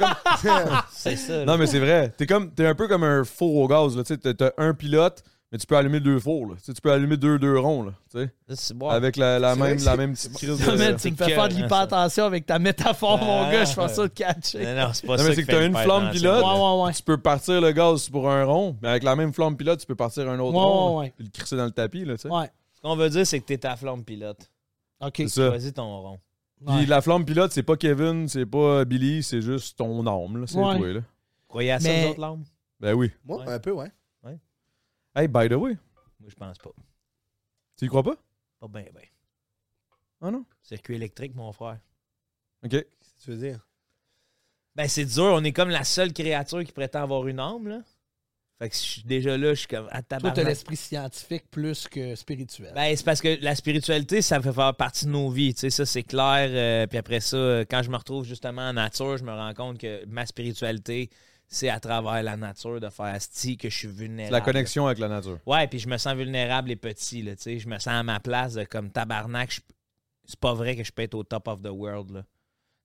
Speaker 3: comme-
Speaker 2: c'est ça.
Speaker 3: non, mais c'est vrai. T'es comme, t'es un peu comme un four au gaz. là, Tu sais, t'as t'as un pilote, mais tu peux allumer deux fours. là. Tu sais, tu peux allumer deux deux ronds. Là, tu sais,
Speaker 2: C'est bon.
Speaker 3: avec la, la même,
Speaker 4: que
Speaker 3: la
Speaker 4: c'est-
Speaker 3: même petite crise.
Speaker 1: Non, man,
Speaker 3: De...
Speaker 1: tu me
Speaker 2: c'est
Speaker 1: fais faire de
Speaker 2: écœurant,
Speaker 1: l'hypertension avec ta métaphore, mon
Speaker 2: Ah,
Speaker 1: gars, je pense ça
Speaker 2: ouais.
Speaker 1: de catcher.
Speaker 2: Non, non, c'est pas
Speaker 3: Non,
Speaker 2: ça.
Speaker 3: mais c'est
Speaker 2: qui fait
Speaker 3: que t'as
Speaker 2: le hein,
Speaker 3: une
Speaker 2: père
Speaker 3: flamme
Speaker 2: dans
Speaker 3: pilote,
Speaker 2: la série.
Speaker 1: Ouais, ouais, ouais.
Speaker 3: tu peux partir le gaz pour un rond, mais avec la même flamme pilote, tu peux partir un autre
Speaker 1: Ouais,
Speaker 3: rond,
Speaker 1: ouais,
Speaker 3: là,
Speaker 1: ouais.
Speaker 3: puis le crisser dans le tapis, là, tu sais.
Speaker 1: Ouais,
Speaker 2: Ce qu'on veut dire, c'est que t'es ta flamme pilote.
Speaker 1: OK.
Speaker 3: C'est ça.
Speaker 2: Vas-y ton rond.
Speaker 3: Puis
Speaker 1: Ouais.
Speaker 3: la flamme pilote, c'est pas Kevin, c'est pas Billy, c'est juste ton âme, là, c'est
Speaker 1: Ouais.
Speaker 3: toi, là.
Speaker 2: Croyez à ça,
Speaker 1: Mais-
Speaker 2: vous autres, l'âme?
Speaker 3: Ben oui.
Speaker 4: Moi,
Speaker 2: Ouais.
Speaker 4: un peu, ouais.
Speaker 3: Hey, by the way,
Speaker 2: Moi, je pense pas.
Speaker 3: tu y crois pas?
Speaker 2: Pas bien, bien.
Speaker 3: Ah non?
Speaker 2: Circuit électrique, mon frère.
Speaker 3: OK.
Speaker 4: Qu'est-ce que tu veux dire?
Speaker 2: Ben, c'est dur. On est comme la seule créature qui prétend avoir une âme, là. Fait que je suis déjà là, je suis comme, à
Speaker 1: Toi, t'as l'esprit scientifique plus que spirituel.
Speaker 2: Ben, c'est parce que la spiritualité, ça fait faire partie de nos vies, tu sais, ça c'est clair. Euh, puis après ça, euh, quand je me retrouve justement en nature, je me rends compte que ma spiritualité, c'est à travers la nature de faire asti que je suis
Speaker 3: C'est
Speaker 2: vulnérable.
Speaker 3: la connexion avec la nature.
Speaker 2: Ouais, puis je me sens vulnérable et petit, là, tu sais. Je me sens à ma place de comme tabarnak. je- C'est pas vrai que je peux être au top of the world, là.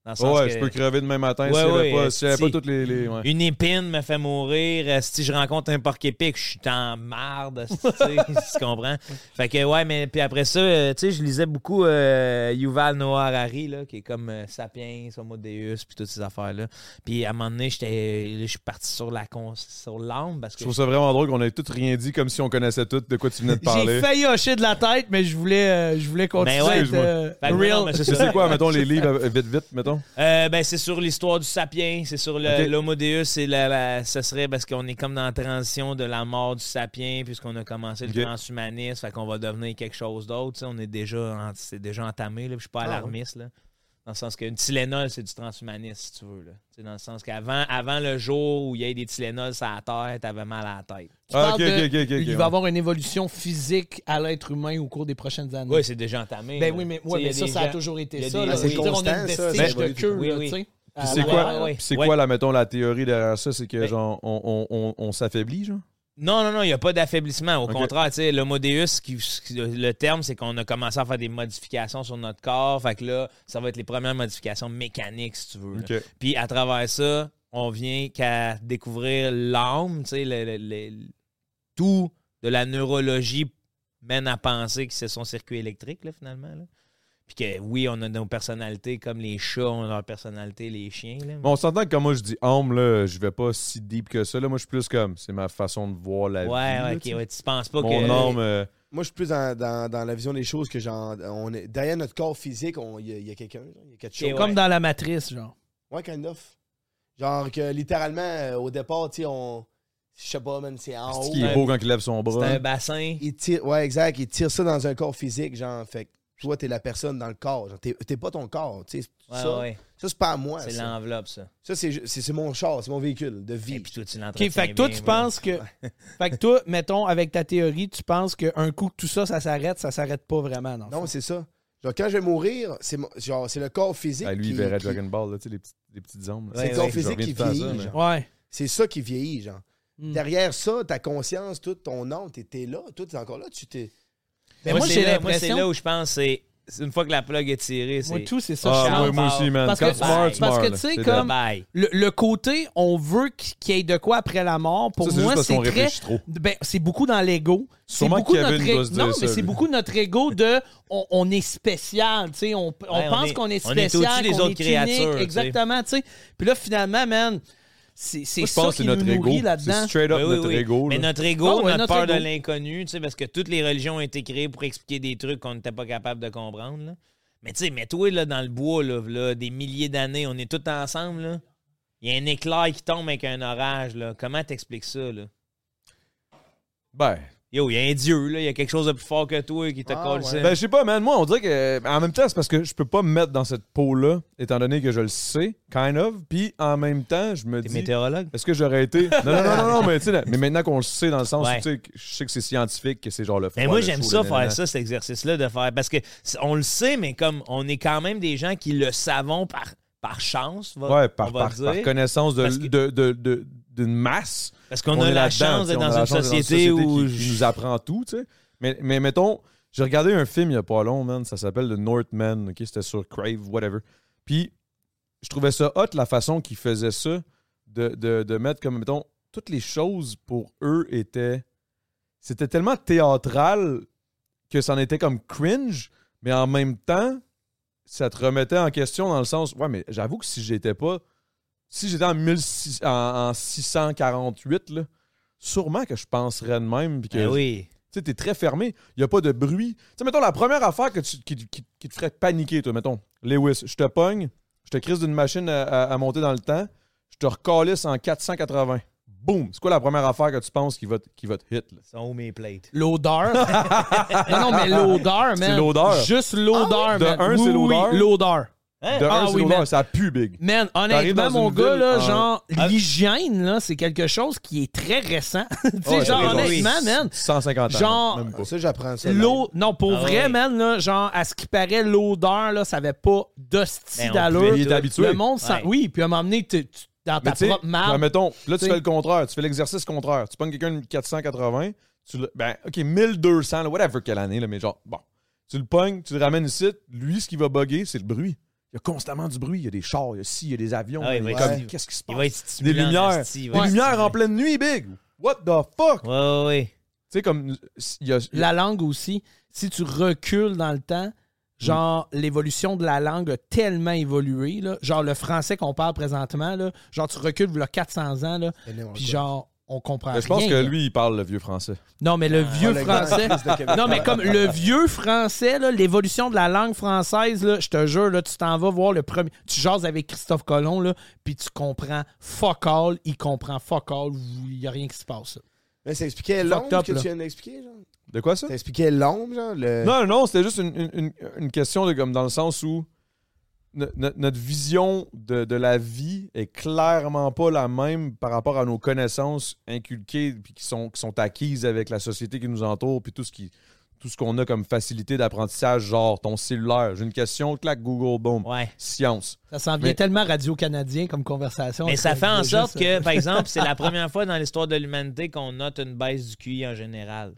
Speaker 2: Dans le sens
Speaker 3: ouais,
Speaker 2: que-
Speaker 3: je peux crever demain matin
Speaker 2: Ouais,
Speaker 3: si j'avais
Speaker 2: ouais, euh,
Speaker 3: pas, si j'avais
Speaker 2: esti.
Speaker 3: pas toutes les. les- ouais.
Speaker 2: Une épine me fait mourir. euh, Si je rencontre un porc épic, je suis en marde. esti, tu sais, tu comprends? Fait que, ouais, mais puis après ça, euh, tu sais, je lisais beaucoup euh, Yuval Noah Harari, là, qui est comme euh, Sapiens, Homo Deus, puis toutes ces affaires-là. Puis à un moment donné, j'étais, là, je suis parti sur la con- sur l'âme parce
Speaker 3: Je
Speaker 2: que
Speaker 3: trouve ça vraiment drôle qu'on ait tout rien dit comme si on connaissait tout de quoi tu venais de
Speaker 1: J'ai
Speaker 3: parler.
Speaker 1: failli hocher de la tête, mais je voulais, euh, je voulais continuer.
Speaker 2: Ben ouais,
Speaker 1: à être,
Speaker 2: excuse-moi.
Speaker 1: euh,
Speaker 2: Fait que non,
Speaker 1: real.
Speaker 2: mais c'est
Speaker 3: C'est
Speaker 2: ça.
Speaker 3: c'est quoi, mettons, les livres euh, vite, vite, mettons?
Speaker 2: Euh, ben, c'est sur l'histoire du sapien, c'est sur le-
Speaker 3: Ok.
Speaker 2: l'homo deus, c'est la, la- ce serait parce qu'on est comme dans la transition de la mort du sapien, puisqu'on a commencé le
Speaker 3: Ok.
Speaker 2: transhumanisme, fait qu'on va devenir quelque chose d'autre, tu sais, on est déjà, en- c'est déjà entamé, là, puis je suis
Speaker 1: Ah,
Speaker 2: pas alarmiste, là. Dans le sens qu'une Tylenol, c'est du transhumanisme, si tu veux, là. Tu sais, dans le sens qu'avant avant le jour où il y a des Tylenol sur la terre, t'avais mal à la tête.
Speaker 1: Tu
Speaker 3: Ah,
Speaker 1: parles
Speaker 3: ok,
Speaker 1: de-
Speaker 3: ok, ok, ok,
Speaker 1: il
Speaker 3: ouais.
Speaker 1: va y avoir une évolution physique à l'être humain au cours des prochaines années.
Speaker 2: Oui, c'est déjà entamé.
Speaker 1: ben
Speaker 2: là.
Speaker 1: oui, mais,
Speaker 2: Tu sais,
Speaker 1: ouais,
Speaker 2: il y
Speaker 1: mais
Speaker 2: a
Speaker 1: ça,
Speaker 2: des
Speaker 1: ça a
Speaker 2: gens-
Speaker 1: toujours
Speaker 2: il y
Speaker 1: été
Speaker 2: a des
Speaker 1: ça.
Speaker 3: Ah,
Speaker 1: là.
Speaker 2: gens-
Speaker 1: Je veux dire, on a
Speaker 4: constant,
Speaker 1: une
Speaker 4: ça,
Speaker 1: vestige
Speaker 4: ça
Speaker 1: de
Speaker 4: évolue.
Speaker 1: queue,
Speaker 2: Oui,
Speaker 1: là,
Speaker 2: oui.
Speaker 1: tu sais. Ah,
Speaker 3: Puis
Speaker 1: à
Speaker 3: c'est
Speaker 1: l'intérieur,
Speaker 3: quoi,
Speaker 1: là.
Speaker 2: ouais.
Speaker 3: c'est
Speaker 2: Ouais.
Speaker 3: quoi la, mettons, la théorie derrière ça? C'est que,
Speaker 2: Ben-
Speaker 3: genre, on, on, on, on s'affaiblit, genre?
Speaker 2: Non, non, non, il n'y a pas d'affaiblissement. Au
Speaker 3: Ok.
Speaker 2: contraire, tu sais, l'homo deus, qui, qui- le terme, c'est qu'on a commencé à faire des modifications sur notre corps. Fait que là, ça va être les premières modifications mécaniques, si tu veux. là.
Speaker 3: Ok.
Speaker 2: Puis à travers ça, on vient qu'à découvrir l'âme, tu sais, le- le- le- tout de la neurologie mène à penser que c'est son circuit électrique, là, finalement. là. Puis que oui, on a nos personnalités comme les chats ont leur personnalité, les chiens. Là,
Speaker 3: Bon, on s'entend que, comme moi, je dis homme, là, je vais pas si deep que ça. Là. Moi, je suis plus comme, c'est ma façon de voir la
Speaker 2: ouais,
Speaker 3: vie.
Speaker 2: ouais,
Speaker 3: là,
Speaker 2: ok,
Speaker 3: tu sais.
Speaker 2: ouais, tu penses pas
Speaker 3: Mon
Speaker 2: que.
Speaker 3: homme. euh,
Speaker 4: Moi, je suis plus dans, dans- dans la vision des choses que genre, on est, derrière notre corps physique, on- il y a- il y a, quelqu'un, genre, il y a quelque chose.
Speaker 2: ouais.
Speaker 1: Comme dans la matrice, genre.
Speaker 4: Ouais, kind of. Genre que littéralement, euh, au départ, tu sais, on. Je sais pas, man, c'est en
Speaker 3: c'est
Speaker 4: haut.
Speaker 3: qui est beau quand il lève son
Speaker 2: C'est
Speaker 3: bras.
Speaker 2: un bassin.
Speaker 4: Il tire, ouais, exact. Il tire ça dans un corps physique, genre. Fait que toi, t'es la personne dans le corps. genre, T'es t'es pas ton corps, tu sais.
Speaker 2: Ouais,
Speaker 4: ça,
Speaker 2: ouais.
Speaker 4: ça, c'est pas à moi.
Speaker 2: C'est
Speaker 4: ça,
Speaker 2: l'enveloppe, ça.
Speaker 4: Ça, c'est ju- c'est c'est mon char, c'est mon véhicule de vie.
Speaker 2: Et puis toi, tu l'entretiens
Speaker 1: OK, fait que toi,
Speaker 2: bien,
Speaker 1: tu
Speaker 2: voilà.
Speaker 1: penses que. Fait que toi, mettons, avec ta théorie, tu penses qu'un coup que tout ça, ça s'arrête, ça s'arrête pas vraiment. Non,
Speaker 4: non, c'est ça. Genre, quand je vais mourir, c'est mon- genre, c'est le corps physique.
Speaker 3: Ah, lui,
Speaker 4: qui,
Speaker 3: il verrait
Speaker 4: qui-
Speaker 3: Dragon Ball, là, tu sais, les petites, les petites armes. là.
Speaker 2: C'est le
Speaker 3: Ouais,
Speaker 2: corps
Speaker 3: ouais,
Speaker 4: physique
Speaker 3: je reviens
Speaker 4: qui
Speaker 3: tout le temps à ça,
Speaker 4: vieillit,
Speaker 3: mais-
Speaker 4: genre.
Speaker 1: Ouais.
Speaker 4: C'est ça qui vieillit, genre.
Speaker 2: Hmm.
Speaker 1: Mm.
Speaker 4: Derrière ça, ta conscience, toute ton âme, t'es t'es là, tout est encore là, tu t'es.
Speaker 1: Mais
Speaker 2: moi,
Speaker 1: moi,
Speaker 2: c'est
Speaker 1: j'ai
Speaker 2: là, moi, c'est
Speaker 1: l'impression-
Speaker 2: là où je pense, c'est c'est une fois que la plug est tirée, c'est.
Speaker 1: Moi, tout, c'est ça.
Speaker 3: Ah,
Speaker 1: je
Speaker 3: moi,
Speaker 1: pense.
Speaker 3: moi aussi, man.
Speaker 1: Parce
Speaker 3: Quand
Speaker 1: que-
Speaker 3: tu meurs, tu
Speaker 1: parce
Speaker 3: meurs,
Speaker 1: que,
Speaker 3: là.
Speaker 1: tu sais,
Speaker 3: C'est
Speaker 1: comme-
Speaker 2: Bye.
Speaker 1: Le, le côté, on veut qu'il y ait de quoi après la mort. Pour
Speaker 3: Ça, c'est juste
Speaker 1: moi,
Speaker 3: parce
Speaker 1: c'est
Speaker 3: qu'on
Speaker 1: très.
Speaker 3: réfléchit trop.
Speaker 1: Ben, c'est beaucoup dans l'ego. C'est
Speaker 3: Sûrement
Speaker 1: beaucoup
Speaker 3: Kevin
Speaker 1: notre
Speaker 3: doit se dire
Speaker 1: Non,
Speaker 3: ça,
Speaker 1: mais c'est
Speaker 3: lui.
Speaker 1: beaucoup notre ego de on, on est spécial, tu sais, on, on
Speaker 2: Ouais, on
Speaker 1: pense
Speaker 2: est-
Speaker 1: qu'on est
Speaker 2: on est au-dessus
Speaker 1: spécial,
Speaker 2: des
Speaker 1: qu'on
Speaker 2: autres
Speaker 1: est
Speaker 2: créatures, tu
Speaker 1: unique,
Speaker 2: sais.
Speaker 1: exactement, tu sais. Puis là finalement, man, c'est c'est
Speaker 3: Moi, je
Speaker 1: ça
Speaker 3: pense que
Speaker 1: qui
Speaker 3: c'est
Speaker 1: nous
Speaker 3: notre ego.
Speaker 1: nourrit
Speaker 3: C'est
Speaker 1: là-dedans.
Speaker 3: straight up
Speaker 2: Oui, oui,
Speaker 3: notre
Speaker 2: oui.
Speaker 3: ego.
Speaker 2: Mais
Speaker 3: là.
Speaker 2: notre ego,
Speaker 1: Ah ouais,
Speaker 2: notre,
Speaker 1: notre
Speaker 2: peur de
Speaker 1: ego.
Speaker 2: l'inconnu, tu sais, parce que toutes les religions ont été créées pour expliquer des trucs qu'on n'était pas capable de comprendre. là. Mais tu sais, mais toi, là, dans le bois, là, là, des milliers d'années, on est tous ensemble, là. Il y a un éclair qui tombe avec un orage, là. Comment t'expliques ça, là?
Speaker 3: Ben,
Speaker 2: Yo, il y a un dieu, là. Il y a quelque chose de plus fort que toi qui t'a
Speaker 4: Ah,
Speaker 2: collé
Speaker 4: ouais.
Speaker 2: ça.
Speaker 3: Ben, je sais pas, man. Moi, on dirait que. En même temps, c'est parce que je peux pas me mettre dans cette peau-là, étant donné que je le sais, kind of. Puis en même temps, je me
Speaker 2: T'es
Speaker 3: dis.
Speaker 2: météorologue?
Speaker 3: Est-ce que j'aurais été. Non, non, non, non, non, mais tu sais, là, mais maintenant qu'on le sait, dans le sens où,
Speaker 2: Ouais.
Speaker 3: tu sais, que je sais que c'est scientifique, que c'est genre le froid.
Speaker 2: Mais Ben, moi,
Speaker 3: le
Speaker 2: j'aime
Speaker 3: chaud,
Speaker 2: ça,
Speaker 3: le nanana.
Speaker 2: faire ça, cet exercice-là, de faire. Parce que c- on le sait, mais comme on est quand même des gens qui le savons par, par chance, va-
Speaker 3: Ouais, par,
Speaker 2: on va
Speaker 3: par-
Speaker 2: dire.
Speaker 3: par connaissance de,
Speaker 2: Parce que-
Speaker 3: de, de- de- d'une masse.
Speaker 2: Parce qu'on
Speaker 3: On
Speaker 2: a
Speaker 3: est
Speaker 2: la
Speaker 3: là-dedans,
Speaker 2: chance
Speaker 3: tu sais,
Speaker 2: d'être
Speaker 3: on a
Speaker 2: dans
Speaker 3: la
Speaker 2: une
Speaker 3: chance d'être
Speaker 2: société où.
Speaker 3: qui, qui
Speaker 2: je-
Speaker 3: nous apprend tout, tu sais. Mais, mais mettons, j'ai regardé un film il y a pas long, man. Ça s'appelle The Northman, OK? C'était sur Crave, whatever. Puis, je trouvais ça hot, la façon qu'ils faisaient ça, de, de, de mettre comme, mettons, toutes les choses pour eux étaient... C'était tellement théâtral que ça en était comme cringe, mais en même temps, ça te remettait en question dans le sens, ouais, mais j'avoue que si j'étais pas... Si j'étais en, 1600 en, en 648, là, sûrement que je penserais de même. puis que
Speaker 2: Ben oui.
Speaker 3: tu sais, t'es très fermé. Il n'y a pas de bruit. Tu sais, mettons, la première affaire que tu- qui, qui- qui te ferait paniquer, toi, mettons, Lewis, je te pogne, je te crise d'une machine à, à- à monter dans le temps, je te recalisse en 480. Boum! C'est quoi la première affaire que tu penses qui va, te- qui va te hit? là?
Speaker 2: Sont où mes plates?
Speaker 1: L'odeur. non, non, mais l'odeur, man.
Speaker 3: C'est l'odeur. Ah
Speaker 1: Juste l'odeur,
Speaker 3: De
Speaker 1: man.
Speaker 3: un,
Speaker 1: Oui,
Speaker 3: c'est
Speaker 1: oui,
Speaker 3: l'odeur.
Speaker 1: l'odeur.
Speaker 3: De
Speaker 1: Ah
Speaker 3: un,
Speaker 1: oui,
Speaker 3: c'est lourd,
Speaker 1: man.
Speaker 3: ça pue big.
Speaker 1: Man,
Speaker 3: T'arrives
Speaker 1: honnêtement,
Speaker 3: dans
Speaker 1: mon
Speaker 3: une
Speaker 1: gars,
Speaker 3: ville ah.
Speaker 1: là,
Speaker 3: en-
Speaker 1: genre, l'hygiène, là, c'est quelque chose qui est très récent. tu sais,
Speaker 3: Ouais,
Speaker 1: genre,
Speaker 3: oui, oui.
Speaker 1: honnêtement, man.
Speaker 3: 150 ans.
Speaker 1: Genre, euh,
Speaker 3: même pas.
Speaker 4: Ça, j'apprends ça.
Speaker 1: L'eau, non, pour
Speaker 2: Ah
Speaker 1: vrai,
Speaker 2: ouais.
Speaker 1: man, là, genre, à ce qui paraît, l'odeur, là, ça avait pas d'hostie
Speaker 2: Ben, on
Speaker 1: d'allure.
Speaker 3: pouvait- il est habitué.
Speaker 1: Le monde sent,
Speaker 2: Ouais.
Speaker 1: oui, puis à un moment donné, tu- tu- dans ta
Speaker 3: Mais tu sais,
Speaker 1: propre marde.
Speaker 3: ben, mettons, là, tu
Speaker 1: T'sais.
Speaker 3: fais le contraire. Tu fais l'exercice contraire. Tu pognes quelqu'un de 480, tu le, ben, OK, 1200, là, whatever quelle année, là, mais genre, bon. Tu le pognes, tu le ramènes ici. Lui, ce qui va bugger, c'est le bruit. Il y a constamment du bruit. Il y a des chars, il y a ci, il y a des avions.
Speaker 2: Ah, il
Speaker 3: il y a
Speaker 2: va
Speaker 3: comme-
Speaker 2: être-
Speaker 3: Qu'est-ce qui se
Speaker 2: il
Speaker 3: passe?
Speaker 2: va être
Speaker 3: Des
Speaker 2: stimulant,
Speaker 3: lumières.
Speaker 2: esti, il va
Speaker 3: Des
Speaker 2: être
Speaker 3: lumières en
Speaker 2: stimulant.
Speaker 3: pleine nuit, big. What the fuck? Tu
Speaker 2: Ouais, ouais, ouais.
Speaker 3: sais, comme, il y a...
Speaker 1: La langue aussi, si tu recules dans le temps, genre l'évolution de la langue a tellement évolué, là, genre le français qu'on parle présentement, là, genre tu recules il 400 ans, là, puis genre on comprend
Speaker 3: Ben, je pense
Speaker 1: rien,
Speaker 3: que
Speaker 1: là.
Speaker 3: lui, il parle le vieux français.
Speaker 1: Non, mais
Speaker 4: Ah,
Speaker 1: le vieux français. Non, mais comme le vieux français, là, l'évolution de la langue française, là, je te jure, là, tu t'en vas voir le premier. Tu jases avec Christophe Colomb, là, puis tu comprends fuck all, il comprend fuck all, il n'y a rien qui se passe. là.
Speaker 4: Mais ça expliquait
Speaker 1: Fucked
Speaker 4: l'ombre
Speaker 1: up,
Speaker 4: que
Speaker 1: là.
Speaker 4: tu viens d'expliquer, genre.
Speaker 3: De quoi ça?
Speaker 4: Ça expliquait l'ombre, genre. Le...
Speaker 3: Non, non, c'était juste une, une- une- une question de comme dans le sens où no- no- notre vision de, de la vie est clairement pas la même par rapport à nos connaissances inculquées puis qui sont, qui sont acquises avec la société qui nous entoure puis tout ce qui tout ce qu'on a comme facilité d'apprentissage, genre ton cellulaire. J'ai une question, clac, Google, boom.
Speaker 2: Ouais.
Speaker 3: Science.
Speaker 1: Ça s'en vient
Speaker 3: Mais-
Speaker 1: tellement radio-canadien comme conversation.
Speaker 2: Mais ça fait en
Speaker 1: Déjà,
Speaker 2: sorte
Speaker 1: ça-
Speaker 2: que, par exemple, c'est la première fois dans l'histoire de l'humanité qu'on note une baisse du QI en général.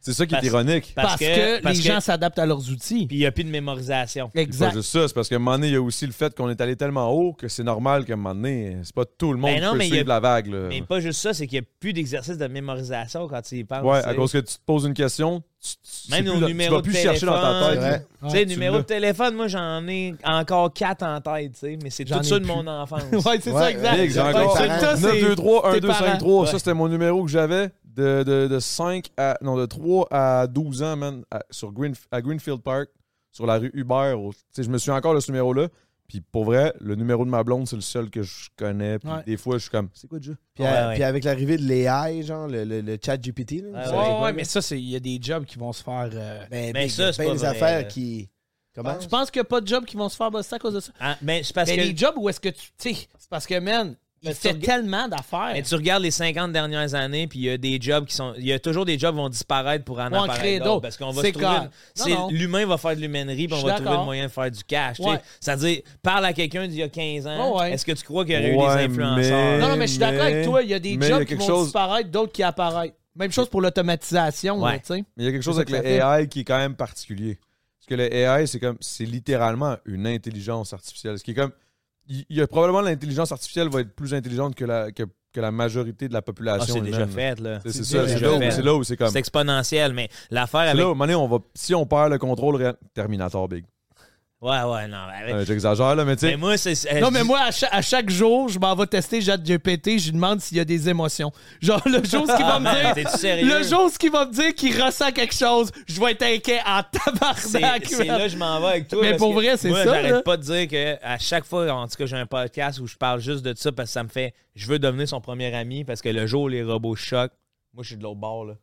Speaker 3: C'est ça qui est
Speaker 2: Parce-
Speaker 3: ironique.
Speaker 1: Parce, que,
Speaker 2: parce
Speaker 1: les
Speaker 2: que-
Speaker 1: gens s'adaptent à leurs outils.
Speaker 2: Puis il n'y a plus de mémorisation.
Speaker 3: C'est pas
Speaker 1: exact.
Speaker 3: juste ça, c'est parce qu'à un moment donné, il y a aussi le fait qu'on est allé tellement haut que c'est normal qu'à un moment donné, c'est pas tout le monde
Speaker 2: Ben non,
Speaker 3: qui peut
Speaker 2: mais il y a-
Speaker 3: suivre la vague. là.
Speaker 2: Mais pas juste ça, c'est qu'il n'y a plus d'exercice de mémorisation quand tu y penses.
Speaker 3: Ouais,
Speaker 2: tu
Speaker 3: à
Speaker 2: sais.
Speaker 3: cause que tu te poses une question, tu, tu-
Speaker 2: Même
Speaker 3: c'est
Speaker 2: nos
Speaker 3: plus- tu
Speaker 2: numéros
Speaker 3: vas
Speaker 2: de
Speaker 3: plus chercher dans ta tête.
Speaker 2: téléphone.
Speaker 3: là.
Speaker 2: Tu sais,
Speaker 3: tu
Speaker 2: numéro
Speaker 3: l'as.
Speaker 2: de téléphone, moi j'en ai encore quatre en tête, tu sais, mais c'est
Speaker 1: J'en
Speaker 2: tout
Speaker 1: ai
Speaker 2: ça de
Speaker 1: plus.
Speaker 2: mon enfance.
Speaker 1: ouais, c'est ça,
Speaker 4: Ouais,
Speaker 2: Ah,
Speaker 1: exact.
Speaker 3: Big, j'ai
Speaker 4: Ouais,
Speaker 3: encore
Speaker 4: c'est ça,
Speaker 3: 9, 2, 3, 1, 2, 5, 3. Ça,
Speaker 2: Ouais.
Speaker 3: c'était mon numéro que j'avais de, de, de 5 à. Non, de 3 à 12 ans, man, à, sur Green, à Greenfield Park, sur la rue Hubert. au- Tu sais, je me suis encore de ce numéro-là. Puis pour vrai, le numéro de ma blonde, c'est le seul que je connais. Puis
Speaker 1: Ouais.
Speaker 3: des fois, je suis comme, c'est quoi le jeu?
Speaker 4: Puis, à-
Speaker 2: Ouais,
Speaker 1: euh,
Speaker 2: ouais.
Speaker 4: puis avec l'arrivée de l'AI, genre, le, le, le chat GPT, là.
Speaker 2: Ouais,
Speaker 4: ça-
Speaker 1: Ouais, ouais, mais ça, c'est- il y a des jobs qui vont se faire. euh,
Speaker 4: Ben,
Speaker 2: Mais
Speaker 4: big,
Speaker 2: ça,
Speaker 4: y a
Speaker 2: c'est
Speaker 4: bien
Speaker 2: pas
Speaker 4: des
Speaker 2: vrai,
Speaker 4: affaires
Speaker 2: là.
Speaker 4: qui. Comment?
Speaker 1: Tu penses qu'il n'y a pas de jobs qui vont se faire bosser à cause de ça?
Speaker 2: Ah, ben, c'est parce
Speaker 1: Mais
Speaker 2: que,
Speaker 1: les jobs où est-ce que tu. Tu sais, c'est parce que, man, il
Speaker 2: Parce que
Speaker 1: fait
Speaker 2: tu reg-
Speaker 1: tellement d'affaires.
Speaker 2: ben, tu regardes les 50 dernières années, puis il y a des jobs qui sont. Il y a toujours des jobs qui vont disparaître pour en
Speaker 1: Ou en créer
Speaker 2: apparaître
Speaker 1: d'autres.
Speaker 2: d'autres. Parce qu'on va se
Speaker 1: C'est
Speaker 2: trouver.
Speaker 1: clair.
Speaker 2: une-
Speaker 1: Non,
Speaker 2: c'est-
Speaker 1: non.
Speaker 2: L'humain va faire de l'humanerie, puis
Speaker 1: Je
Speaker 2: on
Speaker 1: suis
Speaker 2: va trouver
Speaker 1: d'accord.
Speaker 2: le moyen de faire du cash. tu
Speaker 1: Ouais.
Speaker 2: sais. C'est-à-dire, parle à quelqu'un d'il y a 15 ans.
Speaker 1: Ouais, ouais.
Speaker 2: Est-ce que tu crois qu'il y aurait
Speaker 3: Ouais,
Speaker 2: eu des influenceurs?
Speaker 3: mais-
Speaker 1: Non, non, mais je suis d'accord avec toi. Il y a des
Speaker 3: mais il y a
Speaker 1: jobs qui
Speaker 3: quelque
Speaker 1: vont
Speaker 3: chose-
Speaker 1: disparaître, d'autres qui apparaissent. Même chose pour l'automatisation,
Speaker 2: Ouais.
Speaker 1: là, tu sais.
Speaker 3: Mais il y a quelque
Speaker 1: C'est
Speaker 3: chose
Speaker 1: ça
Speaker 3: avec
Speaker 1: que ça
Speaker 3: le
Speaker 1: fait.
Speaker 3: AI qui est quand même particulier. Parce que le AI, c'est comme c'est littéralement une intelligence artificielle. Ce qui est comme. Il il y a probablement l'intelligence artificielle va être plus intelligente que la, que, que la majorité de la
Speaker 2: Ah,
Speaker 3: population.
Speaker 2: c'est déjà
Speaker 3: humaine.
Speaker 2: fait, là.
Speaker 3: C'est c'est
Speaker 1: C'est
Speaker 3: ça. C'est
Speaker 1: déjà
Speaker 3: là,
Speaker 1: fait.
Speaker 3: où- c'est là où c'est comme.
Speaker 2: C'est
Speaker 3: C'est
Speaker 2: exponentiel, mais l'affaire
Speaker 3: là
Speaker 2: avec.
Speaker 3: où, à un moment donné, on va, si on perd le contrôle, réel- Terminator Big.
Speaker 2: Ouais, ouais, non. avec-
Speaker 3: Euh, J'exagère, là, mais tu
Speaker 2: Mais
Speaker 3: sais.
Speaker 2: moi, c'est. euh,
Speaker 1: Non, mais moi, à cha- à chaque, jour, je m'en vais tester ChatGPT, je lui demande s'il y a des émotions. Genre, le jour, ce qu'il va
Speaker 2: Ah, man,
Speaker 1: me dire.
Speaker 2: t'es-tu sérieux?
Speaker 1: Le jour, ce qu'il va me dire qu'il ressent quelque chose, je vais être inquiet en
Speaker 2: C'est
Speaker 1: tabarnak.
Speaker 2: c'est
Speaker 1: man.
Speaker 2: là que je m'en vais avec toi.
Speaker 1: Mais
Speaker 2: parce
Speaker 1: pour
Speaker 2: que
Speaker 1: vrai, c'est
Speaker 2: moi,
Speaker 1: ça, là.
Speaker 2: J'arrête pas de dire que à chaque fois, en tout cas, j'ai un podcast où je parle juste de ça parce que ça me fait. Je veux devenir son premier ami parce que le jour où les robots choquent, moi, je suis de l'autre bord. Là.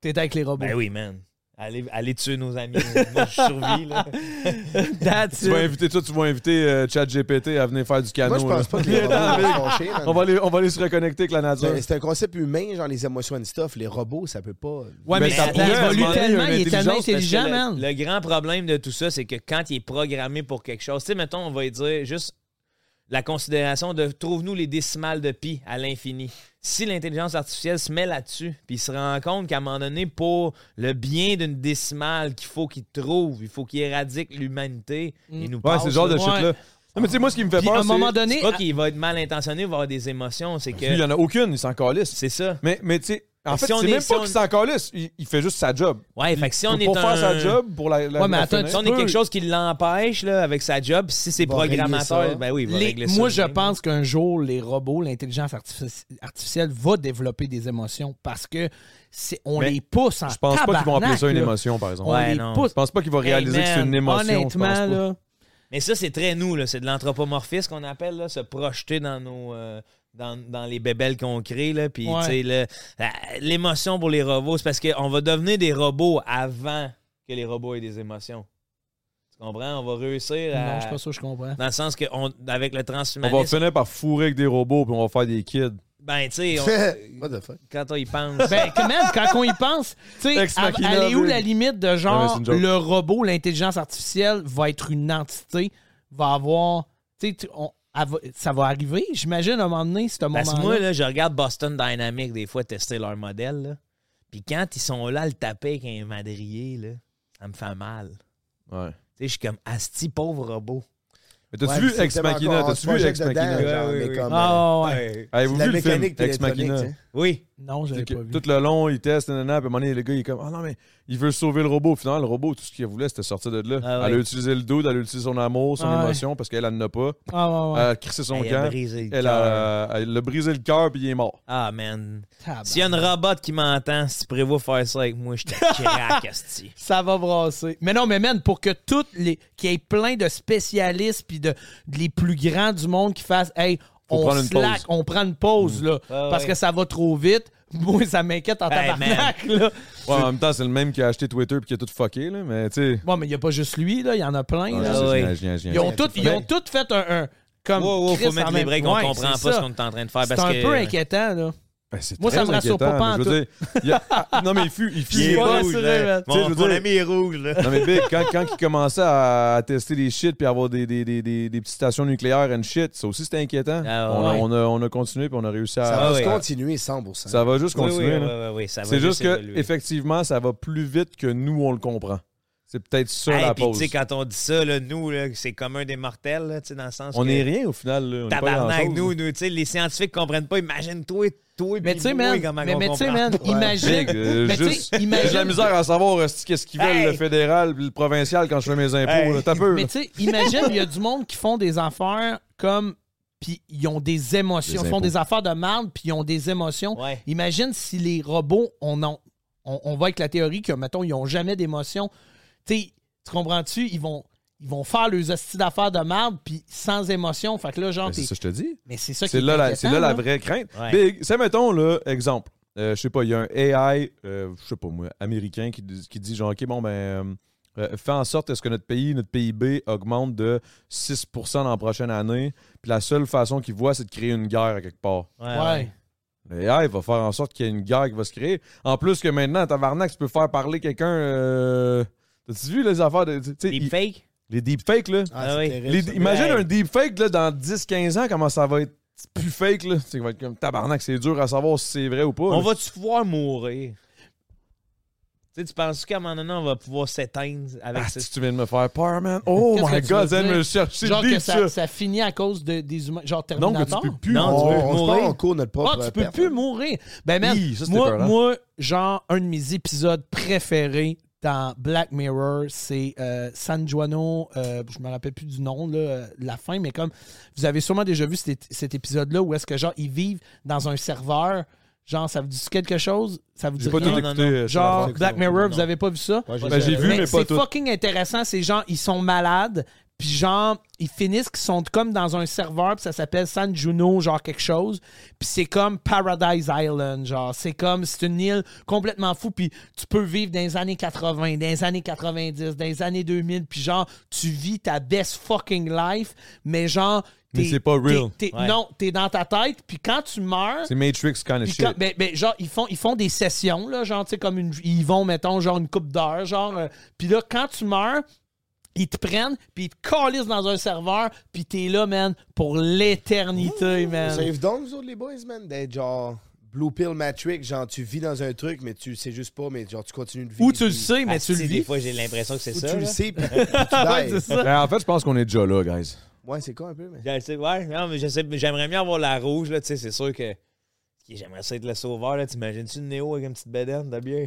Speaker 1: T'es avec les robots.
Speaker 2: Ben oui, man. Allez, allez tuer nos amis. moi, je survis. Là.
Speaker 1: That's
Speaker 3: Tu vas
Speaker 1: it.
Speaker 3: inviter toi, tu vas inviter euh, ChatGPT à venir faire du
Speaker 4: Moi,
Speaker 3: canot.
Speaker 4: je pense
Speaker 3: là.
Speaker 4: pas que les robots vont se fâcher,
Speaker 2: Ah,
Speaker 4: man.
Speaker 3: on, va aller, on va aller se reconnecter avec la nature.
Speaker 4: hein. C'est- C'est un concept humain, genre les émotions and stuff. Les robots, ça peut pas.
Speaker 1: Ouais, mais,
Speaker 3: mais ça
Speaker 1: il
Speaker 3: pourrait, à un
Speaker 1: évolue
Speaker 3: moment donné,
Speaker 1: tellement,
Speaker 3: il y a une
Speaker 1: il est
Speaker 3: intelligence,
Speaker 1: tellement
Speaker 3: parce que
Speaker 1: intelligent,
Speaker 2: le,
Speaker 1: man.
Speaker 2: le grand problème de tout ça, c'est que quand il est programmé pour quelque chose, tu sais, mettons, on va dire juste la considération de trouve-nous les décimales de pi à l'infini. Si l'intelligence artificielle se met là-dessus, puis il se rend compte qu'à un moment donné, pour le bien d'une décimale qu'il faut qu'il trouve, il faut qu'il éradique l'humanité, il nous
Speaker 3: Ouais,
Speaker 2: passe,
Speaker 3: c'est le genre de
Speaker 2: là.
Speaker 3: shit-là. Non, mais tu sais, moi, ce qui me fait
Speaker 1: Puis,
Speaker 3: peur,
Speaker 1: Mm. à un moment
Speaker 3: c'est.
Speaker 1: donné,
Speaker 2: C'est pas qu'il va être mal intentionné, il va avoir des émotions, c'est
Speaker 3: Lui, il n'y
Speaker 2: que
Speaker 3: en a aucune, il s'en calisse.
Speaker 2: c'est ça.
Speaker 3: Mais, mais tu sais, en
Speaker 2: Mais
Speaker 3: fait,
Speaker 2: si on
Speaker 3: c'est
Speaker 2: est-
Speaker 3: même
Speaker 2: si
Speaker 3: pas
Speaker 2: on-
Speaker 3: qu'il s'en calisse. Il, il fait juste sa job.
Speaker 2: Ouais, fait que si
Speaker 3: Il
Speaker 2: on
Speaker 3: peut
Speaker 2: est
Speaker 3: pas faire
Speaker 2: un-
Speaker 3: sa job pour la. la
Speaker 1: Ouais, mais
Speaker 3: la
Speaker 1: attends,
Speaker 3: fenêtre.
Speaker 2: Si on est quelque chose qui l'empêche là, avec sa job, si c'est
Speaker 4: Il va régler ça.
Speaker 2: programmateur, ben oui, il va
Speaker 1: Les-
Speaker 2: régler ça.
Speaker 1: moi,
Speaker 2: lui.
Speaker 1: je pense qu'un jour, les robots, l'intelligence artifici- artificielle va développer des émotions parce que c'est on
Speaker 3: Mais
Speaker 1: les pousse en
Speaker 3: Je pense pas qu'ils vont appeler
Speaker 1: tabarnak,
Speaker 3: ça une
Speaker 1: là.
Speaker 3: émotion, par exemple.
Speaker 1: On
Speaker 2: Ouais,
Speaker 1: les
Speaker 2: non.
Speaker 1: pousse.
Speaker 3: Je pense pas qu'il va réaliser
Speaker 2: Hey,
Speaker 3: que c'est
Speaker 2: man,
Speaker 3: une émotion.
Speaker 1: Honnêtement,
Speaker 3: je pense pas.
Speaker 1: là.
Speaker 2: Mais ça, c'est très nous, là. c'est de l'anthropomorphisme qu'on appelle, là, se projeter dans nos. euh, dans, dans les bébelles qu'on crée, là. Puis,
Speaker 1: Ouais.
Speaker 2: tu sais, là, la- l'émotion pour les robots, c'est parce qu'on va devenir des robots avant que les robots aient des émotions. Tu Tu comprends? On va réussir à.
Speaker 1: Non, je suis pas sûr que je comprends.
Speaker 2: Dans le sens que on- avec le
Speaker 3: On va
Speaker 2: transhumanisme.
Speaker 3: finir par fourrer avec des robots puis on va faire des kids.
Speaker 2: Ben, tu sais, on-
Speaker 4: What the fuck?
Speaker 2: quand on y pense.
Speaker 1: Ben, comment, quand on y pense, tu sais,
Speaker 3: Ex
Speaker 1: à-
Speaker 3: machina,
Speaker 1: elle est où
Speaker 3: oui.
Speaker 1: la limite de
Speaker 3: Non, mais c'est
Speaker 1: genre
Speaker 3: une joke.
Speaker 1: le robot, l'intelligence artificielle va être une entité, va avoir. Tu sais, tu- on- elle va- ça va arriver, j'imagine, à un moment donné, c'est un
Speaker 2: Parce que
Speaker 1: moment.
Speaker 2: moi, là, je regarde Boston Dynamics des fois tester leur modèle. là. Puis quand ils sont là à le taper avec un madrier, là, ça me fait mal.
Speaker 3: Ouais.
Speaker 2: Tu sais, je suis comme Asti, pauvre robot.
Speaker 3: Mais t'as-tu
Speaker 4: Ouais,
Speaker 3: vu
Speaker 4: puis c'est
Speaker 3: Ex
Speaker 4: tellement
Speaker 3: Machina?
Speaker 4: encore, on
Speaker 3: T'as-tu
Speaker 4: se
Speaker 3: vu
Speaker 4: projette
Speaker 3: Ex
Speaker 4: dedans,
Speaker 3: Machina?
Speaker 4: genre, mais comme, euh,
Speaker 1: Ah, ouais.
Speaker 3: Avez-vous
Speaker 4: la
Speaker 3: vu le film
Speaker 4: mécanique puis
Speaker 3: Ex Machina?
Speaker 4: l'électronique,
Speaker 2: Oui.
Speaker 1: Non, je l'avais
Speaker 3: C'est
Speaker 1: pas
Speaker 3: que
Speaker 1: vu.
Speaker 3: Tout le long, il teste, nanana, puis à un moment donné, le gars, il est comme, ah non, mais il veut sauver le robot. Au final, le robot, tout ce qu'il voulait, c'était sortir de là.
Speaker 2: Ah ouais.
Speaker 3: Elle a utilisé le dos, elle a utilisé son amour, son
Speaker 1: Ah ouais.
Speaker 3: émotion, parce qu'elle, elle n'en a pas.
Speaker 1: Ah, ouais,
Speaker 3: Elle
Speaker 1: ouais.
Speaker 3: a crissé son
Speaker 2: Elle a
Speaker 3: camp.
Speaker 2: brisé le
Speaker 3: Elle a, elle a brisé le cœur, puis il est mort.
Speaker 2: Ah, man.
Speaker 1: Tabarnak.
Speaker 2: S'il y a une robot qui m'entend, si tu prévois faire ça avec moi, je te craque, Asti.
Speaker 1: Ça va brasser. Mais non, mais man, pour que toutes les. qu'il y ait plein de spécialistes puis de, de les plus grands du monde qui fassent Hey,
Speaker 3: Faut
Speaker 1: on
Speaker 3: prendre une
Speaker 1: slack,
Speaker 3: pause. Mm.
Speaker 1: on prend une pause, là.
Speaker 2: Ah,
Speaker 1: parce
Speaker 2: ouais.
Speaker 1: que ça va trop vite. Moi, ça m'inquiète en
Speaker 2: Hey,
Speaker 1: tabarnak, là.
Speaker 3: Ouais, en même temps, c'est le même qui a acheté Twitter, puis qui a tout fucké, là, mais tu sais.
Speaker 1: Bon, mais il n'y a pas juste lui, là. Il y en a plein,
Speaker 3: Ouais, Ben,
Speaker 1: là.
Speaker 3: je sais,
Speaker 2: ouais.
Speaker 3: je viens, je viens, je viens.
Speaker 1: Ils ont tous ils ont tous fait un. un- comme
Speaker 2: Wow, wow,
Speaker 1: Chris
Speaker 2: faut mettre
Speaker 1: en
Speaker 2: les
Speaker 1: même-
Speaker 2: breaks, on
Speaker 1: Ouais,
Speaker 2: comprend pas
Speaker 1: c'est
Speaker 2: ce
Speaker 1: ça.
Speaker 2: qu'on est en train de faire.
Speaker 1: C'est
Speaker 2: parce
Speaker 1: un
Speaker 2: que-
Speaker 1: peu inquiétant, là.
Speaker 3: Ben, c'est
Speaker 1: Moi, ça
Speaker 3: très
Speaker 1: me rassure pas,
Speaker 3: inquiétant,
Speaker 1: pas
Speaker 3: mais
Speaker 1: en
Speaker 3: je veux dire, il y a- ah, Non, mais il fut. Il fut
Speaker 2: Il est
Speaker 3: il est
Speaker 1: pas
Speaker 2: rouge,
Speaker 1: rassuré,
Speaker 2: là.
Speaker 1: man.
Speaker 3: Tu sais,
Speaker 2: Mon,
Speaker 3: je veux
Speaker 2: mon
Speaker 3: dire-
Speaker 2: ami est rouge, là.
Speaker 3: Non, mais Big, quand, quand il commençait à, à tester des shit puis avoir des, des, des, des, des petites stations nucléaires and shit, ça aussi c'était inquiétant.
Speaker 2: Ah,
Speaker 3: on, a,
Speaker 2: ouais.
Speaker 3: on, a, on a continué puis on a réussi à.
Speaker 4: Ça va
Speaker 2: Ah
Speaker 4: se
Speaker 2: oui.
Speaker 4: continuer 100%.
Speaker 3: Ça va juste
Speaker 2: Oui, oui,
Speaker 3: continuer.
Speaker 2: oui,
Speaker 3: là.
Speaker 2: oui, oui, ça va
Speaker 3: C'est juste que,
Speaker 2: évoluer.
Speaker 3: effectivement, ça va plus vite que nous, on le comprend. C'est peut-être ça
Speaker 2: Hey,
Speaker 3: la
Speaker 2: puis tu
Speaker 3: pause.
Speaker 2: sais, quand on dit ça, là, nous, là, c'est commun des mortels, là, tu sais, dans le sens
Speaker 3: On
Speaker 2: que-
Speaker 3: est rien au final. Là. On est pas
Speaker 2: Tabarnak,
Speaker 3: grand-chose,
Speaker 2: nous,
Speaker 3: là.
Speaker 2: nous, tu sais, les scientifiques comprennent pas. Imagine-toi, toi,
Speaker 1: Mais
Speaker 2: puis
Speaker 1: tu sais,
Speaker 2: moi,
Speaker 1: man,
Speaker 2: comment
Speaker 1: mais,
Speaker 2: on
Speaker 1: mais tu sais,
Speaker 2: comprend.
Speaker 1: man, imagine.
Speaker 3: Big, euh,
Speaker 1: mais tu sais,
Speaker 3: juste- J'ai de la
Speaker 1: imagine-
Speaker 3: misère à savoir euh, qu'est-ce qu'ils veulent,
Speaker 2: Hey!
Speaker 3: le fédéral puis le provincial, quand je fais mes impôts.
Speaker 2: Hey!
Speaker 3: là. T'as peu.
Speaker 1: Mais
Speaker 3: là.
Speaker 1: tu sais, imagine, il y a du monde qui font des affaires comme. Puis ils ont des émotions.
Speaker 3: Des
Speaker 1: Ils font
Speaker 3: impôts.
Speaker 1: des affaires de merde, puis ils ont des émotions.
Speaker 2: Ouais.
Speaker 1: Imagine si les robots, on, en- on, on va avec la théorie que, mettons, ils n'ont jamais d'émotions. Tu sais, tu comprends-tu? Ils vont, ils vont faire leurs hosties d'affaires de merde, puis sans émotion. Fait que là, genre,
Speaker 3: Ben, C'est
Speaker 1: t'es-
Speaker 3: ça, je te dis.
Speaker 1: mais c'est ça qui
Speaker 3: C'est là, la, c'est
Speaker 1: inquiétant,
Speaker 3: là la vraie crainte.
Speaker 2: Ouais.
Speaker 3: Big, ça mettons, là, exemple, euh, je sais pas, il y a un AI, euh, je sais pas moi, américain qui, dit- qui dit genre, OK, bon, ben, euh, euh, fais en sorte à ce que notre pays, notre PIB augmente de 6 dans la prochaine année. Puis la seule façon qu'il voit, c'est de créer une guerre à quelque part.
Speaker 2: Ouais,
Speaker 1: Ouais.
Speaker 2: ouais.
Speaker 3: L'AI va faire en sorte qu'il y ait une guerre qui va se créer. En plus que maintenant, tabarnak, tu peux faire parler quelqu'un. euh, T'as-tu vu les affaires de. tu sais,
Speaker 2: Des
Speaker 3: il-
Speaker 2: fake?
Speaker 3: les deepfakes, là?
Speaker 4: Ah, c'est
Speaker 2: Ah oui.
Speaker 4: terrible,
Speaker 3: Les-
Speaker 4: ça.
Speaker 3: imagine
Speaker 2: Ouais.
Speaker 3: un deepfake là, dans 10-15 ans, comment ça va être plus fake. Là. Ça va être comme tabarnak, c'est dur à savoir si c'est vrai ou pas.
Speaker 2: On
Speaker 3: là.
Speaker 2: va-tu pouvoir mourir? Tu sais, tu penses qu'à un moment donné, on va pouvoir s'éteindre avec
Speaker 3: Ah,
Speaker 2: ça?
Speaker 3: si tu viens de me faire peur, man. Oh
Speaker 1: Qu'est-ce
Speaker 3: my
Speaker 1: que tu
Speaker 3: god,
Speaker 1: veux
Speaker 3: ça vient de me
Speaker 1: dire?
Speaker 3: chercher
Speaker 1: Genre que
Speaker 3: deep,
Speaker 1: ça,
Speaker 3: ça.
Speaker 1: ça finit à cause de- des humains. Genre
Speaker 3: Non, que
Speaker 1: Terminator.
Speaker 3: tu peux plus.
Speaker 2: Non,
Speaker 4: On,
Speaker 2: tu veux
Speaker 4: on, se
Speaker 2: mourir?
Speaker 4: prend en cours notre propre
Speaker 1: Ah, tu peux
Speaker 4: perte.
Speaker 1: plus mourir. Ben, man,
Speaker 3: hein. Hi, ça, c'était
Speaker 1: moi,
Speaker 3: peurant.
Speaker 1: moi, genre, un de mes épisodes préférés dans Black Mirror, c'est euh, San Juano, euh, je me rappelle plus du nom, là, euh, de la fin, mais comme vous avez sûrement déjà vu cet, é- cet épisode-là où est-ce que, genre, ils vivent dans un serveur. Genre, ça vous dit quelque chose? Ça vous dit
Speaker 3: J'ai pas
Speaker 1: rien?
Speaker 3: tout
Speaker 2: non,
Speaker 3: écouté.
Speaker 2: non.
Speaker 3: euh, sur
Speaker 1: Genre,
Speaker 3: l'affaire.
Speaker 1: Black Mirror, vous avez pas vu ça?
Speaker 4: Ouais,
Speaker 3: Ben, j'ai vu, mais, pas
Speaker 1: c'est
Speaker 3: tout.
Speaker 1: fucking intéressant. Ces gens, ils sont malades. Puis genre, ils finissent qu'ils sont comme dans un serveur, puis ça s'appelle San Juno, genre quelque chose. Puis c'est comme Paradise Island, genre. C'est comme, c'est une île complètement fou, puis tu peux vivre dans les années 80, dans les années 90, dans les années 2000, puis genre, tu vis ta best fucking life, mais genre...
Speaker 3: Mais
Speaker 1: t'es-
Speaker 3: c'est pas real.
Speaker 1: t'es- t'es-
Speaker 2: Ouais.
Speaker 1: Non, t'es dans ta tête, puis quand tu meurs...
Speaker 3: C'est Matrix kind of
Speaker 1: Puis
Speaker 3: shit.
Speaker 1: quand- ben, ben, genre, ils font, ils font des sessions, là, genre, tu sais, comme une, ils vont, mettons, genre une coupe d'heure, genre. euh, puis là, quand tu meurs, ils te prennent, puis ils te calissent dans un serveur, puis t'es là, man, pour l'éternité,
Speaker 4: Vous
Speaker 1: man.
Speaker 4: savez donc, vous autres, les boys, man, d'être genre Blue Pill Matrix, genre tu vis dans un truc, mais tu le sais juste pas, mais genre tu continues de vivre.
Speaker 1: Ou tu le
Speaker 4: puis-
Speaker 1: sais, mais tu le
Speaker 2: Asti,
Speaker 3: Ah,
Speaker 2: Ah, Des
Speaker 1: vis.
Speaker 2: fois, j'ai l'impression que c'est
Speaker 4: Ou
Speaker 2: ça.
Speaker 4: tu le
Speaker 2: là.
Speaker 4: sais, puis, puis tu
Speaker 1: C'est
Speaker 4: dies.
Speaker 1: ça.
Speaker 3: Ben, en fait, je pense qu'on est déjà là, guys.
Speaker 4: Ouais, c'est quoi un peu, mais.
Speaker 2: Je le sais, ouais. Non, mais je sais, j'aimerais mieux avoir la rouge, là, tu sais, c'est sûr que. J'aimerais ça être le sauveur, là. T'imagines-tu Néo avec une petite bedaine, t'as bien?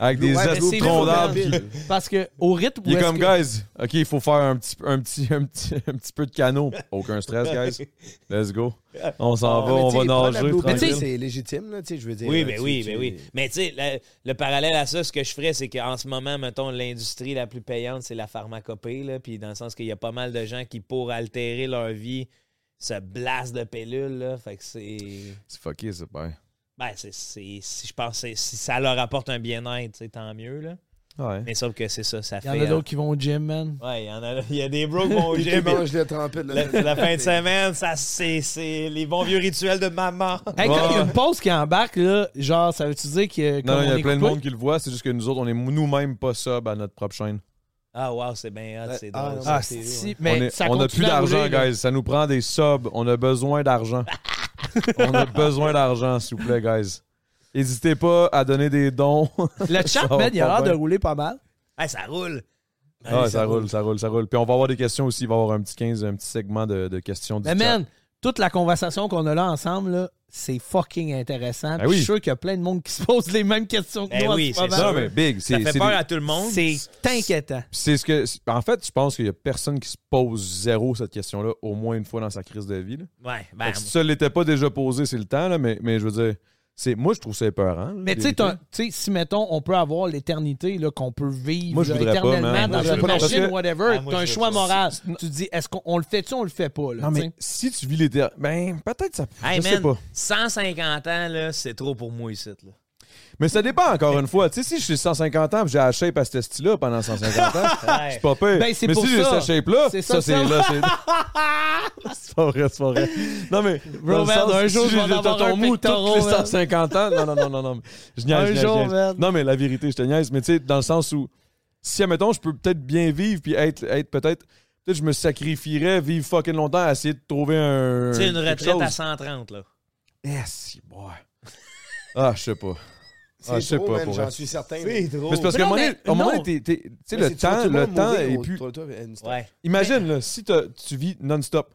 Speaker 3: Avec des
Speaker 4: Ouais, mais
Speaker 3: estos
Speaker 4: c'est
Speaker 3: de troncs
Speaker 4: Blue
Speaker 3: d'arbres
Speaker 4: Pill.
Speaker 3: qui-
Speaker 1: Parce que au rythme où
Speaker 3: Il est
Speaker 1: est-ce
Speaker 3: comme,
Speaker 1: que-
Speaker 3: guys, OK, il faut faire un petit, un, petit, un, petit, un petit peu de canot. Aucun stress, guys. Let's go. On s'en va,
Speaker 4: Ah, Mais
Speaker 3: on
Speaker 4: tu sais,
Speaker 3: va
Speaker 4: prendre la
Speaker 3: nager.
Speaker 4: Blue Pill,
Speaker 3: tranquille.
Speaker 4: C'est légitime, là, tu sais, je veux dire.
Speaker 2: Oui,
Speaker 4: là,
Speaker 2: ben
Speaker 4: tu-
Speaker 2: oui,
Speaker 4: tu-
Speaker 2: ben oui. Mais tu sais, le, le parallèle à ça, ce que je ferais, c'est qu'en ce moment, mettons, l'industrie la plus payante, c'est la pharmacopée, là, puis dans le sens qu'il y a pas mal de gens qui, pour altérer leur vie, se blastent de pilules, là, fait que c'est...
Speaker 3: C'est fucké, c'est pas.
Speaker 2: Ben, c'est, c'est- si je pense, que c'est- si ça leur apporte un bien-être, c'est tant mieux, là.
Speaker 3: Ouais.
Speaker 2: Mais sauf que c'est ça, ça
Speaker 1: Il
Speaker 2: fait.
Speaker 1: y en a
Speaker 2: euh,
Speaker 1: d'autres qui vont au gym, man.
Speaker 2: Ouais, il y en a. Il y a des bros qui vont au
Speaker 4: Qui
Speaker 2: gym, mais
Speaker 4: mange de trempette, là.
Speaker 2: La, la fin de semaine, ça c'est c'est les bons vieux rituels de maman.
Speaker 1: Hey, quand il y a
Speaker 3: Ouais.
Speaker 1: une pause qui embarque, là, genre, ça veut-tu dire que.
Speaker 3: Non,
Speaker 1: comme
Speaker 3: non, il y
Speaker 1: on
Speaker 3: a
Speaker 1: est
Speaker 3: plein de
Speaker 1: coupé-
Speaker 3: monde qui le voit, c'est juste que nous autres, on est nous-mêmes pas sub à notre propre chaîne.
Speaker 2: Ah wow, c'est bien hot, c'est
Speaker 4: Ah,
Speaker 2: drôle.
Speaker 4: non,
Speaker 2: ça.
Speaker 1: Ah,
Speaker 4: c'est-
Speaker 1: si,
Speaker 4: ouais.
Speaker 1: mais
Speaker 3: on est-
Speaker 1: ça
Speaker 3: on a
Speaker 1: continue
Speaker 3: plus
Speaker 1: à
Speaker 3: d'argent,
Speaker 1: rouler, là.
Speaker 3: guys. Ça nous prend des subs. On a besoin d'argent. on a besoin d'argent, s'il vous plaît, guys. N'hésitez pas à donner des dons.
Speaker 1: Le chat,
Speaker 3: va
Speaker 1: man, il a
Speaker 3: pas
Speaker 1: l'air de
Speaker 3: bien.
Speaker 1: rouler pas mal.
Speaker 2: Hey, ça roule.
Speaker 3: Ah, ça, roule, ça roule, ça roule. Puis on va avoir des questions aussi. Il va y avoir un petit 15, un petit segment de, de questions du
Speaker 1: Mais
Speaker 3: chat.
Speaker 1: Ben, man, toute la conversation qu'on a là ensemble, là, c'est fucking intéressant.
Speaker 3: Ben
Speaker 1: Puis Je suis
Speaker 3: oui.
Speaker 1: sûr qu'il y a plein de monde qui se pose les mêmes questions que
Speaker 2: Ben
Speaker 1: nous. en
Speaker 2: oui,
Speaker 1: ce moment.
Speaker 2: c'est
Speaker 3: Non,
Speaker 2: sûr.
Speaker 3: mais big.
Speaker 2: Ça
Speaker 3: C'est
Speaker 2: fait
Speaker 3: c'est
Speaker 2: peur
Speaker 3: des-
Speaker 2: à tout le monde.
Speaker 1: C'est inquiétant.
Speaker 3: C'est ce que. c'est- En fait, je pense qu'il y a personne qui se pose zéro cette question-là au moins une fois dans sa crise de vie. là.
Speaker 2: Ouais,
Speaker 3: Fait
Speaker 2: ben,
Speaker 3: que si ça l'était pas déjà posé, c'est le temps, là, mais, mais je veux dire, c'est moi je trouve ça épeurant. là,
Speaker 1: Mais tu sais,
Speaker 3: vérité.
Speaker 1: t'as- tu sais, si mettons, on peut avoir l'éternité là, qu'on peut vivre
Speaker 3: Moi, je
Speaker 1: là,
Speaker 3: voudrais pas,
Speaker 1: éternellement
Speaker 3: man.
Speaker 1: dans
Speaker 3: Moi, je
Speaker 1: notre
Speaker 3: veux pas, parce
Speaker 1: machine,
Speaker 3: que-
Speaker 1: whatever,
Speaker 2: Ah, moi,
Speaker 1: t'as un
Speaker 2: je veux
Speaker 1: choix
Speaker 2: pas.
Speaker 1: moral. Tu te dis, est-ce qu'on on le fait-tu, on le fait pas? Là,
Speaker 3: Non, mais
Speaker 1: tu
Speaker 3: si
Speaker 1: sais?
Speaker 3: tu vis l'éternité. Ben, peut-être ça.
Speaker 2: hey,
Speaker 3: je sais
Speaker 2: man,
Speaker 3: pas.
Speaker 2: 150 ans, là, c'est trop pour moi ici. Là.
Speaker 3: Mais ça dépend encore une fois. Tu sais, si je suis 150 ans et j'ai la shape à ce style-là pendant 150 ans, c'est pas pire.
Speaker 1: Ben, c'est
Speaker 3: mais
Speaker 1: pour
Speaker 3: si j'ai
Speaker 1: ça.
Speaker 3: cette shape-là,
Speaker 1: C'est
Speaker 3: ça,
Speaker 1: ça,
Speaker 3: c'est
Speaker 1: ça.
Speaker 3: là. C'est... c'est pas vrai, c'est pas vrai. Non, mais. dans le
Speaker 1: man,
Speaker 3: sens,
Speaker 1: un jour,
Speaker 3: si
Speaker 1: je vais en
Speaker 3: j'ai
Speaker 1: avoir
Speaker 3: ton
Speaker 1: un
Speaker 3: mou
Speaker 1: pectoral,
Speaker 3: toutes les
Speaker 1: man.
Speaker 3: 150 ans. Non, non, non, non, non. mais Je niaise,
Speaker 1: Un
Speaker 3: je niaise,
Speaker 1: jour,
Speaker 3: je niaise.
Speaker 1: man.
Speaker 3: Non, mais la vérité, je te niaise. Mais tu sais, dans le sens où, si, admettons, je peux peut-être bien vivre puis être, être peut-être. Peut-être que je me sacrifierais, vivre fucking longtemps à essayer de trouver un.
Speaker 2: Tu sais, une
Speaker 3: quelque
Speaker 2: retraite à
Speaker 3: chose.
Speaker 2: 130, là.
Speaker 3: Eh, si, boy. Ah, je sais pas.
Speaker 4: C'est
Speaker 3: Ah, je sais
Speaker 4: trop,
Speaker 3: pas,
Speaker 4: man,
Speaker 3: pour
Speaker 4: J'en
Speaker 3: vrai.
Speaker 4: suis certain.
Speaker 3: Mais c'est parce
Speaker 1: Mais
Speaker 3: qu'à un
Speaker 1: non,
Speaker 3: moment donné,
Speaker 1: mais
Speaker 3: à un moment
Speaker 1: non.
Speaker 3: donné, t'es- t'es- tu sais,
Speaker 4: Mais
Speaker 3: le
Speaker 4: c'est- tu vas
Speaker 3: temps,
Speaker 4: tout
Speaker 3: le
Speaker 4: monde
Speaker 3: temps
Speaker 4: mourir
Speaker 3: est
Speaker 4: au-
Speaker 3: plus.
Speaker 4: toi- toi, une star.
Speaker 2: Ouais.
Speaker 3: Imagine, là, si t'as- tu vis non-stop,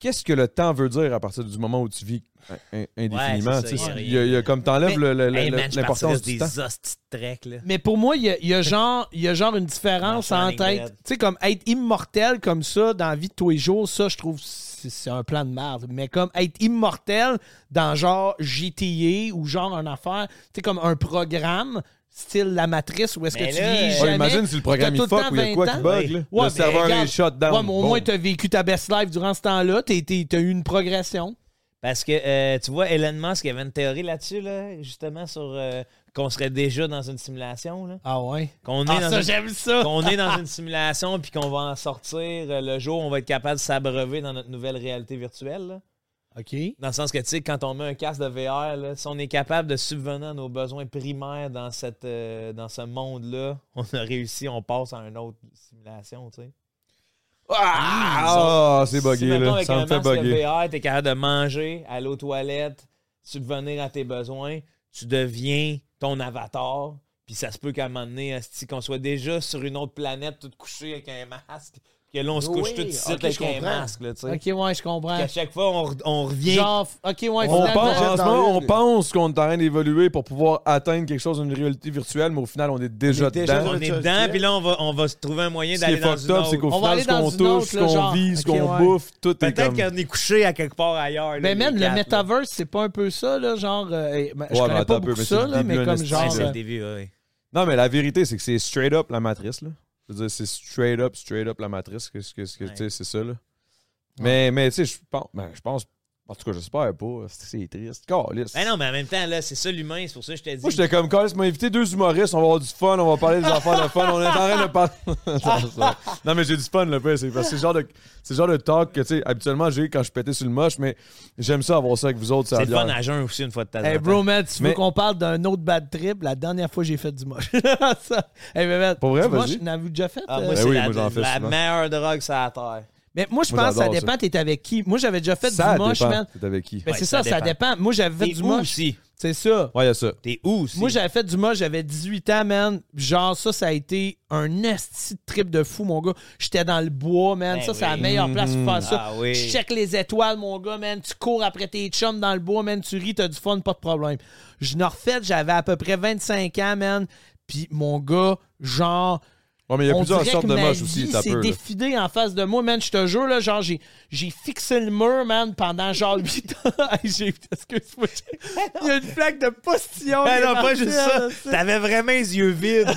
Speaker 3: qu'est-ce que le temps veut dire à partir du moment où tu vis in- in- indéfiniment?
Speaker 2: c'est ça,
Speaker 3: tu sais,
Speaker 2: y a
Speaker 3: il y a- il y a comme t'enlèves le- le-
Speaker 2: Hey,
Speaker 3: le-
Speaker 2: man, je partirais
Speaker 3: l'importance
Speaker 2: sur
Speaker 3: du
Speaker 2: des
Speaker 3: temps.
Speaker 2: hosties de trek, là.
Speaker 1: Mais pour moi, il y a, il y a genre, il y a genre une différence
Speaker 2: Marcher en
Speaker 1: entre
Speaker 2: ligne
Speaker 1: être,
Speaker 2: droite.
Speaker 1: tu sais, comme être immortel comme ça dans la vie de tous les jours, ça, je trouve, c'est c'est un plan de merde. Mais comme être immortel dans genre GTA ou genre une affaire, tu sais, comme un programme, style la matrice, où est-ce que
Speaker 2: Mais
Speaker 1: tu
Speaker 2: là, euh,
Speaker 1: vis
Speaker 2: Ouais,
Speaker 1: jamais.
Speaker 3: Ouais, imagine si le programme
Speaker 1: T'as
Speaker 3: il
Speaker 1: tout le
Speaker 3: fuck ou
Speaker 1: temps
Speaker 3: il y a de quoi
Speaker 1: 20
Speaker 3: qui
Speaker 1: ans.
Speaker 3: bug, là.
Speaker 1: Ouais,
Speaker 3: le
Speaker 1: mais
Speaker 3: serveur
Speaker 1: regarde,
Speaker 3: est shut down.
Speaker 1: ouais, mais au
Speaker 3: Bon.
Speaker 1: moins, t'as vécu ta best life durant ce temps-là, t'es- t'es- t'as eu une progression.
Speaker 2: Parce que, euh, tu vois, Elon Musk, il y avait une théorie là-dessus, là, justement, sur euh, qu'on serait déjà dans une simulation, là.
Speaker 1: Ah ouais.
Speaker 2: Qu'on est
Speaker 1: Ah,
Speaker 2: dans
Speaker 1: ça,
Speaker 2: une-
Speaker 1: j'aime ça.
Speaker 2: qu'on est dans une simulation puis qu'on va en sortir euh, le jour où on va être capable de s'abreuver dans notre nouvelle réalité virtuelle. là.
Speaker 1: OK.
Speaker 2: Dans le sens que, tu sais, quand on met un casque de VR, là, si on est capable de subvenir à nos besoins primaires dans, cette, euh, dans ce monde-là, on a réussi, on passe à une autre simulation, tu sais.
Speaker 3: Ah, ah, c'est
Speaker 2: si,
Speaker 3: bugué,
Speaker 2: mettons,
Speaker 3: là.
Speaker 2: avec
Speaker 3: Ça
Speaker 2: un
Speaker 3: me fait
Speaker 2: masque de
Speaker 3: bugger.
Speaker 2: VR, t'es capable de manger, aller aux toilettes, subvenir à tes besoins, tu deviens ton avatar. Puis ça se peut qu'à un moment donné, asti, qu'on soit déjà sur une autre planète, tout couché avec un masque. Puis que là, on se couche
Speaker 4: Oui,
Speaker 2: tout de suite
Speaker 4: ok,
Speaker 2: avec
Speaker 4: je
Speaker 2: un
Speaker 4: comprends.
Speaker 2: masque, là, tu sais.
Speaker 1: OK, ouais, je comprends.
Speaker 2: Qu'à chaque fois, on, re- on revient.
Speaker 1: Genre, OK, ouais,
Speaker 3: On
Speaker 1: finalement-
Speaker 3: pense, en ce
Speaker 4: dans
Speaker 3: moment, on
Speaker 4: une.
Speaker 3: pense qu'on est en train d'évoluer pour pouvoir atteindre quelque chose, une réalité virtuelle, mais au final, on est déjà
Speaker 4: déjà
Speaker 3: dedans.
Speaker 4: dans
Speaker 2: on est dedans, puis là, on va, on va se trouver un moyen
Speaker 3: Ce qui est
Speaker 2: d'aller dans une
Speaker 3: fucked up, c'est
Speaker 2: autre.
Speaker 3: qu'au
Speaker 1: On va
Speaker 3: final, ce
Speaker 1: aller dans
Speaker 3: qu'on
Speaker 1: une
Speaker 3: touche,
Speaker 1: autre,
Speaker 3: ce
Speaker 1: là,
Speaker 3: qu'on
Speaker 1: genre.
Speaker 3: vit, ce
Speaker 1: Ok,
Speaker 3: qu'on
Speaker 1: ouais.
Speaker 3: bouffe, tout est
Speaker 2: Peut-être
Speaker 3: comme...
Speaker 2: qu'on est couché à quelque part ailleurs. là,
Speaker 1: Mais
Speaker 2: les
Speaker 1: Ben, même le
Speaker 2: quatre, là.
Speaker 1: metaverse, c'est pas un peu ça, là, genre. euh, eh, ben, je
Speaker 3: Ouais, mais
Speaker 1: connais
Speaker 3: attends un
Speaker 1: pas
Speaker 3: peu,
Speaker 1: beaucoup
Speaker 3: mais c'est
Speaker 1: ça,
Speaker 3: le
Speaker 1: là,
Speaker 3: début
Speaker 1: mais
Speaker 3: d'un
Speaker 1: comme
Speaker 3: esti-
Speaker 2: Ouais,
Speaker 1: genre.
Speaker 2: c'est
Speaker 1: euh,
Speaker 2: le début, ouais.
Speaker 3: Non, mais la vérité, c'est que c'est straight up la matrice, là. Je veux dire, c'est straight up, straight up la matrice. que- que- que-
Speaker 2: Ouais.
Speaker 3: Tu sais, c'est ça, là. Mais, mais tu sais, je pense, ben, je pense... En tout cas, j'espère pas. C'est c'est triste. Calisse.
Speaker 2: Mais Ben non, mais en même temps, là, c'est ça l'humain, c'est pour ça que je t'ai dit.
Speaker 3: Moi, j'étais comme, Carlis m'a invité deux humoristes, on va avoir du fun, on va parler des affaires de fun, on est en train de parler. Non, ça- non, mais j'ai du fun, le pire, c'est parce que c'est le genre de, c'est le genre de talk que, tu sais, habituellement, j'ai quand je pétais sur le moche, mais j'aime ça avoir ça avec vous autres, ça
Speaker 2: C'est le fun hein. à jeun aussi, une fois de temps en
Speaker 1: Hey,
Speaker 2: temps.
Speaker 1: bro, man, tu veux
Speaker 3: Mais-
Speaker 1: qu'on parle d'un autre bad trip? La dernière fois, j'ai fait du moche. ça. Hey, mais, man,
Speaker 3: Pour vrai,
Speaker 1: du moche,
Speaker 3: vas-y.
Speaker 1: on avait déjà fait.
Speaker 2: Ah,
Speaker 1: euh?
Speaker 2: moi,
Speaker 3: Ben
Speaker 2: c'est
Speaker 3: oui,
Speaker 2: la,
Speaker 3: moi, j'en fais
Speaker 2: la
Speaker 3: souvent.
Speaker 2: meilleure drogue sur la terre.
Speaker 1: mais moi, je
Speaker 3: Moi,
Speaker 1: pense que ça
Speaker 3: j'adore ça.
Speaker 1: dépend, t'es avec qui. Moi, j'avais déjà fait
Speaker 3: Ça
Speaker 1: du moche,
Speaker 3: dépend.
Speaker 1: man.
Speaker 3: T'es avec qui?
Speaker 1: Mais
Speaker 2: Ouais,
Speaker 1: c'est ça,
Speaker 2: ça
Speaker 1: ça
Speaker 2: dépend.
Speaker 1: dépend. Moi, j'avais fait
Speaker 2: T'es
Speaker 1: du
Speaker 2: où
Speaker 1: moche.
Speaker 2: aussi?
Speaker 1: C'est ça.
Speaker 3: Ouais, y a ça.
Speaker 2: T'es où aussi?
Speaker 1: Moi, j'avais fait du moche, j'avais 18 ans, man. Genre, ça, ça a été un esti de trip de fou, mon gars. J'étais dans le bois, man.
Speaker 2: Ben
Speaker 1: ça, c'est la
Speaker 2: oui.
Speaker 1: meilleure place pour faire ça.
Speaker 2: Ah oui.
Speaker 1: Tu check les étoiles, mon gars, man. Tu cours après tes chums dans le bois, man. Tu ris, t'as du fun, pas de problème. Je n'ai refait, j'avais à peu près 25 ans, man. Puis, mon gars, genre,
Speaker 3: Ouais, mais il y a
Speaker 1: On
Speaker 3: plusieurs
Speaker 1: dirait
Speaker 3: sortes
Speaker 1: que
Speaker 3: de
Speaker 1: ma
Speaker 3: moches aussi,
Speaker 1: vie
Speaker 3: ça
Speaker 1: s'est
Speaker 3: peut. là.
Speaker 1: défilée en face de moi, man. Je te jure, là, genre, j'ai, j'ai fixé le mur, man, pendant genre 8 ans. Hey, j'ai, excuse-moi. j'ai- Il y a une plaque de postillon.
Speaker 2: Ah
Speaker 3: Ben
Speaker 1: qui est
Speaker 2: non, pas
Speaker 1: partie,
Speaker 2: juste
Speaker 1: là,
Speaker 2: ça.
Speaker 1: tu sais.
Speaker 2: T'avais vraiment les yeux vides.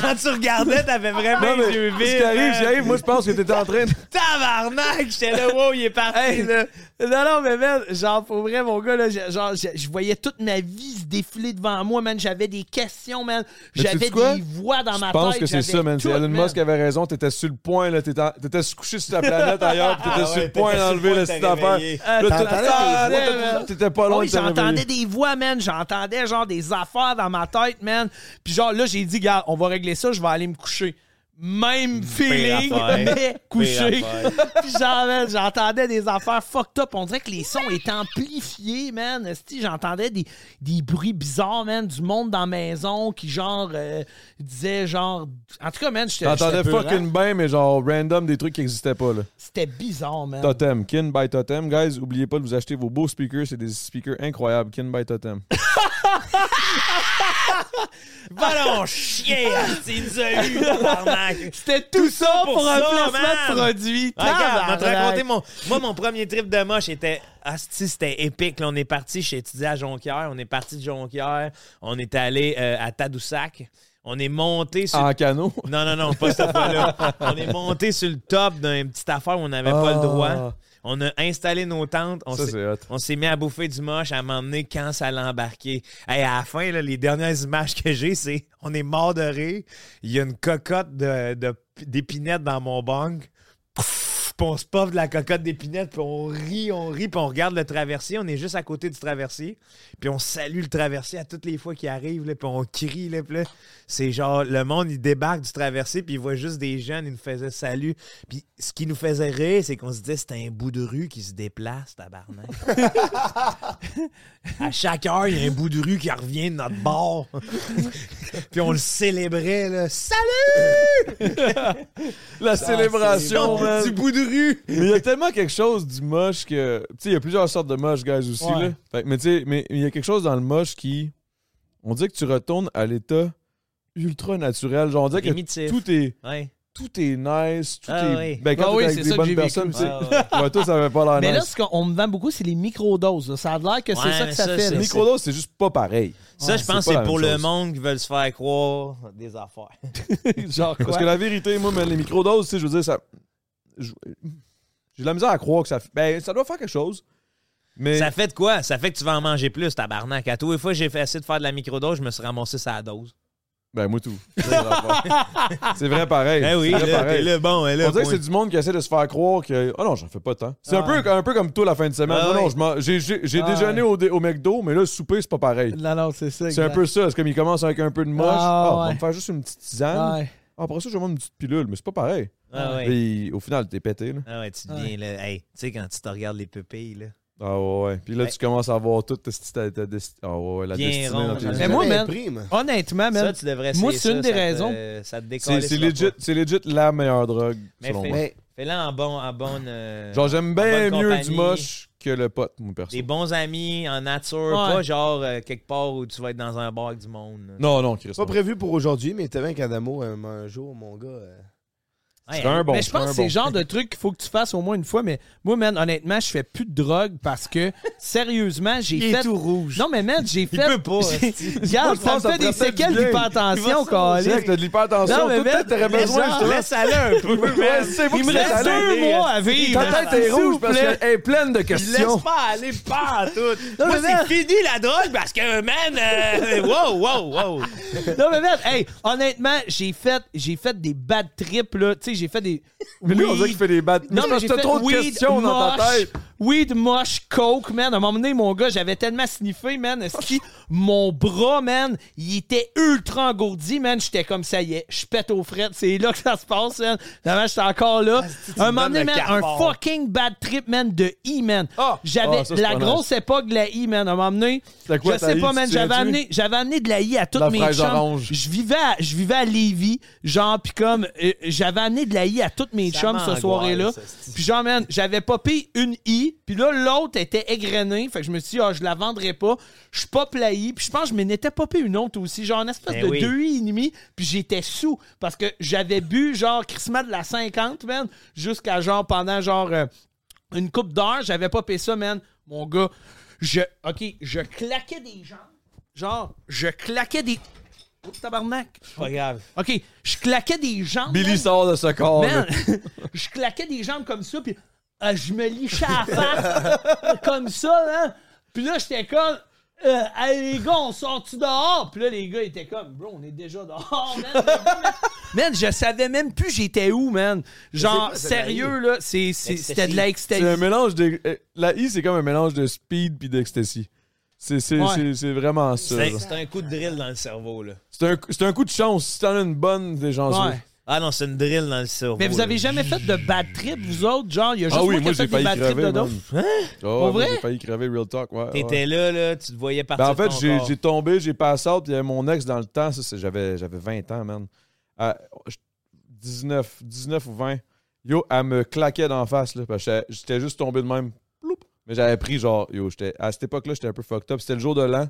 Speaker 2: Quand tu regardais, t'avais vraiment
Speaker 3: Non, mais
Speaker 2: les yeux
Speaker 3: ce
Speaker 2: vides.
Speaker 3: qui arrive, ce qui
Speaker 2: man.
Speaker 3: arrive, moi, je pense que t'étais en train de.
Speaker 2: Tabarnak! J'étais là, wow, il est parti,
Speaker 1: Hey,
Speaker 2: là.
Speaker 1: Non, non, mais man, genre, pour vrai, mon gars, là, j'ai- genre, j'ai- je voyais toute ma vie se défiler devant moi, man. J'avais des questions, man.
Speaker 3: Mais tu
Speaker 1: J'avais
Speaker 3: sais quoi?
Speaker 1: des voix dans ma
Speaker 3: Je
Speaker 1: tête.
Speaker 3: pense que c'est
Speaker 1: j'avais
Speaker 3: ça, man. Si
Speaker 1: tout,
Speaker 3: Elon Musk avait raison, t'étais sur le point, là. T'étais t'étais couché sur ta planète ailleurs, puis t'étais
Speaker 2: Ah
Speaker 3: sur
Speaker 2: ouais,
Speaker 3: le point
Speaker 2: t'étais sur le
Speaker 3: d'enlever
Speaker 2: point
Speaker 3: la
Speaker 2: de
Speaker 3: petite
Speaker 2: te
Speaker 3: affaire.
Speaker 2: réveiller.
Speaker 1: Ah,
Speaker 3: Là,
Speaker 1: t'entendais des
Speaker 3: t'étais-
Speaker 1: voix, man.
Speaker 3: T'étais pas loin
Speaker 1: Oui,
Speaker 3: de te
Speaker 1: j'entendais
Speaker 3: réveiller.
Speaker 1: des voix, man. J'entendais genre des affaires dans ma tête, man. Puis genre là, j'ai dit, gars, on va régler ça, je vais aller me coucher. Même feeling,
Speaker 2: affaire.
Speaker 1: mais couché.
Speaker 2: Pire affaire.
Speaker 1: Puis genre, man, j'entendais des affaires fucked up. On dirait que les sons étaient amplifiés, man. Esti, j'entendais des, des bruits bizarres, man, du monde dans la maison qui, genre, euh, disait, genre. En tout cas, man, j'étais.
Speaker 3: T'entendais
Speaker 1: j'étais peurant.
Speaker 3: fucking bien, mais genre random des trucs qui n'existaient pas, là.
Speaker 1: C'était bizarre, man.
Speaker 3: Totem, Kin by Totem. Guys, oubliez pas de vous acheter vos beaux speakers. C'est des speakers incroyables. Kin by Totem.
Speaker 2: Va donc chier, il nous a eu, tabarnak.
Speaker 1: C'était tout ça pour, un
Speaker 2: ça,
Speaker 1: placement de
Speaker 2: man.
Speaker 1: produit.
Speaker 2: Ah, Regarde, je vais te
Speaker 1: Tabarnak.
Speaker 2: raconter mon. Moi, mon premier trip de moche était. Asti, c'était épique. Là, on est parti, j'ai étudié à Jonquière. On est parti de Jonquière. On est allé euh, à Tadoussac. On est monté sur.
Speaker 3: En canot.
Speaker 2: Non, non, non, pas cette fois-là. On est monté sur le top d'une petite affaire où on n'avait pas
Speaker 3: Ah.
Speaker 2: le droit. On a installé nos tentes. On
Speaker 3: Ça,
Speaker 2: s'est-
Speaker 3: c'est hot.
Speaker 2: on s'est mis à bouffer du moche, à m'emmener quand ça l'a embarqué. Hey, à la fin, là, les dernières images que j'ai, c'est on est mort de rire. Il y a une cocotte de- de- d'épinette dans mon bang. Pff, Puis on se poffe de la cocotte d'épinette, puis on rit, on rit, puis on regarde le traversier. On est juste à côté du traversier. Puis on salue le traversier à toutes les fois qu'il arrive, là, puis on crie. Là, puis là, c'est genre, le monde, il débarque du traversier, puis il voit juste des jeunes, ils nous faisaient salut. Puis ce qui nous faisait rire, c'est qu'on se disait, c'est un bout de rue qui se déplace, tabarnak. À chaque heure, il y a un bout de rue qui revient de notre bord. Puis on le célébrait, là. Salut! Ah,
Speaker 3: La célébration, man.
Speaker 2: du bout de rue!
Speaker 3: Mais il y a tellement quelque chose du moche que. Tu sais, il y a plusieurs sortes de moche, guys, aussi.
Speaker 1: Ouais.
Speaker 3: Là. Fait que- mais tu sais, mais il y a quelque chose dans le moche qui. On dirait que tu retournes à l'état ultra naturel. Genre, on dirait que
Speaker 2: Primitif.
Speaker 3: tout est,
Speaker 2: Ouais.
Speaker 3: tout est nice. Tout
Speaker 2: Ah
Speaker 3: est.
Speaker 2: oui.
Speaker 3: Ben, quand t'es
Speaker 1: Ah oui, c'est
Speaker 3: avec des
Speaker 1: ça que
Speaker 3: bonnes
Speaker 1: j'ai vécu.
Speaker 3: personnes, tu sais.
Speaker 2: Ah
Speaker 3: Ouais, toi, ça avait pas
Speaker 1: Mais
Speaker 3: l'air
Speaker 1: là,
Speaker 3: nice.
Speaker 1: ce qu'on me vend beaucoup, c'est les microdoses. là. Ça a l'air que c'est
Speaker 2: Ouais,
Speaker 1: ça que
Speaker 2: mais
Speaker 1: ça,
Speaker 2: ça,
Speaker 1: fait.
Speaker 2: c'est-
Speaker 1: là.
Speaker 3: Microdose, c'est juste pas pareil.
Speaker 2: Ça, je pense
Speaker 3: pas
Speaker 2: que
Speaker 3: la
Speaker 2: c'est
Speaker 3: même
Speaker 2: pour le
Speaker 3: chose.
Speaker 2: monde qui veut se faire croire des affaires.
Speaker 1: Genre quoi?
Speaker 3: Parce que la vérité, moi, mais les microdoses, tu sais, je veux dire, ça. je- J'ai de la misère à croire que ça. Ben, ça doit faire quelque chose. Mais.
Speaker 2: Ça fait de quoi? Ça fait que tu vas en manger plus, tabarnak. À tous les fois que j'ai fait essayer de faire de la microdose, je me suis ramassé sa dose.
Speaker 3: Ben, moi, tout. c'est vrai pareil.
Speaker 2: Eh oui,
Speaker 3: c'est vrai
Speaker 2: là,
Speaker 3: pareil.
Speaker 2: t'es là, bon, eh là,
Speaker 3: On dirait que
Speaker 2: point.
Speaker 3: c'est du monde qui essaie de se faire croire que. Ah non, j'en fais pas tant. C'est un, peu, un peu comme toi la fin de semaine.
Speaker 2: Ah
Speaker 3: non, non,
Speaker 2: oui.
Speaker 3: je m'en- j'ai j'ai- j'ai
Speaker 1: Ah
Speaker 3: déjeuné au, dé- au McDo, mais là, le souper, c'est pas pareil.
Speaker 1: Non, non, c'est ça.
Speaker 3: C'est un
Speaker 1: exact.
Speaker 3: peu ça. C'est comme il commence avec un peu de moche.
Speaker 1: Ah,
Speaker 3: Ah, on va
Speaker 1: ouais.
Speaker 3: me faire juste une petite tisane.
Speaker 1: Ouais.
Speaker 3: Ah, Après ça, je vais prendre une petite pilule, mais c'est pas pareil.
Speaker 2: Ah ouais.
Speaker 3: Puis, au final, t'es pété. Là.
Speaker 2: Ah ouais, tu deviens, là. Hey, tu sais, quand tu te regardes les pupilles, là.
Speaker 3: Ah ouais, ouais. Puis là, tu commences à avoir toute ta, ta- ta destinée. Ah ouais, ouais, la
Speaker 2: Bien
Speaker 3: destinée
Speaker 2: rond,
Speaker 3: dans tes
Speaker 2: là.
Speaker 3: yeux.
Speaker 1: Mais moi,
Speaker 4: J'avais
Speaker 1: man,
Speaker 4: pris, moi.
Speaker 3: Ah,
Speaker 1: honnêtement, man,
Speaker 2: Ça, tu devrais essayer
Speaker 1: moi, c'est
Speaker 2: ça,
Speaker 1: une des
Speaker 2: ça te- euh,
Speaker 1: raisons.
Speaker 2: ça te décolle.
Speaker 3: C'est c'est legit, c'est legit la meilleure drogue,
Speaker 2: Mais
Speaker 3: selon
Speaker 2: fais-
Speaker 3: moi.
Speaker 2: Fais-la en bon, en bonne. euh,
Speaker 3: Genre, j'aime
Speaker 2: en
Speaker 3: bien
Speaker 2: bonne
Speaker 3: mieux du
Speaker 2: compagnie.
Speaker 3: moche que le pote, mon perso.
Speaker 2: Des bons amis en nature,
Speaker 1: Ouais.
Speaker 2: pas genre euh, quelque part où tu vas être dans un bar avec du monde. là.
Speaker 3: Non, non, Chris.
Speaker 4: Pas
Speaker 3: non.
Speaker 4: prévu pour aujourd'hui, mais t'avais un Cadamo un, un jour, mon gars. euh,
Speaker 2: Hey,
Speaker 3: C'est un bon.
Speaker 1: mais je pense
Speaker 3: un
Speaker 1: que c'est
Speaker 3: bon.
Speaker 1: le genre de truc qu'il faut que tu fasses au moins une fois. Mais moi, man, honnêtement, je fais plus de drogue parce que, sérieusement, j'ai
Speaker 2: Il est
Speaker 1: fait.
Speaker 2: tout rouge.
Speaker 1: Non, mais, man, j'ai
Speaker 2: Il
Speaker 1: fait.
Speaker 2: peut pas,
Speaker 1: j'ai-
Speaker 2: hostie.
Speaker 1: Regarde, ça me fait des séquelles d'hypertension,
Speaker 3: C'est vrai
Speaker 1: Calis.
Speaker 3: que t'as de l'hypertension.
Speaker 1: Non,
Speaker 3: Non,
Speaker 1: mais
Speaker 3: mais
Speaker 1: man,
Speaker 3: peut-être t'aurais
Speaker 1: mais
Speaker 3: besoin,
Speaker 1: genre-
Speaker 3: je te
Speaker 2: Laisse aller un peu, man.
Speaker 3: c'est moi
Speaker 1: Il
Speaker 3: qui
Speaker 1: me
Speaker 3: laisse
Speaker 1: reste
Speaker 3: aller.
Speaker 1: deux mois à vivre.
Speaker 3: Ta tête est
Speaker 1: S'il vous
Speaker 3: rouge parce
Speaker 1: plaît.
Speaker 3: qu'elle est pleine de
Speaker 2: Il laisse
Speaker 3: questions.
Speaker 2: pas aller pas en tout.
Speaker 1: Non,
Speaker 2: Moi,
Speaker 1: mais man.
Speaker 2: c'est fini la drogue parce que, man, euh, wow, wow, wow.
Speaker 1: Non, mais merde, hey, honnêtement, j'ai fait, j'ai fait des bad trips, là. Tu sais, j'ai fait des.
Speaker 3: Mais lui, on dirait qu'il fait des bad-
Speaker 1: Non,
Speaker 3: Mais
Speaker 1: mais
Speaker 3: parce
Speaker 1: j'ai
Speaker 3: que t'as
Speaker 1: fait
Speaker 3: trop de
Speaker 1: weed,
Speaker 3: questions dans ta
Speaker 1: moche,
Speaker 3: tête.
Speaker 1: Weed, moche, coke, man. À un moment donné, mon gars, j'avais tellement sniffé, man. esti, mon bras, man, il était ultra engourdi, man. J'étais comme ça y est, je pète aux frettes. C'est là que ça se passe, man. Finalement, j'étais encore là.
Speaker 2: Ah,
Speaker 1: un moment donné,
Speaker 2: donnes
Speaker 1: man,
Speaker 2: le
Speaker 1: un
Speaker 2: cafard.
Speaker 1: fucking bad trip, man, de E, man.
Speaker 3: Ah!
Speaker 1: j'avais
Speaker 3: Ah, ça, c'est
Speaker 1: la
Speaker 3: pas
Speaker 1: grosse époque de la I, man. À un moment donné,
Speaker 3: C'était quoi
Speaker 1: je
Speaker 3: ta
Speaker 1: sais
Speaker 3: I,
Speaker 1: pas,
Speaker 3: tu
Speaker 1: man.
Speaker 3: te
Speaker 1: J'avais
Speaker 3: souviens-tu?
Speaker 1: amené, j'avais amené de la I à toutes
Speaker 3: La
Speaker 1: mes
Speaker 3: fraise
Speaker 1: chums.
Speaker 3: orange.
Speaker 1: Je vivais à, je vivais à Lévis, genre, puis comme, euh, j'avais amené de la I à toutes mes
Speaker 2: Ça
Speaker 1: chums ce
Speaker 2: m'angoisse,
Speaker 1: soirée-là.
Speaker 2: ça, c'est-
Speaker 1: Puis genre, man, j'avais popé une I plailli. Puis là, l'autre était égrenée. Fait que je me suis dit, ah, je la vendrai pas. Je suis pas plailli. Puis je pense que je m'en étais popé une autre aussi. Genre, une espèce
Speaker 2: Ben
Speaker 1: de
Speaker 2: oui.
Speaker 1: deux et demi. Puis j'étais sous. Parce que j'avais bu, genre, Christmas de la 50, man. Jusqu'à, genre, pendant, genre, euh, une coupe d'heure. J'avais popé ça, man. Mon gars, je. OK, je claquais des jambes. Genre, je claquais des. Oups, tabarnak.
Speaker 2: Pas grave.
Speaker 1: OK, je claquais des jambes. man.
Speaker 3: Billy sort de ce corps.
Speaker 1: Man, je claquais des jambes comme ça, puis euh, je me lichais à la face, comme ça, hein. Puis là, j'étais comme, euh, hey, les gars, on sort-tu dehors? Puis là, les gars étaient comme, bro, on est déjà dehors, man. man, je savais même plus j'étais où, man. Genre,
Speaker 4: quoi, c'est de la
Speaker 1: sérieux, là, c'est- c'est- c'était de
Speaker 3: C'est un
Speaker 1: l'extérieur.
Speaker 3: mélange de. euh, La I, c'est comme un mélange de speed puis d'ecstasy. C'est c'est-
Speaker 1: Ouais.
Speaker 3: c'est- c'est vraiment ça.
Speaker 2: C'est
Speaker 3: genre.
Speaker 2: c'est un coup de drill dans le cerveau, là.
Speaker 3: C'est un, c'est un coup de chance. Si t'en as une bonne, des gens
Speaker 1: Ouais.
Speaker 2: Ah non, c'est une drill dans le cerveau.
Speaker 1: Mais vous
Speaker 2: là.
Speaker 1: avez jamais fait de bad trip, vous autres? Genre, il y a juste
Speaker 3: Ah oui,
Speaker 1: moi
Speaker 3: moi
Speaker 1: qui ai
Speaker 3: j'ai
Speaker 1: fait des
Speaker 3: failli
Speaker 1: bad trips
Speaker 3: crever.
Speaker 1: de
Speaker 3: man.
Speaker 1: d'autres.
Speaker 3: Oh,
Speaker 1: Pour
Speaker 3: moi,
Speaker 1: vrai?
Speaker 3: J'ai failli crever, real talk. Ouais, ouais.
Speaker 2: T'étais là, là, tu te voyais partir.
Speaker 3: Ben, en fait,
Speaker 2: ton
Speaker 3: j'ai-
Speaker 2: corps.
Speaker 3: j'ai tombé, j'ai passé out, puis il y avait mon ex dans le temps, ça, c'est- j'avais j'avais 20 ans, man. À- je- 19, 19 ou 20. Yo, elle me claquait d'en face, là, parce que j'étais- j'étais juste tombé de même. Ploup. Mais j'avais pris, genre, yo, j'étais- à cette époque-là, j'étais un peu fucked up. C'était le jour de l'an.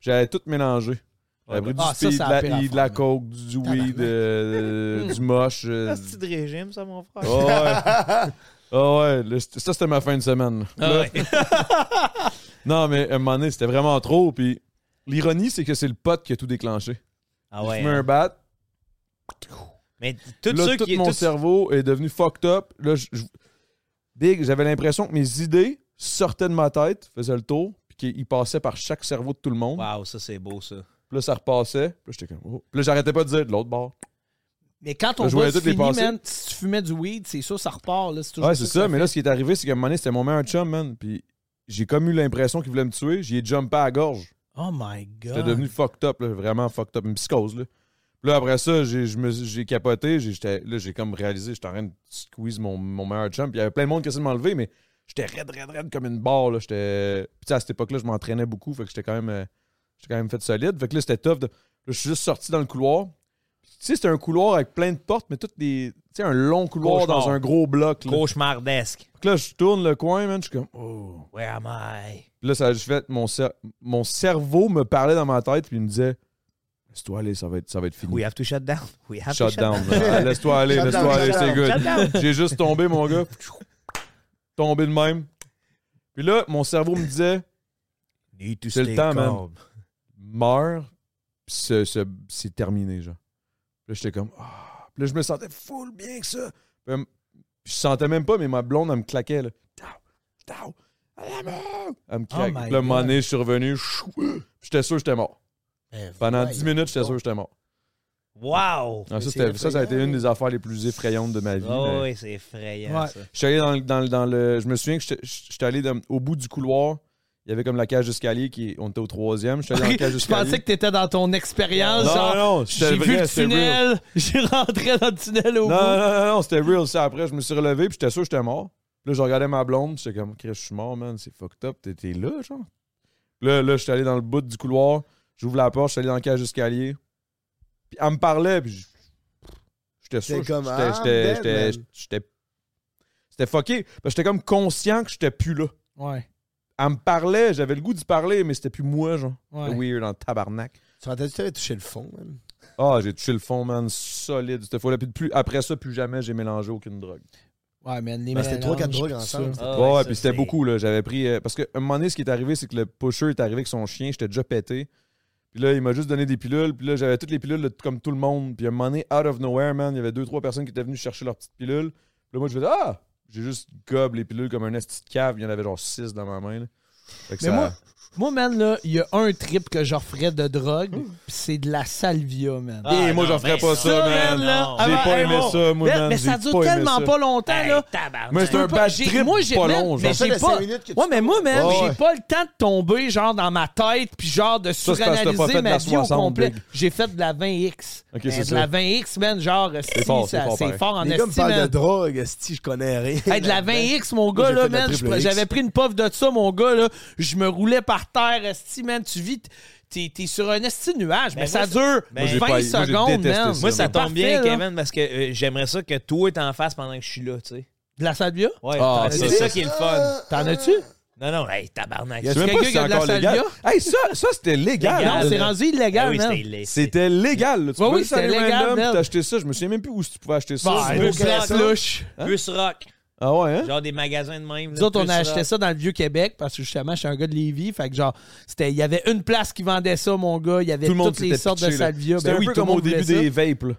Speaker 3: J'avais tout mélangé. J'avais pris du
Speaker 1: Ah, ça,
Speaker 3: speed,
Speaker 1: ça a
Speaker 3: de la
Speaker 1: pire
Speaker 3: I,
Speaker 1: affaire,
Speaker 3: de la
Speaker 1: man.
Speaker 3: coke, du, du weed, euh, du moche.
Speaker 2: Ah,
Speaker 3: euh,
Speaker 2: C'est de régime, ça, mon frère.
Speaker 3: Ah ouais. Ah ouais, là, c't- ça c'était ma fin de semaine. Là- non, mais à un moment donné, c'était vraiment trop. Puis l'ironie, c'est que c'est le pote qui a tout déclenché.
Speaker 2: Ah
Speaker 3: Je
Speaker 2: ouais.
Speaker 3: fumais un bat.
Speaker 2: Mais tout
Speaker 3: là,
Speaker 2: ceux
Speaker 3: tout
Speaker 2: qui.
Speaker 3: mon
Speaker 2: tout-
Speaker 3: cerveau est devenu fucked up. Là, je- je- Big, j'avais l'impression que mes idées sortaient de ma tête, faisaient le tour, puis qu'ils ils passaient par chaque cerveau de tout le monde.
Speaker 2: Waouh, ça, c'est beau, ça.
Speaker 3: Puis là, ça repassait. Puis là, j'étais comme. oh. Puis là, j'arrêtais pas de dire de l'autre bord.
Speaker 1: Mais quand on
Speaker 3: Ben, Je voyais
Speaker 1: bosse
Speaker 3: toutes les
Speaker 1: fini,
Speaker 3: passées.
Speaker 1: man, si tu fumais du weed, c'est sûr, ça repart, là. toujours
Speaker 3: Ouais, c'est ça.
Speaker 1: que
Speaker 3: Mais là, ce qui est arrivé, c'est qu'à un moment donné, c'était mon meilleur chum, man. Puis j'ai comme eu l'impression qu'il voulait me tuer. J'y ai jumpé à la gorge.
Speaker 1: Oh my God.
Speaker 3: J'étais devenu fucked up, là, vraiment fucked up, une psychose. Là, Puis là après ça, j'ai, je me suis- j'ai capoté. J'ai, j'étais- là, j'ai comme réalisé, j'étais en train de squeeze mon, mon meilleur chum. Puis il y avait plein de monde qui essayait de m'enlever, mais j'étais raide, raide, raide comme une barre. Là, j'étais... Puis tu sais, à cette époque-là, je m'entraînais beaucoup. Fait que j'étais quand même, euh, j'étais quand même fait solide. Fait que là, c'était tough. de- là, je suis juste sorti dans le couloir. Puis Tu sais, c'était un couloir avec plein de portes, mais toutes des. Tu sais, un long couloir
Speaker 2: Cauchemar.
Speaker 3: dans un gros bloc. Là.
Speaker 2: Cauchemardesque.
Speaker 3: Fait que là, je tourne le coin, man. Je suis comme, oh.
Speaker 2: Where am I?
Speaker 3: Puis là, ça a juste fait. Mon, cer- mon cerveau me parlait dans ma tête, puis il me disait Laisse-toi aller, ça va être, ça va être fini.
Speaker 2: We have to shut down. We have to
Speaker 3: shut
Speaker 2: shut
Speaker 3: down. là. Laisse-toi aller,
Speaker 4: Shut
Speaker 3: laisse-toi
Speaker 4: down,
Speaker 3: aller,
Speaker 4: shut
Speaker 3: c'est
Speaker 4: down,
Speaker 3: good. J'ai juste tombé, mon gars. Tombé de même. Puis là, mon cerveau me disait
Speaker 2: Need to
Speaker 3: C'est le
Speaker 2: stay
Speaker 3: temps, man.
Speaker 2: calm.
Speaker 3: Meurs, puis ce- ce- c'est terminé, genre. Puis là, j'étais comme Ah. Puis là, je me sentais full bien que ça. Puis, euh, je sentais même pas, mais ma blonde, elle me claquait, là. Taou, taou, à la mort. Elle me claque.
Speaker 1: Oh my
Speaker 3: Puis là, un moment
Speaker 1: God.
Speaker 3: donné, je suis revenu. chou, euh, J'étais sûr que j'étais mort.
Speaker 4: Ben,
Speaker 3: Pendant
Speaker 4: ouais,
Speaker 3: 10 minutes, j'étais sûr que j'étais mort.
Speaker 2: Wow!
Speaker 3: Ah, ça,
Speaker 4: c'est
Speaker 3: c'était- ça, ça a été
Speaker 4: effrayant.
Speaker 3: une des affaires les plus effrayantes de ma vie.
Speaker 1: Ah
Speaker 3: mais-
Speaker 2: Oh, oui, c'est effrayant,
Speaker 1: Ouais.
Speaker 2: ça.
Speaker 3: Je suis allé dans, le- dans, le- dans le. Je me souviens que j'étais- j'étais allé dans- au bout du couloir. Il y avait comme la cage d'escalier qui. On était au troisième. Je suis allé dans la cage
Speaker 1: Je
Speaker 3: d'escalier.
Speaker 1: pensais que t'étais dans ton expérience.
Speaker 3: Non,
Speaker 1: genre,
Speaker 3: non, c'était
Speaker 1: J'ai
Speaker 3: vrai,
Speaker 1: vu le
Speaker 3: c'était real.
Speaker 1: tunnel, j'ai rentré dans le tunnel au
Speaker 3: Non,
Speaker 1: bout.
Speaker 3: non, non, non, c'était real. Ça, après, je me suis relevé. Puis j'étais sûr que j'étais mort. Puis là, je regardais ma blonde. J'étais comme, Chris, je suis mort, man. C'est fucked up. T'es t'es là, genre. Puis Là, là, j'étais allé dans le bout du couloir. J'ouvre la porte. Je suis allé dans la cage d'escalier. Puis elle me parlait. Puis je- j'étais sûr.
Speaker 4: T'es
Speaker 3: j'étais-
Speaker 4: comme, ah,
Speaker 3: J'étais.
Speaker 4: ben,
Speaker 3: j'étais-
Speaker 4: man.
Speaker 3: J'étais. C'était fucké. Parce que j'étais comme conscient que j'étais plus là.
Speaker 1: Ouais,
Speaker 3: Elle me parlait, j'avais le goût d'y parler, mais c'était plus moi, genre.
Speaker 1: ouais.
Speaker 3: Weird en tabarnak.
Speaker 4: Tu sentais-tu que t'avais touché le fond, man?
Speaker 3: Ah, j'ai touché le fond, man, solide cette fois-là. Puis plus, après ça, plus jamais j'ai mélangé aucune drogue.
Speaker 1: Ouais, man, les
Speaker 4: Ben, c'était trois, quatre
Speaker 1: mélanges,
Speaker 4: drogues
Speaker 1: tout ça.
Speaker 4: ensemble.
Speaker 2: Ah,
Speaker 3: ouais,
Speaker 2: ça,
Speaker 3: puis c'était
Speaker 2: c'est-
Speaker 3: beaucoup, là. J'avais pris. euh, parce qu'à un moment donné, ce qui est arrivé, c'est que le pusher est arrivé avec son chien, j'étais déjà pété. Puis là, il m'a juste donné des pilules. Puis là, j'avais toutes les pilules de- comme tout le monde. Puis à un moment donné, out of nowhere, man, il y avait deux, trois personnes qui étaient venues chercher leurs petites pilules. Puis là, moi, je faisais Ah! J'ai juste gobe les pilules comme un esti de cave. Il y en avait genre six dans ma main, là. Fait que
Speaker 1: Mais
Speaker 3: ça-
Speaker 1: moi- Moi, man, là, il y a un trip que je referais de drogue,
Speaker 4: Mmh.
Speaker 1: pis c'est de la salvia, man.
Speaker 2: Ah,
Speaker 3: Eh, moi,
Speaker 2: non,
Speaker 3: j'en ferais
Speaker 2: ben,
Speaker 3: pas
Speaker 2: ça,
Speaker 3: ça, man.
Speaker 2: man,
Speaker 1: là,
Speaker 2: non. Ah,
Speaker 3: J'ai
Speaker 1: avant-
Speaker 3: pas aimé
Speaker 1: avant-
Speaker 3: ça, moi,
Speaker 1: Ah, oh. Mais-
Speaker 3: man.
Speaker 1: mais ça
Speaker 3: J'ai
Speaker 1: dure
Speaker 3: pas aimé
Speaker 1: tellement
Speaker 3: ça.
Speaker 1: pas longtemps, là.
Speaker 3: Mais
Speaker 2: tabarnak.
Speaker 3: c'est un
Speaker 1: J'ai pas-
Speaker 3: bad
Speaker 1: j'ai-
Speaker 3: trip
Speaker 1: moi, j'ai,
Speaker 3: pas
Speaker 1: man,
Speaker 3: long, genre.
Speaker 1: mais
Speaker 4: Ça fait
Speaker 1: j'ai
Speaker 4: de
Speaker 1: pas,
Speaker 4: cinq minutes que tu
Speaker 1: ouais, mais moi, man,
Speaker 3: Ouais,
Speaker 1: j'ai
Speaker 3: ouais.
Speaker 1: pas le temps de tomber, genre, dans ma tête, puis genre, de
Speaker 3: c'est parce que t'as pas fait
Speaker 1: suranalyser
Speaker 3: de la
Speaker 1: ma vie au
Speaker 3: 60,
Speaker 1: complet.
Speaker 3: Big.
Speaker 1: J'ai fait de la 20X.
Speaker 3: Ok,
Speaker 1: Mais
Speaker 3: c'est
Speaker 1: de
Speaker 3: ça.
Speaker 1: la 20X, man, genre, si,
Speaker 3: fort, c'est
Speaker 1: ça-
Speaker 3: fort, pareil.
Speaker 1: c'est fort en
Speaker 4: Les gars me
Speaker 1: estime,
Speaker 4: parlent de
Speaker 1: man.
Speaker 4: drogue, si je connais rien.
Speaker 1: Hey, de la 20X, mon
Speaker 4: Moi,
Speaker 1: gars,
Speaker 4: j'ai
Speaker 1: là,
Speaker 4: fait de la
Speaker 1: man.
Speaker 4: triple
Speaker 1: je-
Speaker 4: X.
Speaker 1: J'avais pris une puff de ça, mon gars, là. Je me roulais par terre, esti, man. Tu vis, t- t'es t'es sur un esti de nuage, mais
Speaker 2: Ben,
Speaker 1: ça
Speaker 2: moi,
Speaker 1: dure
Speaker 2: ben, Moi,
Speaker 1: 20
Speaker 2: j'ai
Speaker 3: pas- moi, j'ai
Speaker 1: secondes,
Speaker 3: détesté
Speaker 1: man.
Speaker 3: ça,
Speaker 2: Moi,
Speaker 3: C'est
Speaker 2: ça tombe bien,
Speaker 1: parfait, là.
Speaker 2: Kevin, parce que euh, j'aimerais ça que toi, t'es en face pendant que je suis là, tu sais.
Speaker 1: De la salvia?
Speaker 2: Ouais,
Speaker 3: Ah,
Speaker 2: c'est
Speaker 3: ça,
Speaker 2: ça qui est le fun.
Speaker 1: T'en as-tu?
Speaker 2: Non, non, hey, tabarnak.
Speaker 3: Y a-tu
Speaker 2: C'est
Speaker 3: même
Speaker 1: quelqu'un
Speaker 3: pas si
Speaker 1: qui a
Speaker 3: c'est
Speaker 1: de la
Speaker 3: encore légal?
Speaker 1: salvia?
Speaker 3: Hey, ça, ça c'était légal.
Speaker 2: Légal,
Speaker 3: hein?
Speaker 1: Non, c'est
Speaker 2: là.
Speaker 1: rendu illégal,
Speaker 2: Ah oui,
Speaker 1: man.
Speaker 2: c'était illégal.
Speaker 3: C'était légal. là. Tu
Speaker 1: Ouais,
Speaker 3: pouvais
Speaker 1: oui,
Speaker 3: aller
Speaker 1: c'était
Speaker 3: sur un
Speaker 1: légal,
Speaker 3: random,
Speaker 1: merde.
Speaker 3: t'as acheté ça. Je me souviens même plus où tu pouvais acheter ça.
Speaker 1: Bah,
Speaker 3: C'est
Speaker 1: une
Speaker 3: beau.
Speaker 1: place louche.
Speaker 2: Puce rock.
Speaker 3: ah ouais, hein?
Speaker 2: Genre des magasins de même.
Speaker 1: Nous autres, on a
Speaker 2: euh,
Speaker 1: acheté ça dans le Vieux-Québec parce que justement, je suis un gars de Lévis. Fait que genre, c'était- il y avait une place qui vendait ça, mon gars. Il y avait
Speaker 3: Tout le monde
Speaker 1: toutes les
Speaker 3: s'était
Speaker 1: sortes de
Speaker 3: pitché, là.
Speaker 1: salvia.
Speaker 3: C'était
Speaker 1: Ben
Speaker 3: un
Speaker 1: oui,
Speaker 3: peu
Speaker 1: tout le
Speaker 3: comme au
Speaker 1: monde
Speaker 3: début
Speaker 1: voulait ça.
Speaker 3: des vapes. là.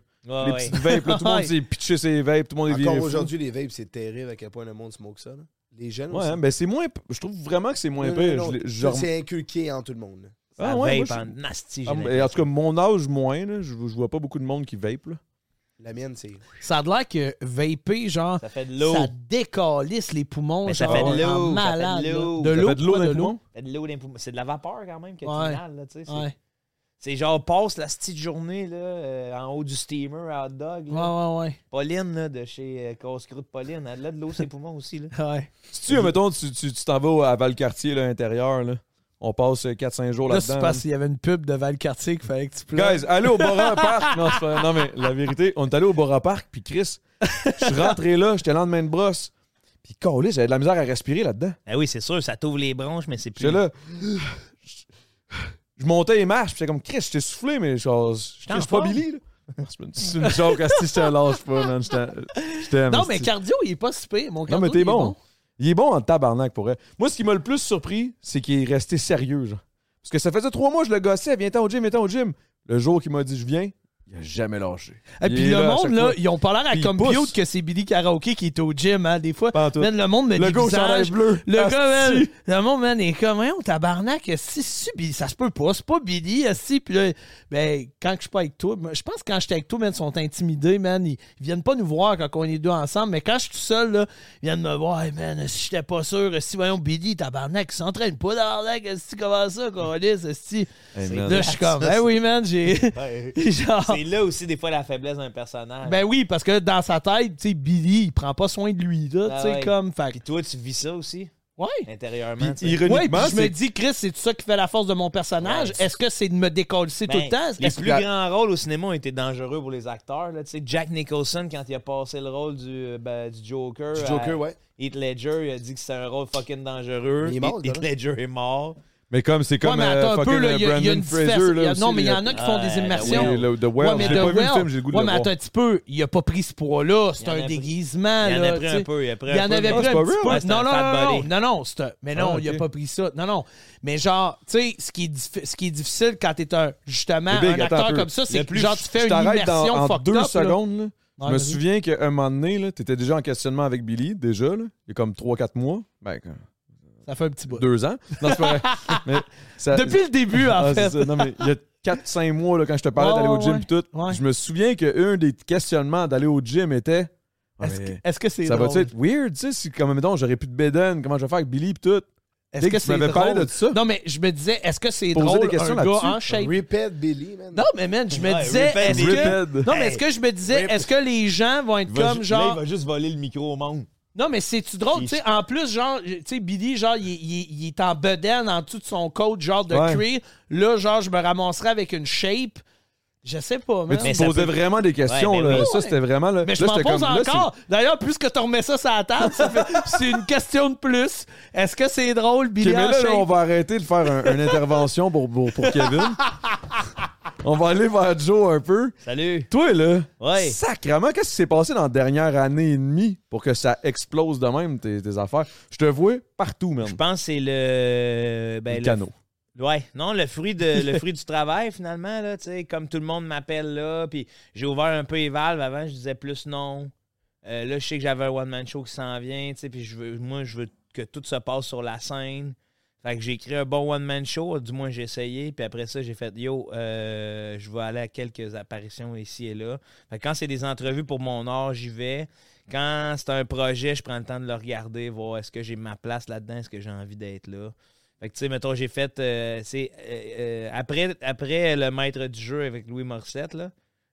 Speaker 3: Les petites vapes, là, tout le monde s'est pitché ses vapes, tout le monde est viré
Speaker 4: Encore
Speaker 3: fou.
Speaker 4: aujourd'hui, les vapes, c'est terrible à quel point le monde smoke ça. là. Les jeunes
Speaker 3: Ouais,
Speaker 4: aussi.
Speaker 3: hein, ben c'est moins. p- Je trouve vraiment que c'est moins
Speaker 4: Non, non,
Speaker 3: pire.
Speaker 4: non,
Speaker 3: Je l'ai-
Speaker 4: ça,
Speaker 3: je rem-
Speaker 4: C'est inculqué en tout le monde.
Speaker 3: Ah
Speaker 2: Ah
Speaker 3: ouais,
Speaker 2: ouais,
Speaker 3: moi,
Speaker 2: vape en
Speaker 3: je-
Speaker 2: nasty, j'ai
Speaker 3: Ah, ben, en tout cas, mon âge, moins. là, Je je vois pas beaucoup de monde qui vape. là.
Speaker 4: La mienne, c'est.
Speaker 1: Ça a l'air que vaper, genre,
Speaker 2: Ça fait de l'eau.
Speaker 1: ça décalisse les poumons.
Speaker 2: Mais ça
Speaker 1: genre,
Speaker 2: fait de l'eau,
Speaker 1: en
Speaker 2: ça
Speaker 1: malade,
Speaker 2: fait de
Speaker 1: là.
Speaker 2: l'eau. Ça
Speaker 1: De
Speaker 3: Ça
Speaker 1: l'eau.
Speaker 3: fait de l'eau
Speaker 1: pas
Speaker 3: dans
Speaker 1: de
Speaker 3: les poumons?
Speaker 2: Fait de l'eau dans les poumons. C'est de la vapeur quand même que
Speaker 1: Ouais.
Speaker 2: tu inhales, là, tu sais. c'est-
Speaker 1: Ouais.
Speaker 2: C'est genre, passe la petite journée là, euh, en haut du steamer à hot dog.
Speaker 1: Ouais,
Speaker 2: là.
Speaker 1: ouais, ouais.
Speaker 2: Pauline, là, de chez euh, Casse-Croûte Pauline, elle a de l'eau, ses poumons aussi. Là.
Speaker 1: Ouais.
Speaker 3: Si tu, mettons, tu tu- tu t'en vas au- à Valcartier, là, intérieur, là. On passe euh, 4-5 jours
Speaker 1: Là, c'est
Speaker 3: là-dedans.
Speaker 1: parce qu'il y avait une pub de Valcartier qu'il fallait que tu pleures.
Speaker 3: Guys, allez au Bora Park. Non, c'est pas- non, mais la vérité, on est allé au Bora Park, puis Chris, je suis rentré là, j'étais lendemain de brosse. Puis collé, j'avais de la misère à respirer là-dedans.
Speaker 2: Ben oui, c'est sûr, ça t'ouvre les bronches, mais c'est plus.
Speaker 3: J'étais là. Je montais les marches, puis j'étais comme Chris, j'étais soufflé, mais genre,
Speaker 2: en
Speaker 3: je suis pas
Speaker 2: forme.
Speaker 3: Billy, là. C'est une- C'est une joke, asti, je te lâche pas, man. Je t'aime- je t'aime.
Speaker 1: Non,
Speaker 3: asti.
Speaker 1: mais cardio, il est pas si pire. Mon
Speaker 3: Non,
Speaker 1: cardio,
Speaker 3: mais
Speaker 1: il
Speaker 3: t'es
Speaker 1: est
Speaker 3: bon. Il est bon en tabarnak pour elle. Moi, ce qui m'a le plus surpris, c'est qu'il est resté sérieux, genre. Parce que ça faisait trois mois que je le gossais, viens-t'en au gym, viens-t'en au gym. Le jour qu'il m'a dit je viens, il a jamais lâché.
Speaker 1: Et
Speaker 3: Il
Speaker 1: Ah, puis
Speaker 3: est
Speaker 1: le
Speaker 3: là à
Speaker 1: monde,
Speaker 3: chaque
Speaker 1: là,
Speaker 3: fois.
Speaker 1: ils ont pas l'air à
Speaker 3: Puis il
Speaker 1: comme
Speaker 3: pousse.
Speaker 1: Piotr que c'est Billy Karaoke qui est au gym, hein, des fois.
Speaker 3: Pas en tout.
Speaker 1: Man, le monde me
Speaker 3: Le
Speaker 1: dit
Speaker 3: gars au chandail bleu.
Speaker 1: Le gars,
Speaker 3: Asti.
Speaker 1: man, le monde, man, est comme, on tabarnak, si, si, Billy, ça se peut pas, c'est pas Billy, si, puis là, ben, quand je suis pas avec toi, moi, je pense que quand j'étais avec toi, man, ils sont intimidés, man, ils, ils viennent pas nous voir quand on est deux ensemble, mais quand je suis tout seul, là, ils viennent me voir, hey, man, si j'étais pas sûr, si, voyons, Billy, tabarnak, il s'entraîne pas, tabarnak, si, comment ça, qu'on lisse, si.
Speaker 3: Hey, man.
Speaker 1: Là, je suis comme, ben oui, man, j'ai, genre...
Speaker 2: C'est là aussi, des fois, la faiblesse d'un personnage.
Speaker 1: Ben oui, parce que dans sa tête, tu sais, Billy, il prend pas soin de lui, là,
Speaker 3: Ben
Speaker 2: Ah
Speaker 1: tu sais,
Speaker 2: ouais.
Speaker 1: comme, fait
Speaker 2: Puis
Speaker 1: que-
Speaker 2: toi, tu vis ça aussi,
Speaker 1: ouais.
Speaker 2: intérieurement. tu sais.
Speaker 1: Ouais, puis
Speaker 3: Ironiquement,
Speaker 1: je me
Speaker 3: Ben, c'est-
Speaker 1: dis, Chris, c'est tout ça qui fait la force de mon personnage.
Speaker 2: Ouais.
Speaker 1: Est-ce que c'est de me décoller tout le
Speaker 2: Ben,
Speaker 1: temps?
Speaker 2: les
Speaker 1: Est-ce que-
Speaker 2: plus grands rôles au cinéma ont été dangereux pour les acteurs. Là. Tu sais, Jack Nicholson, quand il a passé le rôle du, euh, ben, du Joker,
Speaker 4: Du Joker,
Speaker 2: à
Speaker 4: ouais.
Speaker 2: Heath Ledger, il a dit que c'était un rôle fucking dangereux.
Speaker 4: Il est mort,
Speaker 2: Heath, Heath
Speaker 4: le gars,
Speaker 2: Ledger est mort.
Speaker 3: Mais comme c'est
Speaker 1: Ouais,
Speaker 3: comme
Speaker 1: mais
Speaker 3: euh,
Speaker 1: attends un
Speaker 3: fucking
Speaker 1: peu, là, il y a- il y a
Speaker 3: Brandon
Speaker 1: une
Speaker 3: Fraser.
Speaker 1: différence. Il y
Speaker 3: là,
Speaker 1: a- Non,
Speaker 3: aussi,
Speaker 1: mais il y
Speaker 3: là.
Speaker 1: en a qui font des
Speaker 2: Ouais,
Speaker 1: immersions.
Speaker 3: Oui, le- The
Speaker 1: Ouais,
Speaker 3: Whale.
Speaker 1: mais
Speaker 3: J'ai
Speaker 1: The
Speaker 3: pas vu le
Speaker 1: Whale-
Speaker 3: film, j'ai le goût de
Speaker 1: Ouais,
Speaker 3: le
Speaker 1: mais
Speaker 3: voir.
Speaker 1: attends un petit peu, il a pas pris ce poids-là. C'est
Speaker 2: Il en
Speaker 1: un
Speaker 2: a pris-
Speaker 1: déguisement.
Speaker 2: il en a
Speaker 1: là,
Speaker 2: pris
Speaker 1: tu
Speaker 2: un
Speaker 1: sais.
Speaker 2: peu, il a pris
Speaker 1: Il
Speaker 2: un
Speaker 1: en
Speaker 2: peu,
Speaker 1: avait
Speaker 2: mais-
Speaker 3: Ah,
Speaker 1: pris
Speaker 3: c'est
Speaker 1: un
Speaker 3: pas
Speaker 1: petit
Speaker 3: real?
Speaker 1: peu.
Speaker 3: Ouais,
Speaker 2: c'est
Speaker 1: Non,
Speaker 2: un
Speaker 1: non,
Speaker 2: fat
Speaker 1: non, non,
Speaker 2: body.
Speaker 1: non, non, c'est un- mais non,
Speaker 3: Ah,
Speaker 1: il a
Speaker 3: ok.
Speaker 1: pas pris ça. Non, non. Mais genre, tu sais, ce qui est, diffi- ce qui est difficile quand t'es un, justement,
Speaker 3: Mais big,
Speaker 1: un
Speaker 3: attends un
Speaker 1: acteur
Speaker 3: peu.
Speaker 1: comme ça, c'est
Speaker 3: Le
Speaker 1: que
Speaker 3: plus-
Speaker 1: genre, tu
Speaker 3: je
Speaker 1: fais une
Speaker 3: t'arrête dans-
Speaker 1: immersion
Speaker 3: en
Speaker 1: fucked
Speaker 3: deux
Speaker 1: up, là.
Speaker 3: secondes. là.
Speaker 1: Ouais,
Speaker 3: je me
Speaker 1: vas-y.
Speaker 3: souviens qu'à un moment donné, tu étais déjà en questionnement avec Billy, déjà, là, il y a comme 3-4 mois. Ben, quand-
Speaker 1: Ça fait un petit bout.
Speaker 3: deux ans. Non, c'est pas vrai. Mais ça-
Speaker 1: Depuis le début, en
Speaker 3: Ah, c'est
Speaker 1: fait.
Speaker 3: ça. Non, mais il y a 4-5 mois, là, quand je te parlais
Speaker 1: Ouais,
Speaker 3: d'aller au
Speaker 1: ouais,
Speaker 3: gym
Speaker 1: ouais.
Speaker 3: et tout,
Speaker 1: Ouais.
Speaker 3: je me souviens qu'un des questionnements d'aller au gym était. Ah,
Speaker 1: Est-ce que-
Speaker 3: mais
Speaker 1: Est-ce que c'est
Speaker 3: ça va-tu
Speaker 1: drôle?
Speaker 3: être weird, tu sais, si, comme, mettons, j'aurais plus de bédaine, comment je vais faire avec Billy et tout?
Speaker 1: Est-ce
Speaker 3: Dès
Speaker 1: que
Speaker 3: que tu
Speaker 1: c'est
Speaker 3: m'avais parlé
Speaker 1: drôle?
Speaker 3: de ça.
Speaker 1: Non, mais je me disais, est-ce que c'est
Speaker 3: Poser
Speaker 1: drôle
Speaker 3: des questions
Speaker 1: un gars
Speaker 3: là-dessus.
Speaker 1: en shape?
Speaker 4: Ripette Billy, man.
Speaker 1: Non, mais man, je me
Speaker 2: Ouais,
Speaker 1: disais,
Speaker 2: rip and
Speaker 1: est-ce que...
Speaker 3: rip.
Speaker 1: Non, mais est-ce que je me disais,
Speaker 2: Rip.
Speaker 1: est-ce que les gens vont être
Speaker 2: Il va
Speaker 1: comme,
Speaker 2: ju-
Speaker 1: genre...
Speaker 2: là, il va juste voler le micro au monde.
Speaker 1: Non, mais c'est-tu drôle, tu sais, en plus, genre, tu sais, Billy, genre, il, il- il est en bedaine en dessous de son coat, genre, de
Speaker 3: Ouais.
Speaker 1: cuir. Là, genre, je me ramasserais avec une shape. Je sais pas,
Speaker 3: Mais
Speaker 1: man.
Speaker 3: tu
Speaker 1: Mais,
Speaker 3: me
Speaker 2: ça
Speaker 3: posais
Speaker 2: peut-
Speaker 3: vraiment des questions,
Speaker 2: Ouais, mais
Speaker 3: là.
Speaker 2: oui.
Speaker 3: Ça, c'était vraiment, là.
Speaker 1: je
Speaker 3: là,
Speaker 1: m'en
Speaker 3: j'étais
Speaker 1: pose
Speaker 3: comme, là, c'est-
Speaker 1: encore. D'ailleurs, plus que tu remets ça sur la table, ça fait- c'est une question de plus. Est-ce que c'est drôle,
Speaker 3: Ok,
Speaker 1: Billy,
Speaker 3: mais
Speaker 1: en
Speaker 3: là, là,
Speaker 1: shape?
Speaker 3: on va arrêter de faire un- une intervention pour, pour, pour Kevin. on va aller vers Joe un peu.
Speaker 2: Salut.
Speaker 3: Toi, là,
Speaker 2: Ouais.
Speaker 3: sacrement, qu'est-ce qui s'est passé dans la dernière année et demie pour que ça explose de même tes, tes affaires? Je te vois partout, même.
Speaker 2: Je pense que c'est le. Ben,
Speaker 3: le canot.
Speaker 2: Ouais, non, le fruit, de, le fruit du travail, finalement, là, tu sais, comme tout le monde m'appelle là, puis j'ai ouvert un peu les valves avant, je disais plus non. Euh, là, je sais que j'avais un one-man show qui s'en vient, tu sais, puis je veux, moi, je veux que tout se passe sur la scène. Fait que j'ai écrit un bon one-man show, du moins j'ai essayé, puis après ça, j'ai fait yo, euh, je vais aller à quelques apparitions ici et là. Fait que quand c'est des entrevues pour mon art, j'y vais. Quand c'est un projet, je prends le temps de le regarder, voir est-ce que j'ai ma place là-dedans, est-ce que j'ai envie d'être là. Fait que, tu sais, mettons, j'ai fait. euh, c'est, euh, euh, après, après le maître du jeu avec Louis Morissette, là,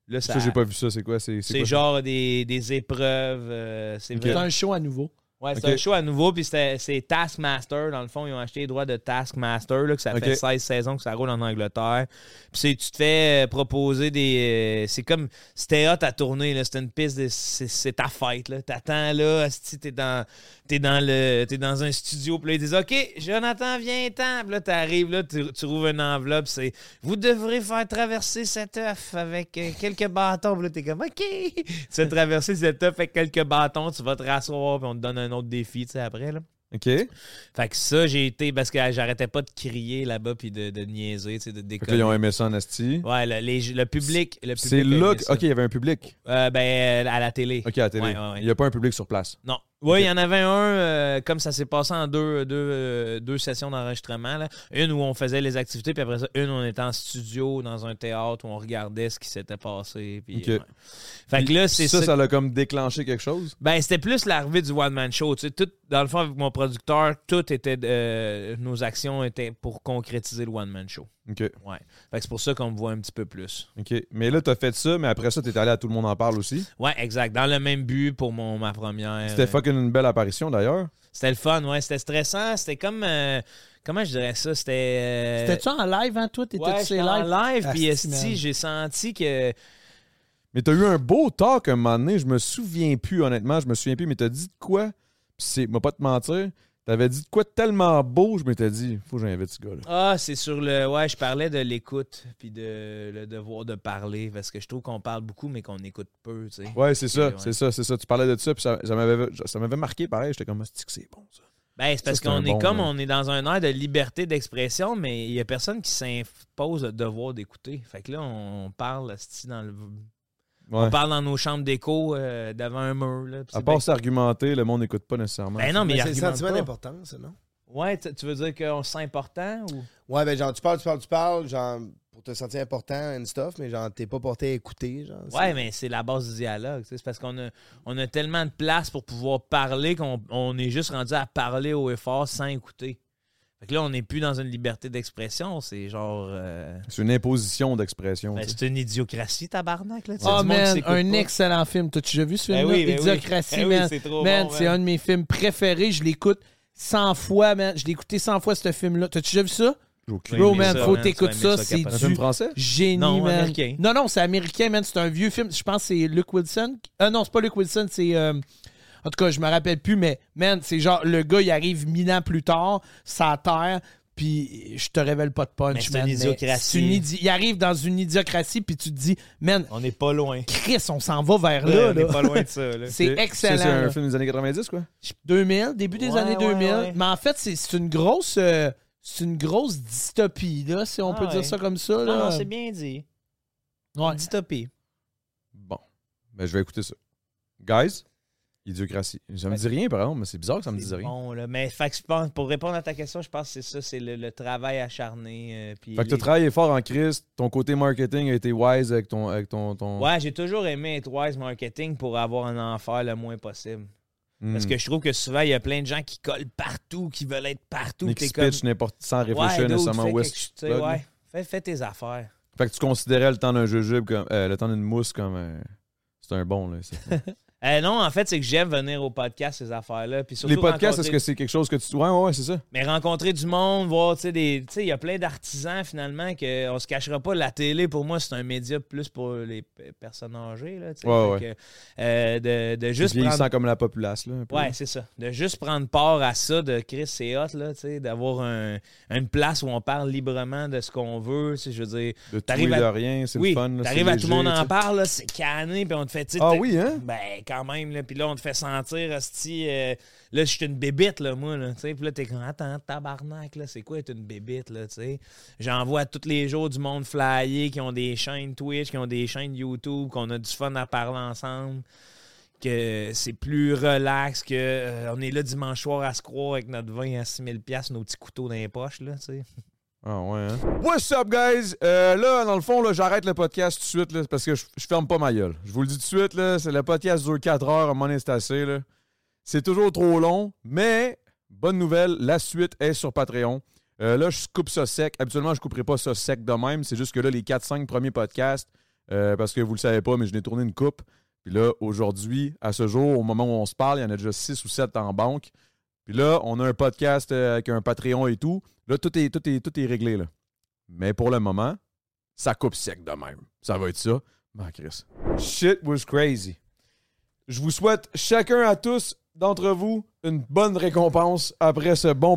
Speaker 2: là ça,
Speaker 3: Ça, j'ai pas vu ça. C'est quoi? C'est c'est
Speaker 2: c'est
Speaker 3: quoi ça?
Speaker 2: genre des, des épreuves. euh, c'est
Speaker 3: Ok.
Speaker 1: C'est
Speaker 2: vrai.
Speaker 4: Euh,
Speaker 1: un show à nouveau.
Speaker 2: Ouais, c'est
Speaker 3: Ok.
Speaker 2: un show à nouveau, puis c'était- c'est Taskmaster. Dans le fond, ils ont acheté les droits de Taskmaster, là, que ça
Speaker 3: Ok.
Speaker 2: fait 16 saisons que ça roule en Angleterre. Puis c'est- tu te fais euh, proposer des. euh, c'est comme. C'était hot à tourner, là. C'était une piste de. C'est c'est ta fête, là. T'attends, là. Si t'es dans, t'es dans, le- Euh, t'es dans un studio, puis là, ils disent OK, Jonathan, viens, temps. Puis là, t'arrives, là, tu, tu rouvres une enveloppe, c'est Vous devrez faire traverser cet œuf avec euh, quelques bâtons. Puis là, t'es comme OK. tu fais traverser cet œuf avec quelques bâtons, tu vas te rasseoir, puis on te donne un autre défi, tu sais, après, là.
Speaker 3: OK.
Speaker 2: Fait que ça, j'ai été parce que j'arrêtais pas de crier là-bas puis de, de niaiser, tu sais, de
Speaker 3: Fait que là, ils
Speaker 2: déconner.
Speaker 3: ont aimé ça en asti.
Speaker 2: Ouais, le, les- le public. le
Speaker 3: C'est
Speaker 2: public a
Speaker 3: là.
Speaker 2: aimé
Speaker 3: que-
Speaker 2: ça.
Speaker 3: OK, il y avait un public.
Speaker 2: Euh, ben, à la télé.
Speaker 3: OK, à la télé.
Speaker 2: Ouais, ouais, ouais.
Speaker 3: Il n'y a pas un public sur place.
Speaker 2: Non. Oui, il y en avait un, euh, comme ça s'est passé en deux, deux, euh, deux sessions d'enregistrement. là. Une où on faisait les activités, puis après ça, une où on était en studio, dans un théâtre, où on regardait ce qui s'était passé. Puis,
Speaker 3: OK.
Speaker 2: ouais. Fait que là, c'est
Speaker 3: ça. Ça l'a comme déclenché quelque chose.
Speaker 2: Ben, c'était plus l'arrivée du one-man show. Tu sais, tout, dans le fond, avec mon producteur, tout était. euh, nos actions étaient pour concrétiser le one-man show.
Speaker 3: OK.
Speaker 2: Ouais. Fait que c'est pour ça qu'on me voit un petit peu plus.
Speaker 3: OK. Mais là, t'as fait ça, mais après ça, t'es allé à Tout le monde en parle aussi.
Speaker 2: Ouais, exact. Dans le même but pour mon, ma première.
Speaker 3: C'était fucking une belle apparition d'ailleurs.
Speaker 2: C'était le fun, ouais. C'était stressant. C'était comme. euh, comment je dirais ça? C'était. euh,
Speaker 1: T'étais-tu en live, hein, toi? T'étais-tu
Speaker 2: ouais,
Speaker 1: sur
Speaker 2: j'étais
Speaker 1: les
Speaker 2: en
Speaker 1: lives?
Speaker 2: live,
Speaker 4: Ah,
Speaker 2: puis
Speaker 1: Asti, man.
Speaker 2: esti, j'ai senti que.
Speaker 3: Mais t'as eu un beau talk un moment donné, je me souviens plus, honnêtement, je me souviens plus, mais t'as dit de quoi? Puis c'est, moi pas te mentir, t'avais dit de quoi de tellement beau, je m'étais dit, faut que j'invite ce gars-là.
Speaker 2: Ah, c'est sur le. Ouais, je parlais de l'écoute, puis de le devoir de parler, parce que je trouve qu'on parle beaucoup, mais qu'on écoute peu, tu sais.
Speaker 3: Ouais, c'est ça,
Speaker 2: ouais.
Speaker 3: c'est ça, c'est ça. Tu parlais de ça, puis ça, ça m'avait, ça m'avait marqué pareil. J'étais comme, Asti que c'est bon ça.
Speaker 2: Ben, c'est
Speaker 3: Ça,
Speaker 2: parce
Speaker 3: c'est un
Speaker 2: qu'on est
Speaker 3: bon,
Speaker 2: comme
Speaker 3: là.
Speaker 2: on est dans un air de liberté d'expression, mais il n'y a personne qui s'impose le devoir d'écouter. Fait que là, on parle asti, dans le.
Speaker 3: Ouais.
Speaker 2: On parle dans nos chambres d'écho euh, devant un mur. Là, puis
Speaker 3: À
Speaker 2: c'est
Speaker 3: part
Speaker 2: bien-
Speaker 3: s'argumenter, le monde n'écoute pas nécessairement.
Speaker 2: Ben non, mais,
Speaker 4: Mais
Speaker 2: il
Speaker 4: c'est le
Speaker 2: argumente
Speaker 4: sentiment
Speaker 2: pas.
Speaker 4: d'importance, non?
Speaker 2: Ouais, tu tu veux dire qu'on se sent important ou.
Speaker 4: Ouais, ben genre, tu parles, tu parles, tu parles, genre, pour te sentir important and stuff, mais genre, t'es pas porté à écouter, genre.
Speaker 2: Ouais, mais c'est la base du dialogue. tu sais, C'est parce qu'on a, on a tellement de place pour pouvoir parler qu'on on est juste rendu à parler haut et fort sans écouter. Fait que là, on n'est plus dans une liberté d'expression. C'est genre. euh,
Speaker 3: C'est une imposition d'expression.
Speaker 2: ben,
Speaker 3: tu sais.
Speaker 2: c'est une idiocratie, tabarnak. Là, tu sais,
Speaker 1: Oh
Speaker 2: du monde qui
Speaker 1: man,
Speaker 2: s'écoute
Speaker 1: un
Speaker 2: pas.
Speaker 1: excellent film. T'as-tu déjà vu ce
Speaker 2: Ben
Speaker 1: film-là?
Speaker 2: oui, ben oui.
Speaker 1: Idiocratie,
Speaker 2: Ben oui,
Speaker 1: man.
Speaker 2: c'est trop
Speaker 1: man,
Speaker 2: bon,
Speaker 1: c'est
Speaker 2: man.
Speaker 1: un de mes films préférés. Je l'écoute 100 fois, man. Je l'ai écouté 100 fois, ce film-là. T'as-tu déjà vu ça?
Speaker 3: J'ai aucune
Speaker 2: Oui,
Speaker 1: Bro,
Speaker 2: mais
Speaker 1: man,
Speaker 2: ça,
Speaker 1: faut
Speaker 2: man,
Speaker 1: t'écouter
Speaker 2: tu vas aimer
Speaker 1: ça.
Speaker 2: ça,
Speaker 1: C'est
Speaker 2: capable.
Speaker 3: C'est un film
Speaker 1: du
Speaker 3: français?
Speaker 1: génie,
Speaker 2: Non,
Speaker 1: man.
Speaker 2: américain.
Speaker 1: Non, non, c'est américain, man. C'est un vieux film. Je pense que c'est Luke Wilson. Ah non, c'est pas Luke Wilson, c'est. euh, En tout cas, je me rappelle plus, mais man, c'est genre le gars, il arrive mille ans plus tard, sa terre, puis je te révèle pas de punch,
Speaker 2: Mais c'est
Speaker 1: man,
Speaker 2: une
Speaker 1: mais
Speaker 2: idiocratie.
Speaker 1: c'est une idi- Il arrive dans une idiocratie, puis tu te dis, man,
Speaker 2: On n'est pas loin.
Speaker 1: Chris, on s'en va vers
Speaker 2: Ouais,
Speaker 1: là.
Speaker 2: on n'est
Speaker 1: là.
Speaker 2: pas loin de ça. là.
Speaker 1: C'est
Speaker 3: Ok.
Speaker 1: excellent.
Speaker 3: C'est un
Speaker 1: là.
Speaker 3: film des années 90, quoi?
Speaker 1: 2000, début des
Speaker 2: Ouais,
Speaker 1: années
Speaker 2: ouais,
Speaker 1: 2000.
Speaker 2: ouais.
Speaker 1: Mais en fait, c'est c'est une grosse. euh, c'est une grosse dystopie, là, si on
Speaker 2: Ah
Speaker 1: peut
Speaker 2: ouais.
Speaker 1: dire ça comme ça.
Speaker 2: Non, non,
Speaker 1: là.
Speaker 2: c'est bien dit.
Speaker 1: Ouais.
Speaker 2: Dystopie.
Speaker 3: Bon. Ben, je vais écouter ça. Guys, idiocratie. Ça me dit rien, par exemple, mais c'est bizarre que ça me dise rien.
Speaker 2: Bon, là, mais fait que je pense, pour répondre à ta question, je pense que c'est ça, c'est le, le travail acharné. euh, puis
Speaker 3: Fait que t'as
Speaker 2: les-
Speaker 3: travaillé fort en crise, ton côté marketing a été wise avec ton. Avec ton, ton...
Speaker 2: Ouais, j'ai toujours aimé être wise marketing pour avoir un enfer le moins possible.
Speaker 3: Hmm.
Speaker 2: Parce que je trouve que souvent, il y a plein de gens qui collent partout, qui veulent être partout.
Speaker 3: Mais
Speaker 2: puis
Speaker 3: qui
Speaker 2: t'es
Speaker 3: se pitch n'importe sans réfléchir
Speaker 2: dude,
Speaker 3: nécessairement
Speaker 2: fais
Speaker 3: où est-ce que
Speaker 2: quelque-
Speaker 3: tu
Speaker 2: tu
Speaker 3: te
Speaker 2: sais,
Speaker 3: plugues, là.
Speaker 2: ouais, fais, fais tes affaires.
Speaker 3: Fait que tu considérais le temps d'un jujube comme. euh, le temps d'une mousse comme. euh, c'est un bon, là. ça.
Speaker 2: Euh, non, en fait, c'est que j'aime venir au podcast, ces affaires-là. Puis surtout
Speaker 3: Les podcasts, est-ce
Speaker 2: rencontrer-
Speaker 3: que c'est quelque chose que tu. Ouais, ouais, ouais, c'est ça.
Speaker 2: Mais rencontrer du monde, voir, tu sais, des- tu sais, il y a plein d'artisans finalement que on se cachera pas. La télé, pour moi, c'est un média plus pour les p- personnes âgées, là. tu sais.
Speaker 3: Ouais,
Speaker 2: Fait que, euh, de, de
Speaker 3: Juste
Speaker 2: juste
Speaker 3: vieillissant
Speaker 2: prendre...
Speaker 3: comme la populace, là. un peu.
Speaker 2: Ouais, c'est ça. De juste prendre part à ça, de Chris et hot, là, tu sais, d'avoir un- une place où on parle librement de ce qu'on veut, tu sais, je veux dire.
Speaker 3: De tout et
Speaker 2: t'arrives
Speaker 3: de
Speaker 2: à-
Speaker 3: rien, c'est
Speaker 2: oui,
Speaker 3: le fun. là,
Speaker 2: t'arrives
Speaker 3: c'est
Speaker 2: à tout le
Speaker 3: léger,
Speaker 2: monde
Speaker 3: tu
Speaker 2: en
Speaker 3: sais.
Speaker 2: parle, là, c'est canné, puis on te fait, tu sais,
Speaker 3: Ah
Speaker 2: t'es-
Speaker 3: oui, hein?
Speaker 2: Ben, quand même, là, puis là, on te fait sentir, hostie, euh, là, je suis une bébite, là, moi, là, tu sais, puis là, t'es comme, attends, tabarnak, là, c'est quoi être une bébite, là, tu sais? J'en vois tous les jours du monde flyer qui ont des chaînes Twitch, qui ont des chaînes YouTube, qu'on a du fun à parler ensemble que c'est plus relax, que euh, on est là dimanche soir à se croire avec notre vin à 6000 pièces, nos petits couteaux dans les poches là, tu sais.
Speaker 3: Ah ouais, hein? What's up, guys? Euh, là, dans le fond, là, j'arrête le podcast tout de suite là, parce que je, je ferme pas ma gueule. Je vous le dis tout de suite, là, c'est le podcast dure 4 heures, à mon moment donné, c'est assez. là. C'est toujours trop long, mais bonne nouvelle, la suite est sur Patreon. Euh, là, je coupe ça sec. Habituellement, je couperai pas ça sec de même. C'est juste que là, les 4-5 premiers podcasts, euh, parce que vous le savez pas, mais je n'ai tourné une coupe. Puis là, aujourd'hui, à ce jour, au moment où on se parle, il y en a déjà six ou sept en banque. Puis là, on a un podcast euh, avec un Patreon et tout. Là, tout est, tout est, tout est réglé. Là. Mais pour le moment, ça coupe sec de même. Ça va être ça. Ben, Chris. Shit was crazy. Je vous souhaite chacun à tous d'entre vous une bonne récompense après ce bon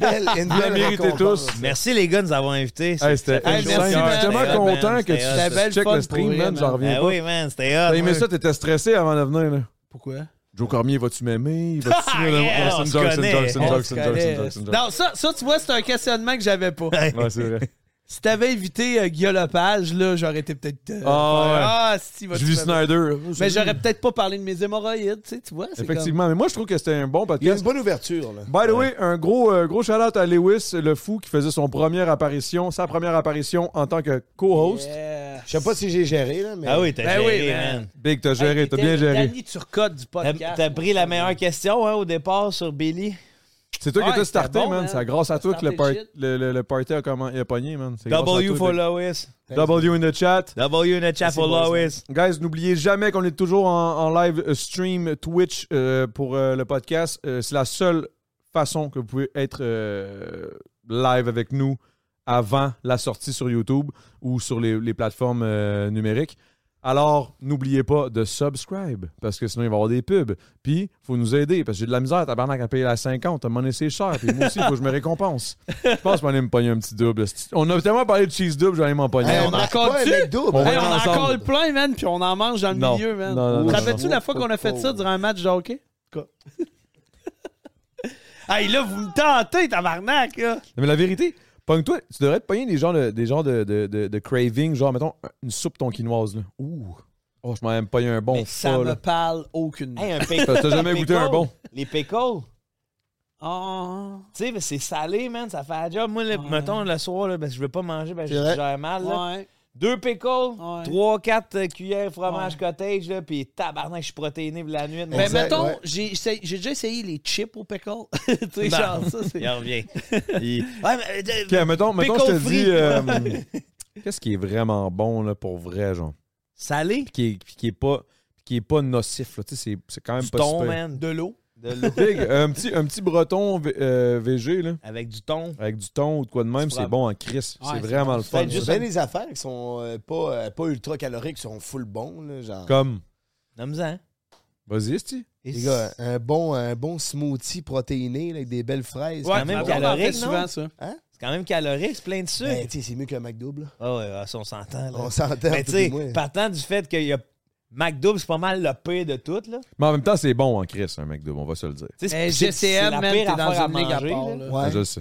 Speaker 4: Belle- une
Speaker 3: Vous la
Speaker 4: belle
Speaker 3: méritez tous.
Speaker 4: récompense.
Speaker 2: Merci les gars de nous avoir invités.
Speaker 3: Hey,
Speaker 2: Ça
Speaker 3: c'était
Speaker 2: fait
Speaker 1: Hey,
Speaker 2: chaud.
Speaker 3: insane.
Speaker 1: merci,
Speaker 3: Je suis
Speaker 1: man.
Speaker 3: tellement
Speaker 2: C'était hot, man.
Speaker 3: content que tu
Speaker 2: C'était hot.
Speaker 1: belle
Speaker 3: checkes
Speaker 1: fun
Speaker 3: le stream,
Speaker 1: pour
Speaker 3: man.
Speaker 1: vrai,
Speaker 3: J'en
Speaker 1: man.
Speaker 3: reviens
Speaker 2: Ben
Speaker 3: pas.
Speaker 2: oui, man, c'était hot.
Speaker 3: T'as aimé
Speaker 2: ouais.
Speaker 3: ça, t'étais stressé avant de venir. Là.
Speaker 1: Pourquoi?
Speaker 3: Joe Cormier, vas-tu m'aimer? Il Va-tu
Speaker 2: Ah, yeah, on se connaît.
Speaker 1: On se
Speaker 3: Johnson,
Speaker 1: connaît.
Speaker 3: Johnson,
Speaker 1: Non, ça, ça, tu vois, c'est un questionnement que j'avais pas.
Speaker 3: Ouais, c'est vrai.
Speaker 1: Si t'avais invité euh, Guillaume Lepage, là, j'aurais été peut-être. euh,
Speaker 3: Ah
Speaker 1: ah, si, vas-tu
Speaker 3: Julie
Speaker 1: faire-
Speaker 3: Snyder.
Speaker 1: Mais j'aurais peut-être pas parlé de mes hémorroïdes, tu sais, tu vois. c'est
Speaker 3: Effectivement, mais moi, je trouve que c'était un bon
Speaker 4: Il y a une
Speaker 3: podcast.
Speaker 4: bonne ouverture, là.
Speaker 3: By the way, un gros, euh, gros shout-out à Lewis, le fou, qui faisait son première apparition, sa première apparition en tant que
Speaker 1: comme-
Speaker 3: co-host.
Speaker 1: Yeah.
Speaker 4: Je sais pas si j'ai géré, là, mais.
Speaker 2: Ah oui, t'as
Speaker 1: Ben
Speaker 2: géré,
Speaker 1: oui, man.
Speaker 2: man.
Speaker 3: Big, t'as géré,
Speaker 1: Hey,
Speaker 3: t'as
Speaker 1: t'étais
Speaker 3: bien
Speaker 1: le
Speaker 3: géré.
Speaker 1: Danny Turcotte du
Speaker 2: T'as-
Speaker 1: podcast.
Speaker 2: T'as pris la meilleure question hein, au départ sur Billy.
Speaker 3: C'est toi qui
Speaker 1: Ouais,
Speaker 3: t'as
Speaker 1: c'était
Speaker 3: starté,
Speaker 1: bon,
Speaker 3: man.
Speaker 1: man.
Speaker 3: C'est grâce à toi que le,
Speaker 1: Starté
Speaker 3: par-
Speaker 1: le shit.
Speaker 3: le, le- le party a, comment... il a pogné, man. C'est grâce à
Speaker 2: W
Speaker 3: toi,
Speaker 2: for
Speaker 3: Big.
Speaker 2: Lois.
Speaker 3: W in the chat.
Speaker 2: W in the chat for Lois.
Speaker 3: Guys, n'oubliez jamais qu'on est toujours en, en live euh, stream Twitch euh, pour euh, le podcast. Euh, c'est la seule façon que vous pouvez être euh, live avec nous avant la sortie sur YouTube ou sur les, les plateformes euh, numériques. Alors, n'oubliez pas de subscribe parce que sinon, il va y avoir des pubs. Puis, faut nous aider parce que j'ai de la misère, tabarnak, à payer la 50. À un moment donné, c'est cher. Puis moi aussi, il faut que je me récompense. Je pense qu'on va aller me pogner un petit double. On a tellement parlé de cheese double, je vais aller m'en pogner.
Speaker 4: Hey,
Speaker 3: un.
Speaker 4: on
Speaker 1: en
Speaker 4: a
Speaker 1: encore
Speaker 4: encore un
Speaker 1: dessus?
Speaker 4: McDo.
Speaker 3: On
Speaker 4: ben.
Speaker 3: va
Speaker 1: Hey, on en
Speaker 3: ensemble.
Speaker 1: colle le plein, man, puis on en mange dans le
Speaker 3: Non.
Speaker 1: milieu, man.
Speaker 3: Non, non, non,
Speaker 1: Te
Speaker 3: non,
Speaker 1: rappelles-tu
Speaker 4: non.
Speaker 1: la fois qu'on a fait ça durant un match de hockey? hey, là, vous me tentez, tabarnak, là.
Speaker 3: Non, Mais la vérité, pogne-toi, tu devrais te pogner des genres de, des genres de, de, de, de craving, genre, mettons, une soupe tonkinoise, là. Ouh! Oh, je m'en même pogné un bon
Speaker 1: Mais ça
Speaker 3: fat,
Speaker 1: me
Speaker 3: là.
Speaker 1: parle aucune.
Speaker 2: Hey, un
Speaker 3: T'as-
Speaker 2: pickle.
Speaker 3: t'as jamais
Speaker 2: un
Speaker 3: goûté un
Speaker 2: pickle.
Speaker 3: bon?
Speaker 2: Les pickles.
Speaker 1: Ah.
Speaker 2: Tu sais, ben, c'est salé, man, ça fait la job. Moi, le, mettons, le soir, là, ben, je veux pas manger, ben,
Speaker 4: C'est vrai.
Speaker 2: j'ai j'ai mal. là.
Speaker 1: Ouais.
Speaker 2: Deux pickles,
Speaker 1: Ouais.
Speaker 2: trois, quatre euh, cuillères fromage cottage, là, puis tabarnak, je suis protéiné pour la nuit. Ben, mon
Speaker 1: Mais
Speaker 4: Exact,
Speaker 1: Ben, mettons,
Speaker 4: ouais.
Speaker 1: j'ai essayé- j'ai déjà essayé les chips au pickle. tu sais,
Speaker 2: Non.
Speaker 1: genre ça, c'est.
Speaker 2: Bah. Il revient.
Speaker 3: Et-
Speaker 2: Ouais, mais, euh,
Speaker 3: Ok, mettons, mettons, je te
Speaker 2: Pickle
Speaker 3: dis,
Speaker 2: free.
Speaker 1: Ah,
Speaker 3: euh, qu'est-ce qui est vraiment bon, là, pour vrai, genre?
Speaker 2: Salé?
Speaker 3: Puis qui est, puis qui est pas puis qui est pas nocif, là, tu sais, c'est- c'est quand même
Speaker 2: Du
Speaker 3: pas
Speaker 2: thon,
Speaker 3: super.
Speaker 2: man.
Speaker 1: De l'eau.
Speaker 2: De l'eau.
Speaker 3: Big, un petit, un petit breton V- euh, VG, là,
Speaker 2: Avec du
Speaker 4: Ben,
Speaker 2: thon.
Speaker 3: avec du thon ou de quoi de même,
Speaker 2: Du
Speaker 3: c'est
Speaker 2: fromage.
Speaker 3: bon en crise.
Speaker 1: Ouais,
Speaker 3: c'est
Speaker 1: c'est
Speaker 3: vraiment le fun.
Speaker 2: Peut-être juste
Speaker 4: Ben, les affaires qui sont euh, pas, euh, pas ultra caloriques, qui sont full bons, là, genre.
Speaker 3: Comme,
Speaker 2: Nomme-en.
Speaker 3: vas-y, esti.
Speaker 4: Les gars, un bon, un bon smoothie protéiné là, avec des belles fraises.
Speaker 2: Ouais, quand même
Speaker 1: On en
Speaker 2: calorique,
Speaker 1: fait
Speaker 2: non?
Speaker 1: souvent, ça.
Speaker 4: Hein?
Speaker 2: C'est quand même calorique, c'est plein de sucre.
Speaker 4: Ben, tu sais, c'est mieux qu'un McDouble. là.
Speaker 2: Ah ouais, ouais, ça, on s'entend. là.
Speaker 4: On s'entend.
Speaker 2: Mais
Speaker 4: tout
Speaker 2: tu
Speaker 4: du moins.
Speaker 2: sais, partant du fait qu'il y a McDo, c'est pas mal le pire de tout, là.
Speaker 3: Mais en même temps, c'est bon en crise, un McDo, on va se le dire.
Speaker 2: Tu sais,
Speaker 1: Mais
Speaker 2: c'est- c'est
Speaker 1: GCM,
Speaker 2: la
Speaker 1: man, t'es
Speaker 2: pire
Speaker 1: dans
Speaker 2: affaire à
Speaker 1: une ligue à
Speaker 2: manger,
Speaker 1: part,
Speaker 2: là.
Speaker 1: là.
Speaker 4: Ouais.
Speaker 3: Je le sais.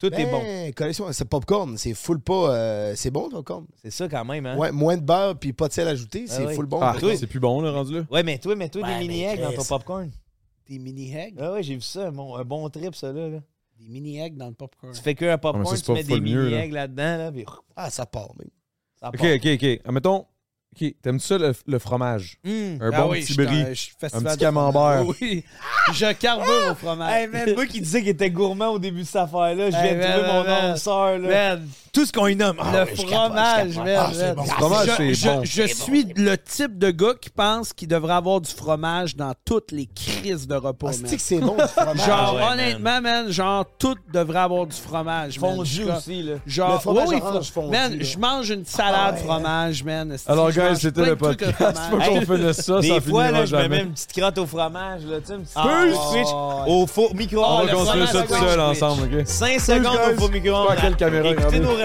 Speaker 2: Tout est
Speaker 4: Ben,
Speaker 2: bon.
Speaker 4: connaissez-moi, c'est popcorn. C'est full pas. euh, c'est bon, le popcorn.
Speaker 2: C'est ça quand même, hein?
Speaker 4: Ouais, moins de beurre puis pas de sel ajouté.
Speaker 1: Ben
Speaker 4: C'est
Speaker 2: oui.
Speaker 4: full bon.
Speaker 3: Ah,
Speaker 2: oui.
Speaker 3: c'est plus bon, là, rendu là.
Speaker 2: Ouais, mais toi, mets-toi
Speaker 1: Ouais,
Speaker 2: des mini
Speaker 1: mais
Speaker 2: eggs dans ton
Speaker 1: Chris.
Speaker 2: popcorn.
Speaker 1: Des mini eggs.
Speaker 2: Ah ouais, j'ai vu ça, un bon, un bon trip, ça, là. là.
Speaker 1: Des mini eggs dans le popcorn.
Speaker 2: Tu fais que un popcorn,
Speaker 3: Ah, mais ça, c'est
Speaker 2: tu
Speaker 3: pas
Speaker 2: mets des
Speaker 3: full mieux,
Speaker 2: mini
Speaker 3: là.
Speaker 2: eggs là-dedans, là, puis ouf,
Speaker 4: Ah, ça part. mais-
Speaker 2: ça
Speaker 3: Ok,
Speaker 2: part.
Speaker 3: ok, ok. Admettons, ok, t'aimes-tu ça le, le fromage?
Speaker 2: Hum.
Speaker 3: Un
Speaker 1: Ah
Speaker 3: bon
Speaker 1: oui,
Speaker 3: petit
Speaker 1: je suis
Speaker 3: brie.
Speaker 1: un- je suis festival
Speaker 3: petit
Speaker 1: de-
Speaker 3: camembert.
Speaker 1: Oui. Je carbure au fromage.
Speaker 2: Hey, man, moi qui disais qu'il était gourmand au début de cette affaire-là, je
Speaker 1: Ah. Hey,
Speaker 2: viens de
Speaker 1: man,
Speaker 2: trouver mon
Speaker 1: man,
Speaker 2: nom sœur, là.
Speaker 1: Man,
Speaker 2: Tout ce qu'on y nomme. Ah,
Speaker 1: le
Speaker 2: ouais, je capote,
Speaker 1: fromage,
Speaker 2: je capote.
Speaker 1: man,
Speaker 2: Ah,
Speaker 1: man.
Speaker 3: Le fromage,
Speaker 1: Je,
Speaker 3: c'est
Speaker 1: je-
Speaker 3: bon.
Speaker 1: je suis le type de gars qui pense qu'il devrait avoir du fromage dans toutes les crises de
Speaker 4: Ah,
Speaker 1: repas. man.
Speaker 4: c'est-tu que c'est bon, du fromage.
Speaker 1: Genre,
Speaker 2: Ah ouais, man.
Speaker 1: honnêtement, man. genre, tout devrait avoir du fromage. man.
Speaker 2: Fondu
Speaker 1: Je-
Speaker 2: aussi, là.
Speaker 1: Genre,
Speaker 4: Le fromage
Speaker 1: oui, oui,
Speaker 4: orange
Speaker 1: fro-
Speaker 4: fondu,
Speaker 1: Man,
Speaker 4: là.
Speaker 1: je mange une salade fromage, man. Esti,
Speaker 3: Alors,
Speaker 1: je
Speaker 3: guys,
Speaker 1: mange
Speaker 3: c'était
Speaker 1: plein
Speaker 3: le
Speaker 1: de trucs au
Speaker 3: podcast. Faut
Speaker 1: fromage.
Speaker 3: qu'on finisse ça,
Speaker 2: Des
Speaker 3: ça
Speaker 2: fois,
Speaker 3: finira
Speaker 2: là, je me mets
Speaker 3: jamais.
Speaker 2: une petite crotte au fromage, là, tu sais, une petite
Speaker 3: Peace!
Speaker 2: Ah, switch au four micro
Speaker 3: On
Speaker 1: le
Speaker 3: va construire
Speaker 1: fromage
Speaker 3: ça tout
Speaker 1: sandwich.
Speaker 3: seul ensemble, ok?
Speaker 2: 5 secondes
Speaker 3: guys.
Speaker 2: au four micro
Speaker 3: Je sais pas à quelle caméra
Speaker 2: Écoutez
Speaker 3: regarder.
Speaker 2: nos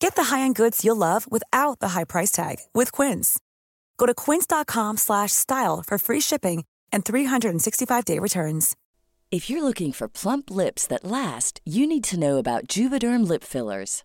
Speaker 6: Get the high-end goods you'll love without the high price tag with Quince. Go to quince.com/style slash style for free shipping and 365-day returns.
Speaker 7: If you're looking for plump lips that last, you need to know about Juvederm lip fillers.